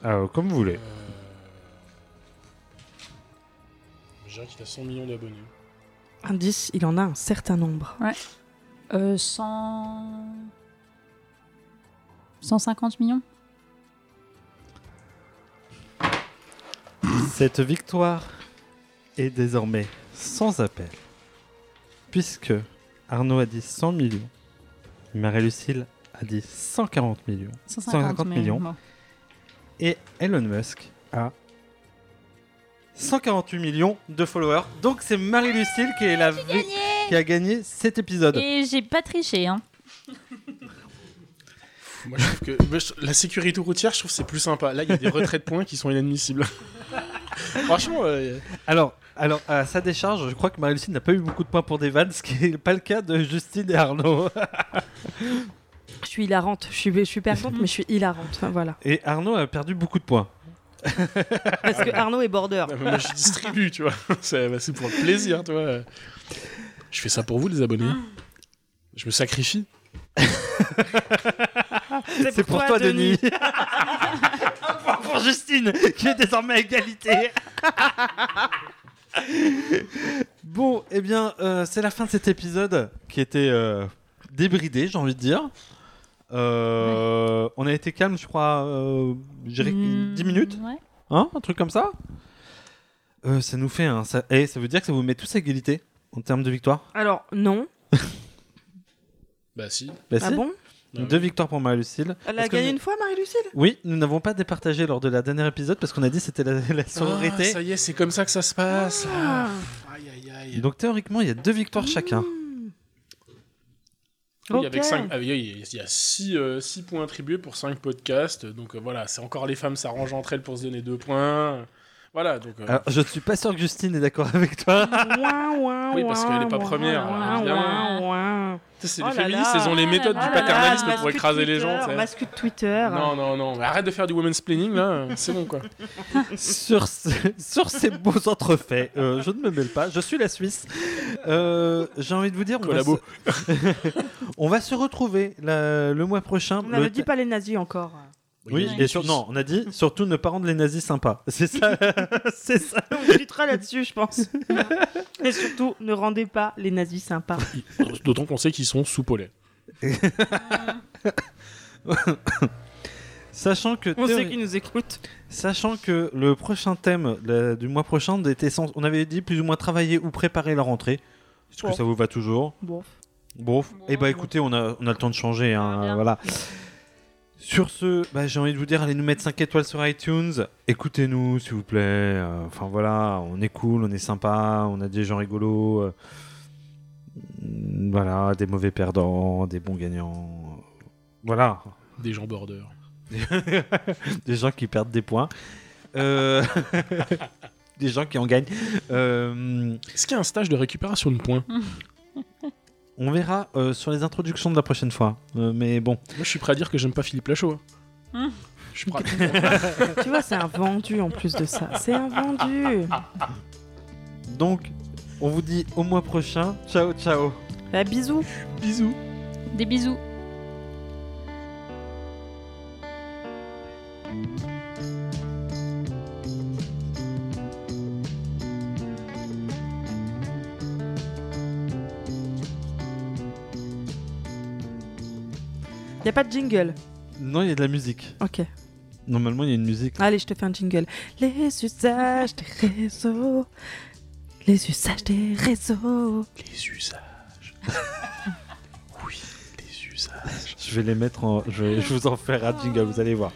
Alors, comme vous voulez. J'ai un qui a 100 millions d'abonnés. Indice, il en a un certain nombre. Ouais. Euh, 100... 150 millions <clears throat> Cette victoire est désormais sans appel, puisque Arnaud a dit 100 millions, Marie-Lucille a dit 140 millions, 150 millions, bon. et Elon Musk a 148 millions de followers. Donc c'est Marie-Lucille qui, est la vi- qui a gagné cet épisode. Et j'ai pas triché, hein. Moi, je trouve que moi, je- la sécurité routière, je trouve que c'est plus sympa. Là, il y a des retraits de points qui sont inadmissibles. <laughs> Franchement, euh, Alors, alors, à sa décharge, je crois que Marie-Lucille n'a pas eu beaucoup de points pour des vannes, ce qui n'est pas le cas de Justine et Arnaud. Je suis hilarante. Je suis, je suis perdante, mais je suis hilarante. Enfin, <laughs> voilà. Et Arnaud a perdu beaucoup de points. Parce que Arnaud est border. non, mais moi, je distribue, tu vois. <laughs> C'est bah, c'est pour le plaisir, tu vois. Je fais ça pour vous, les abonnés. Je me sacrifie. C'est pour toi, Denis. Un point <laughs> pour Justine, qui est désormais à égalité. <laughs> bon, eh bien, euh, c'est la fin de cet épisode qui était euh, débridé, j'ai envie de dire. Euh, On a été calme, je crois, euh, je dirais Hmm, 10 minutes, ouais. hein, un truc comme ça. Euh, ça nous fait un. Ça, eh, ça veut dire que ça vous met tous à égalité en termes de victoire. Alors, non. Bah, si. Bah, Ah si. bon Deux victoires pour Marie-Lucille. Elle a Est-ce que gagné nous- une fois, Marie-Lucille Oui, nous n'avons pas départagé lors de la dernière épisode parce qu'on a dit que c'était la, <laughs> la Ah, sororité. ça y est, c'est comme ça que ça se passe. Ah. Aïe, aïe, aïe. Donc théoriquement, il y a deux victoires chacun. Oui, Hmm. Ok. avec cinq- ah, oui, oui, il y a 6 points attribués pour 5 podcasts. Donc euh, voilà, c'est encore les femmes s'arrangent entre elles pour se donner 2 points. Voilà, donc. euh, Ah. Alors, je ne suis pas sûr que Justine est d'accord <laughs> avec toi. Ouin, ouin, Oui, parce qu'elle est pas ouin, première, ouin, alors, évidemment. ouin, ouin. tu sais, c'est Oh les là féministes, là. elles ont les méthodes Oh là du là, paternalisme masque pour écraser les gens. tu sais. Masque de Twitter. Non, non, non, mais arrête de faire du women's planning là, c'est bon quoi. sur, ce- sur ces beaux entrefaits, euh, je ne me mêle pas, je suis la Suisse. Euh, J'ai envie de vous dire, on va, Collabo. se... <laughs> on va se retrouver la- le mois prochain. On Le n'avait th- dit pas les nazis encore. <laughs> Oui, Ouais. et sur- non, on a dit surtout ne pas rendre les nazis sympas. C'est ça, <laughs> c'est ça. On tweetera là-dessus, <laughs> je pense. Et surtout, ne rendez pas les nazis sympas. D'autant qu'on sait qu'ils sont sous polais. Sachant que On théori- sait qu'ils nous écoutent. Sachant que le prochain thème la- du mois prochain était sans- on avait dit plus ou moins travailler ou préparer la rentrée. Est-ce que Bon. ça vous va toujours Bon. Bon, et bah écoutez, on a, on a le temps de changer, hein, voilà. Sur ce, bah, j'ai envie de vous dire, allez nous mettre 5 étoiles sur iTunes. Écoutez-nous, s'il vous plaît. Euh, Enfin voilà, on est cool, on est sympa, on a des gens rigolos. euh, mm, voilà, des mauvais perdants, des bons gagnants. euh, Voilà, Des gens border. des gens qui perdent des points. Euh, <laughs> des gens qui en gagnent. Euh, Est-ce qu'il y a un stage de récupération de points Moi on verra euh, sur les introductions de la prochaine fois. Euh, mais bon. je suis prêt à dire que j'aime pas Philippe Lachaud. hein. Hmm. Je suis prêt. Tu vois, c'est un vendu en plus de ça. C'est un vendu. Donc, on vous dit au mois prochain. Ciao, ciao. Bah, bisous. <laughs> Bisous. Des bisous. Y a pas de jingle. Non, il y a de la musique. Ok. Normalement, il y a une musique. Allez, je te fais un jingle. Les usages des réseaux. Les usages des réseaux. Les usages. oui, les usages. Je vais les mettre en. Je vais je vais vous en faire un jingle, vous allez voir.